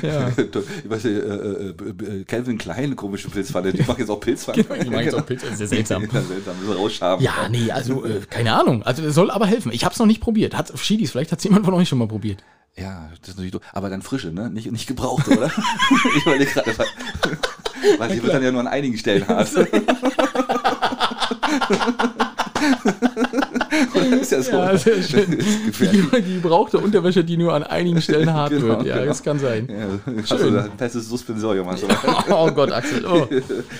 B: Ja.
A: Ich weiß nicht, äh, äh, äh, äh, Calvin Klein, komische Pilzpfanne. Die machen jetzt auch Pilzpfanne.
B: Ich meine, so Pilz ist sehr seltsam.
A: Ja, seltsam. Müssen wir rausschaben.
B: Genau. Ja, nee, also äh, keine Ahnung. Also es soll aber helfen. Ich habe es noch nicht probiert. Hat Schiedis, vielleicht hat jemand von euch schon mal probiert.
A: Ja, das ist natürlich doof. Aber dann frische, ne? Nicht, nicht gebraucht, oder? ich überlege gerade. Weil, weil die wird dann ja nur an einigen Stellen hart. oder ist ja so.
B: Ja, sehr schön.
A: Das ist gefährlich.
B: Die die gebrauchte Unterwäsche, die nur an einigen Stellen hart
A: Genau,
B: wird. Ja,
A: genau.
B: das kann sein.
A: Ja, hast du
B: Schön.
A: da ein festes Suspensorium. Hast du
B: Oh Gott, Axel. Oh,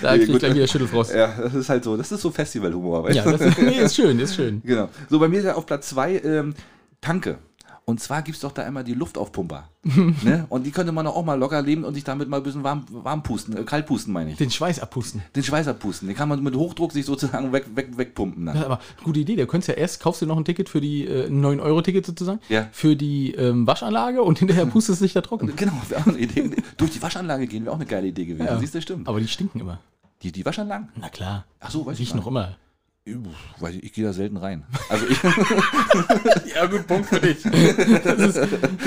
B: da
A: Nee,
B: krieg
A: gut.
B: ich gleich wieder Schüttelfrost.
A: Ja, das ist halt so. Das ist so Festivalhumor, weißt
B: Ja, das ist, nee, ist schön, ist schön.
A: Genau. So, bei mir ist ja auf Platz zwei ähm, Tanke. Und zwar gibt es doch da immer die Luftaufpumper. ne? Und die könnte man doch auch mal locker leben und sich damit mal ein bisschen warm, warm pusten, äh, kalt pusten, meine ich.
B: Den Schweiß abpusten.
A: Den Schweiß abpusten. Den kann man mit Hochdruck sich sozusagen weg, weg, wegpumpen. Dann.
B: Das ist aber eine gute Idee. Da könntest du ja erst, kaufst du noch ein Ticket für die äh, ein 9-Euro-Ticket sozusagen,
A: Ja.
B: für die ähm, Waschanlage und hinterher pustest du dich da trocken.
A: Genau, wäre auch eine Idee. Durch die Waschanlage gehen wäre auch eine geile Idee gewesen. Siehst du, stimmt.
B: Aber die stinken immer.
A: Die, die Waschanlagen?
B: Na klar.
A: Ach so, weiß ich
B: Riechen
A: gar
B: noch immer.
A: Ich, weiß ich, ich gehe da selten rein. Also ich,
B: Ja, gut, Punkt für dich. Das ist,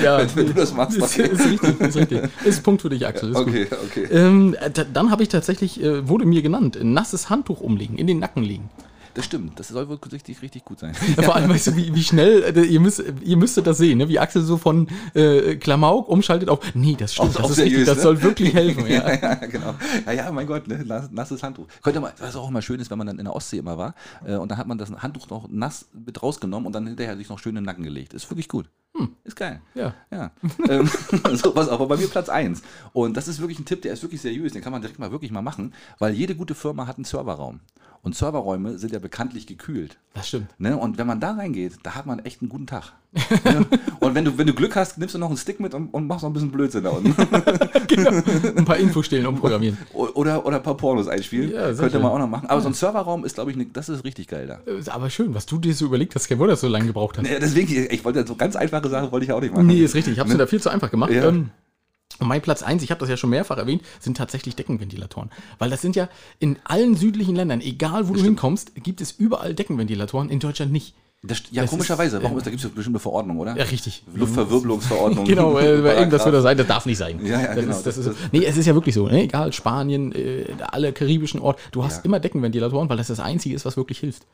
B: ja,
A: Wenn- wenn du das machst,
B: ist, ist richtig, ist richtig. Ist Punkt für dich, Axel. Ist gut.
A: okay, okay.
B: Ähm, äh, da, dann habe ich tatsächlich, äh, wurde mir genannt, ein nasses Handtuch umlegen, in den Nacken legen.
A: Das stimmt, das soll wohl richtig, richtig gut sein.
B: Vor allem, weißt du, wie, wie schnell, äh, ihr, müsst, ihr müsstet das sehen, ne? wie Axel so von äh, Klamauk umschaltet auf, nee, das stimmt,
A: Auf-
B: das
A: auf
B: ist richtig,
A: seriös,
B: das
A: ne?
B: soll wirklich helfen. Ja.
A: ja, genau. Ja, ja, mein Gott, ne? nass, nasses Handtuch. Könnte man, was auch immer schön ist, wenn man dann in der Ostsee immer war äh, und dann hat man das Handtuch noch nass mit rausgenommen und dann hinterher sich noch schön in den Nacken gelegt. Ist wirklich gut. Ist geil.
B: Ja.
A: Ja. ähm, so, pass auf, aber bei mir Platz 1. Und das ist wirklich ein Tipp, der ist wirklich seriös, den kann man direkt mal wirklich mal machen, weil jede gute Firma hat einen Serverraum. Und Serverräume sind ja bekanntlich gekühlt.
B: Das stimmt.
A: Ne? Und wenn man da reingeht, da hat man echt einen guten Tag. ne? Und wenn du, wenn du Glück hast, nimmst du noch einen Stick mit und, und machst noch ein bisschen Blödsinn da unten.
B: Genau. Ein paar Infostellen umprogrammieren.
A: O- Oder, oder ein paar Pornos einspielen.
B: Ja, sehr
A: Könnte
B: schön.
A: man auch noch machen. Aber so ein Serverraum ist, glaube ich, ne, das ist richtig geil da.
B: Äh, Aber schön, was du dir so überlegt hast, kein Wunder, dass du so lange gebraucht hast.
A: Naja, deswegen, ich wollte so ganz einfache Sachen wollte ich auch nicht machen.
B: Nee, ist richtig. Ich habe es mir da viel zu einfach gemacht.
A: Ne? Ja.
B: Ähm, und mein Platz eins, ich habe das ja schon mehrfach erwähnt, sind tatsächlich Deckenventilatoren. Weil das sind ja in allen südlichen Ländern, egal wo du hinkommst, gibt es überall Deckenventilatoren, in Deutschland nicht.
A: das, ja,
B: das
A: komischerweise.
B: ist,
A: Warum
B: äh,
A: ist, da gibt es bestimmte Verordnung, oder?
B: Ja, richtig.
A: Luftverwirbelungsverordnung.
B: Genau, äh,
A: Paragraph.
B: irgendwas wird das sein, das darf nicht sein.
A: Ja, ja,
B: das
A: genau,
B: Ist, das
A: das-
B: ist, nee, es ist ja wirklich so, ne? egal, Spanien, äh, alle karibischen Orte, du hast immer Deckenventilatoren, weil das das Einzige ist, was wirklich hilft.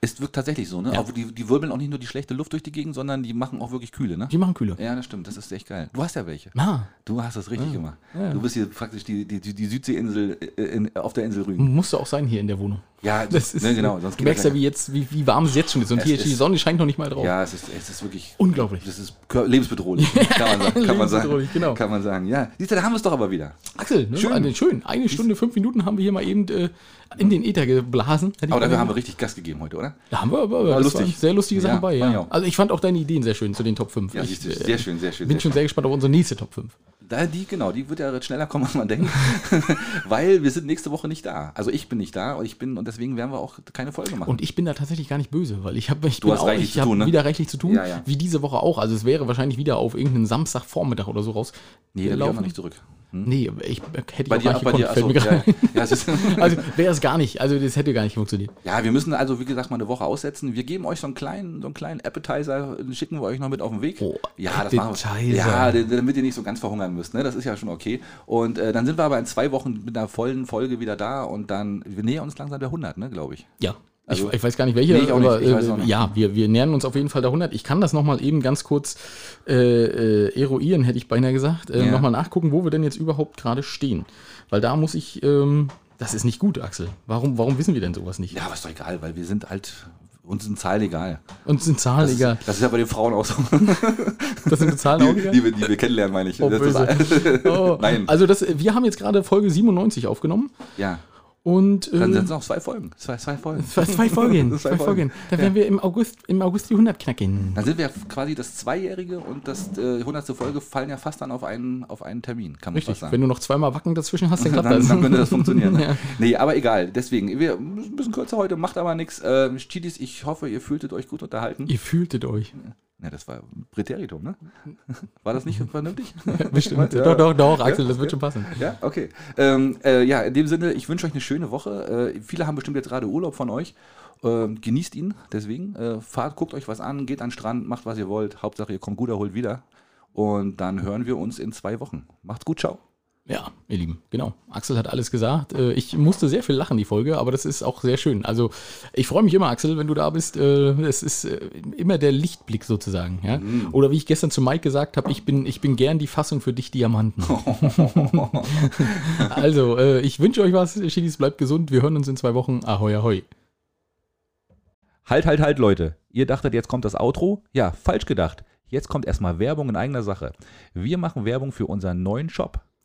A: Es wirkt tatsächlich so, ne?
B: Ja.
A: Auch die, die wirbeln auch nicht nur die schlechte Luft durch die Gegend, sondern die machen auch wirklich Kühle, ne?
B: Die machen Kühle.
A: Ja, das stimmt. Das ist echt geil. Du hast ja welche.
B: Na,
A: Du hast das richtig gemacht. Du bist hier praktisch die, die, die, die Südseeinsel äh, in, auf der Insel Rügen.
B: musste auch sein hier in der Wohnung.
A: Ja,
B: Das ist,
A: ne, genau. Sonst
B: du
A: geht
B: merkst
A: das
B: ja, wie, jetzt, wie, wie warm es jetzt schon ist und
A: Es
B: hier
A: ist-
B: die Sonne scheint noch nicht mal drauf.
A: Ja, es ist, es ist wirklich.
B: Unglaublich.
A: Das ist kör- lebensbedrohlich. Kann man sagen. Kann man sagen.
B: Lebensbedrohlich, genau.
A: Kann man sagen. Ja, siehst du, da haben wir es doch aber wieder.
B: Axel, ne?
A: Schön.
B: schön. Eine, schön. Eine Stunde, fünf Minuten haben wir hier mal eben äh, in den Äther geblasen.
A: Aber dafür haben wir richtig Gas gegeben heute, oder?
B: Da haben wir aber aber
A: War
B: das
A: lustig.
B: waren sehr lustige Sachen
A: Ja,
B: bei.
A: fand ich
B: Ja.
A: auch.
B: Also ich fand auch deine Ideen sehr schön zu den Top 5.
A: Ja,
B: ich
A: siehst du,
B: äh,
A: sehr schön, sehr schön.
B: bin
A: Sehr
B: schon
A: schön.
B: sehr gespannt auf unsere nächste Top 5.
A: Da die, genau, die wird ja schneller kommen, als man denkt. Weil wir sind nächste Woche nicht da. Also ich bin nicht da und ich bin, und deswegen werden wir auch keine Folge machen.
B: Und ich bin da tatsächlich gar nicht böse, weil ich habe ich
A: Du
B: bin
A: hast
B: auch,
A: reichlich
B: ich
A: zu
B: hab
A: tun, ne?
B: wieder rechtlich zu tun,
A: Ja, ja.
B: wie diese Woche auch. Also es wäre wahrscheinlich wieder auf irgendeinen Samstagvormittag oder so raus.
A: nee, da laufen wir
B: laufen.
A: nicht zurück.
B: Nee, ich äh, hätte
A: Bei
B: ich
A: dir, ach,
B: auch nicht
A: bei
B: gekonnt,
A: dir,
B: fällt
A: achso,
B: mir
A: ja,
B: gerade
A: ja.
B: ein.
A: Ja, es ist,
B: Also wäre es gar nicht, also das hätte gar nicht funktioniert.
A: ja, wir müssen also, wie gesagt, mal eine Woche aussetzen. Wir geben euch so einen kleinen, so einen kleinen Appetizer, den schicken wir euch noch mit auf den Weg.
B: Oh,
A: ja, das machen wir.
B: Appetizer.
A: Ja, d- damit ihr nicht so ganz verhungern müsst. Ne? Das ist ja schon okay. Und äh, dann sind wir aber in zwei Wochen mit einer vollen Folge wieder da und dann, wir nähern uns langsam der 100, ne, glaube ich.
B: Ja.
A: Also-
B: ich, ich weiß gar nicht welche,
A: Nee, ich auch nicht.
B: aber
A: Ich weiß
B: äh,
A: auch nicht.
B: ja, wir, wir nähern uns auf jeden Fall der 100. Ich kann das nochmal eben ganz kurz äh, äh, eruieren, hätte ich beinahe gesagt. Äh,
A: Ja.
B: Nochmal nachgucken, wo wir denn jetzt überhaupt gerade stehen. Weil da muss ich, ähm, das ist nicht gut, Axel. Warum, warum wissen wir denn sowas nicht?
A: Ja, aber ist doch egal, weil wir sind halt, uns sind Zahlen egal.
B: Uns sind Zahlen
A: Das,
B: egal.
A: Ist, das ist ja bei den Frauen auch so,
B: Das sind Zahlen auch
A: die,
B: egal.
A: die, wir, die wir kennenlernen, meine ich.
B: Oh,
A: Das ist-
B: böse. Oh.
A: Nein.
B: Also das, wir haben jetzt gerade Folge 97 aufgenommen
A: ja,
B: und äh,
A: dann sind es noch zwei Folgen. Zwei, zwei Folgen.
B: zwei, zwei Folgen.
A: Zwei
B: zwei
A: Folgen.
B: Folgen. Da werden wir im August, im August die 100 knacken.
A: Dann sind wir ja quasi das Zweijährige und das äh, 100. Folge fallen ja fast dann auf einen, auf einen Termin, kann man fast
B: Richtig.
A: sagen.
B: Wenn du noch zweimal Wacken dazwischen hast, dann klappt
A: dann,
B: das.
A: dann könnte das funktionieren. Ne?
B: Ja.
A: Nee, aber egal. Deswegen, wir müssen ein bisschen kürzer heute, macht aber nichts. Ähm, Chidis, ich hoffe, ihr fühltet euch gut unterhalten.
B: Ihr fühltet euch.
A: Ja, das war Präteritum, ne? War das nicht vernünftig?
B: Bestimmt.
A: Ja.
B: Doch, doch, doch, Axel, das wird schon passen.
A: Ja, okay. Ähm, äh, ja, in dem Sinne, ich wünsche euch eine schöne Woche. Äh, viele haben bestimmt jetzt gerade Urlaub von euch. Ähm, genießt ihn deswegen. Äh, fahrt, guckt euch was an, geht an den Strand, macht was ihr wollt. Hauptsache, ihr kommt gut erholt wieder. Und dann hören wir uns in zwei Wochen. Macht's gut, ciao.
B: Ja, ihr Lieben, genau. Axel hat alles gesagt. Äh, Ich musste sehr viel lachen, die Folge, aber das ist auch sehr schön. Also, ich freue mich immer, Axel, wenn du da bist. Äh, Es ist äh, immer der Lichtblick sozusagen. Ja? Oder wie ich gestern zu Mike gesagt habe, ich bin, ich bin gern die Fassung für dich Diamanten. also, äh, ich wünsche euch was. Schiedis, bleibt gesund. Wir hören uns in zwei Wochen. Ahoi, ahoi.
A: Halt, halt, halt, Leute. Ihr dachtet, jetzt kommt das Outro? Ja, falsch gedacht. Jetzt kommt erstmal Werbung in eigener Sache. Wir machen Werbung für unseren neuen Shop.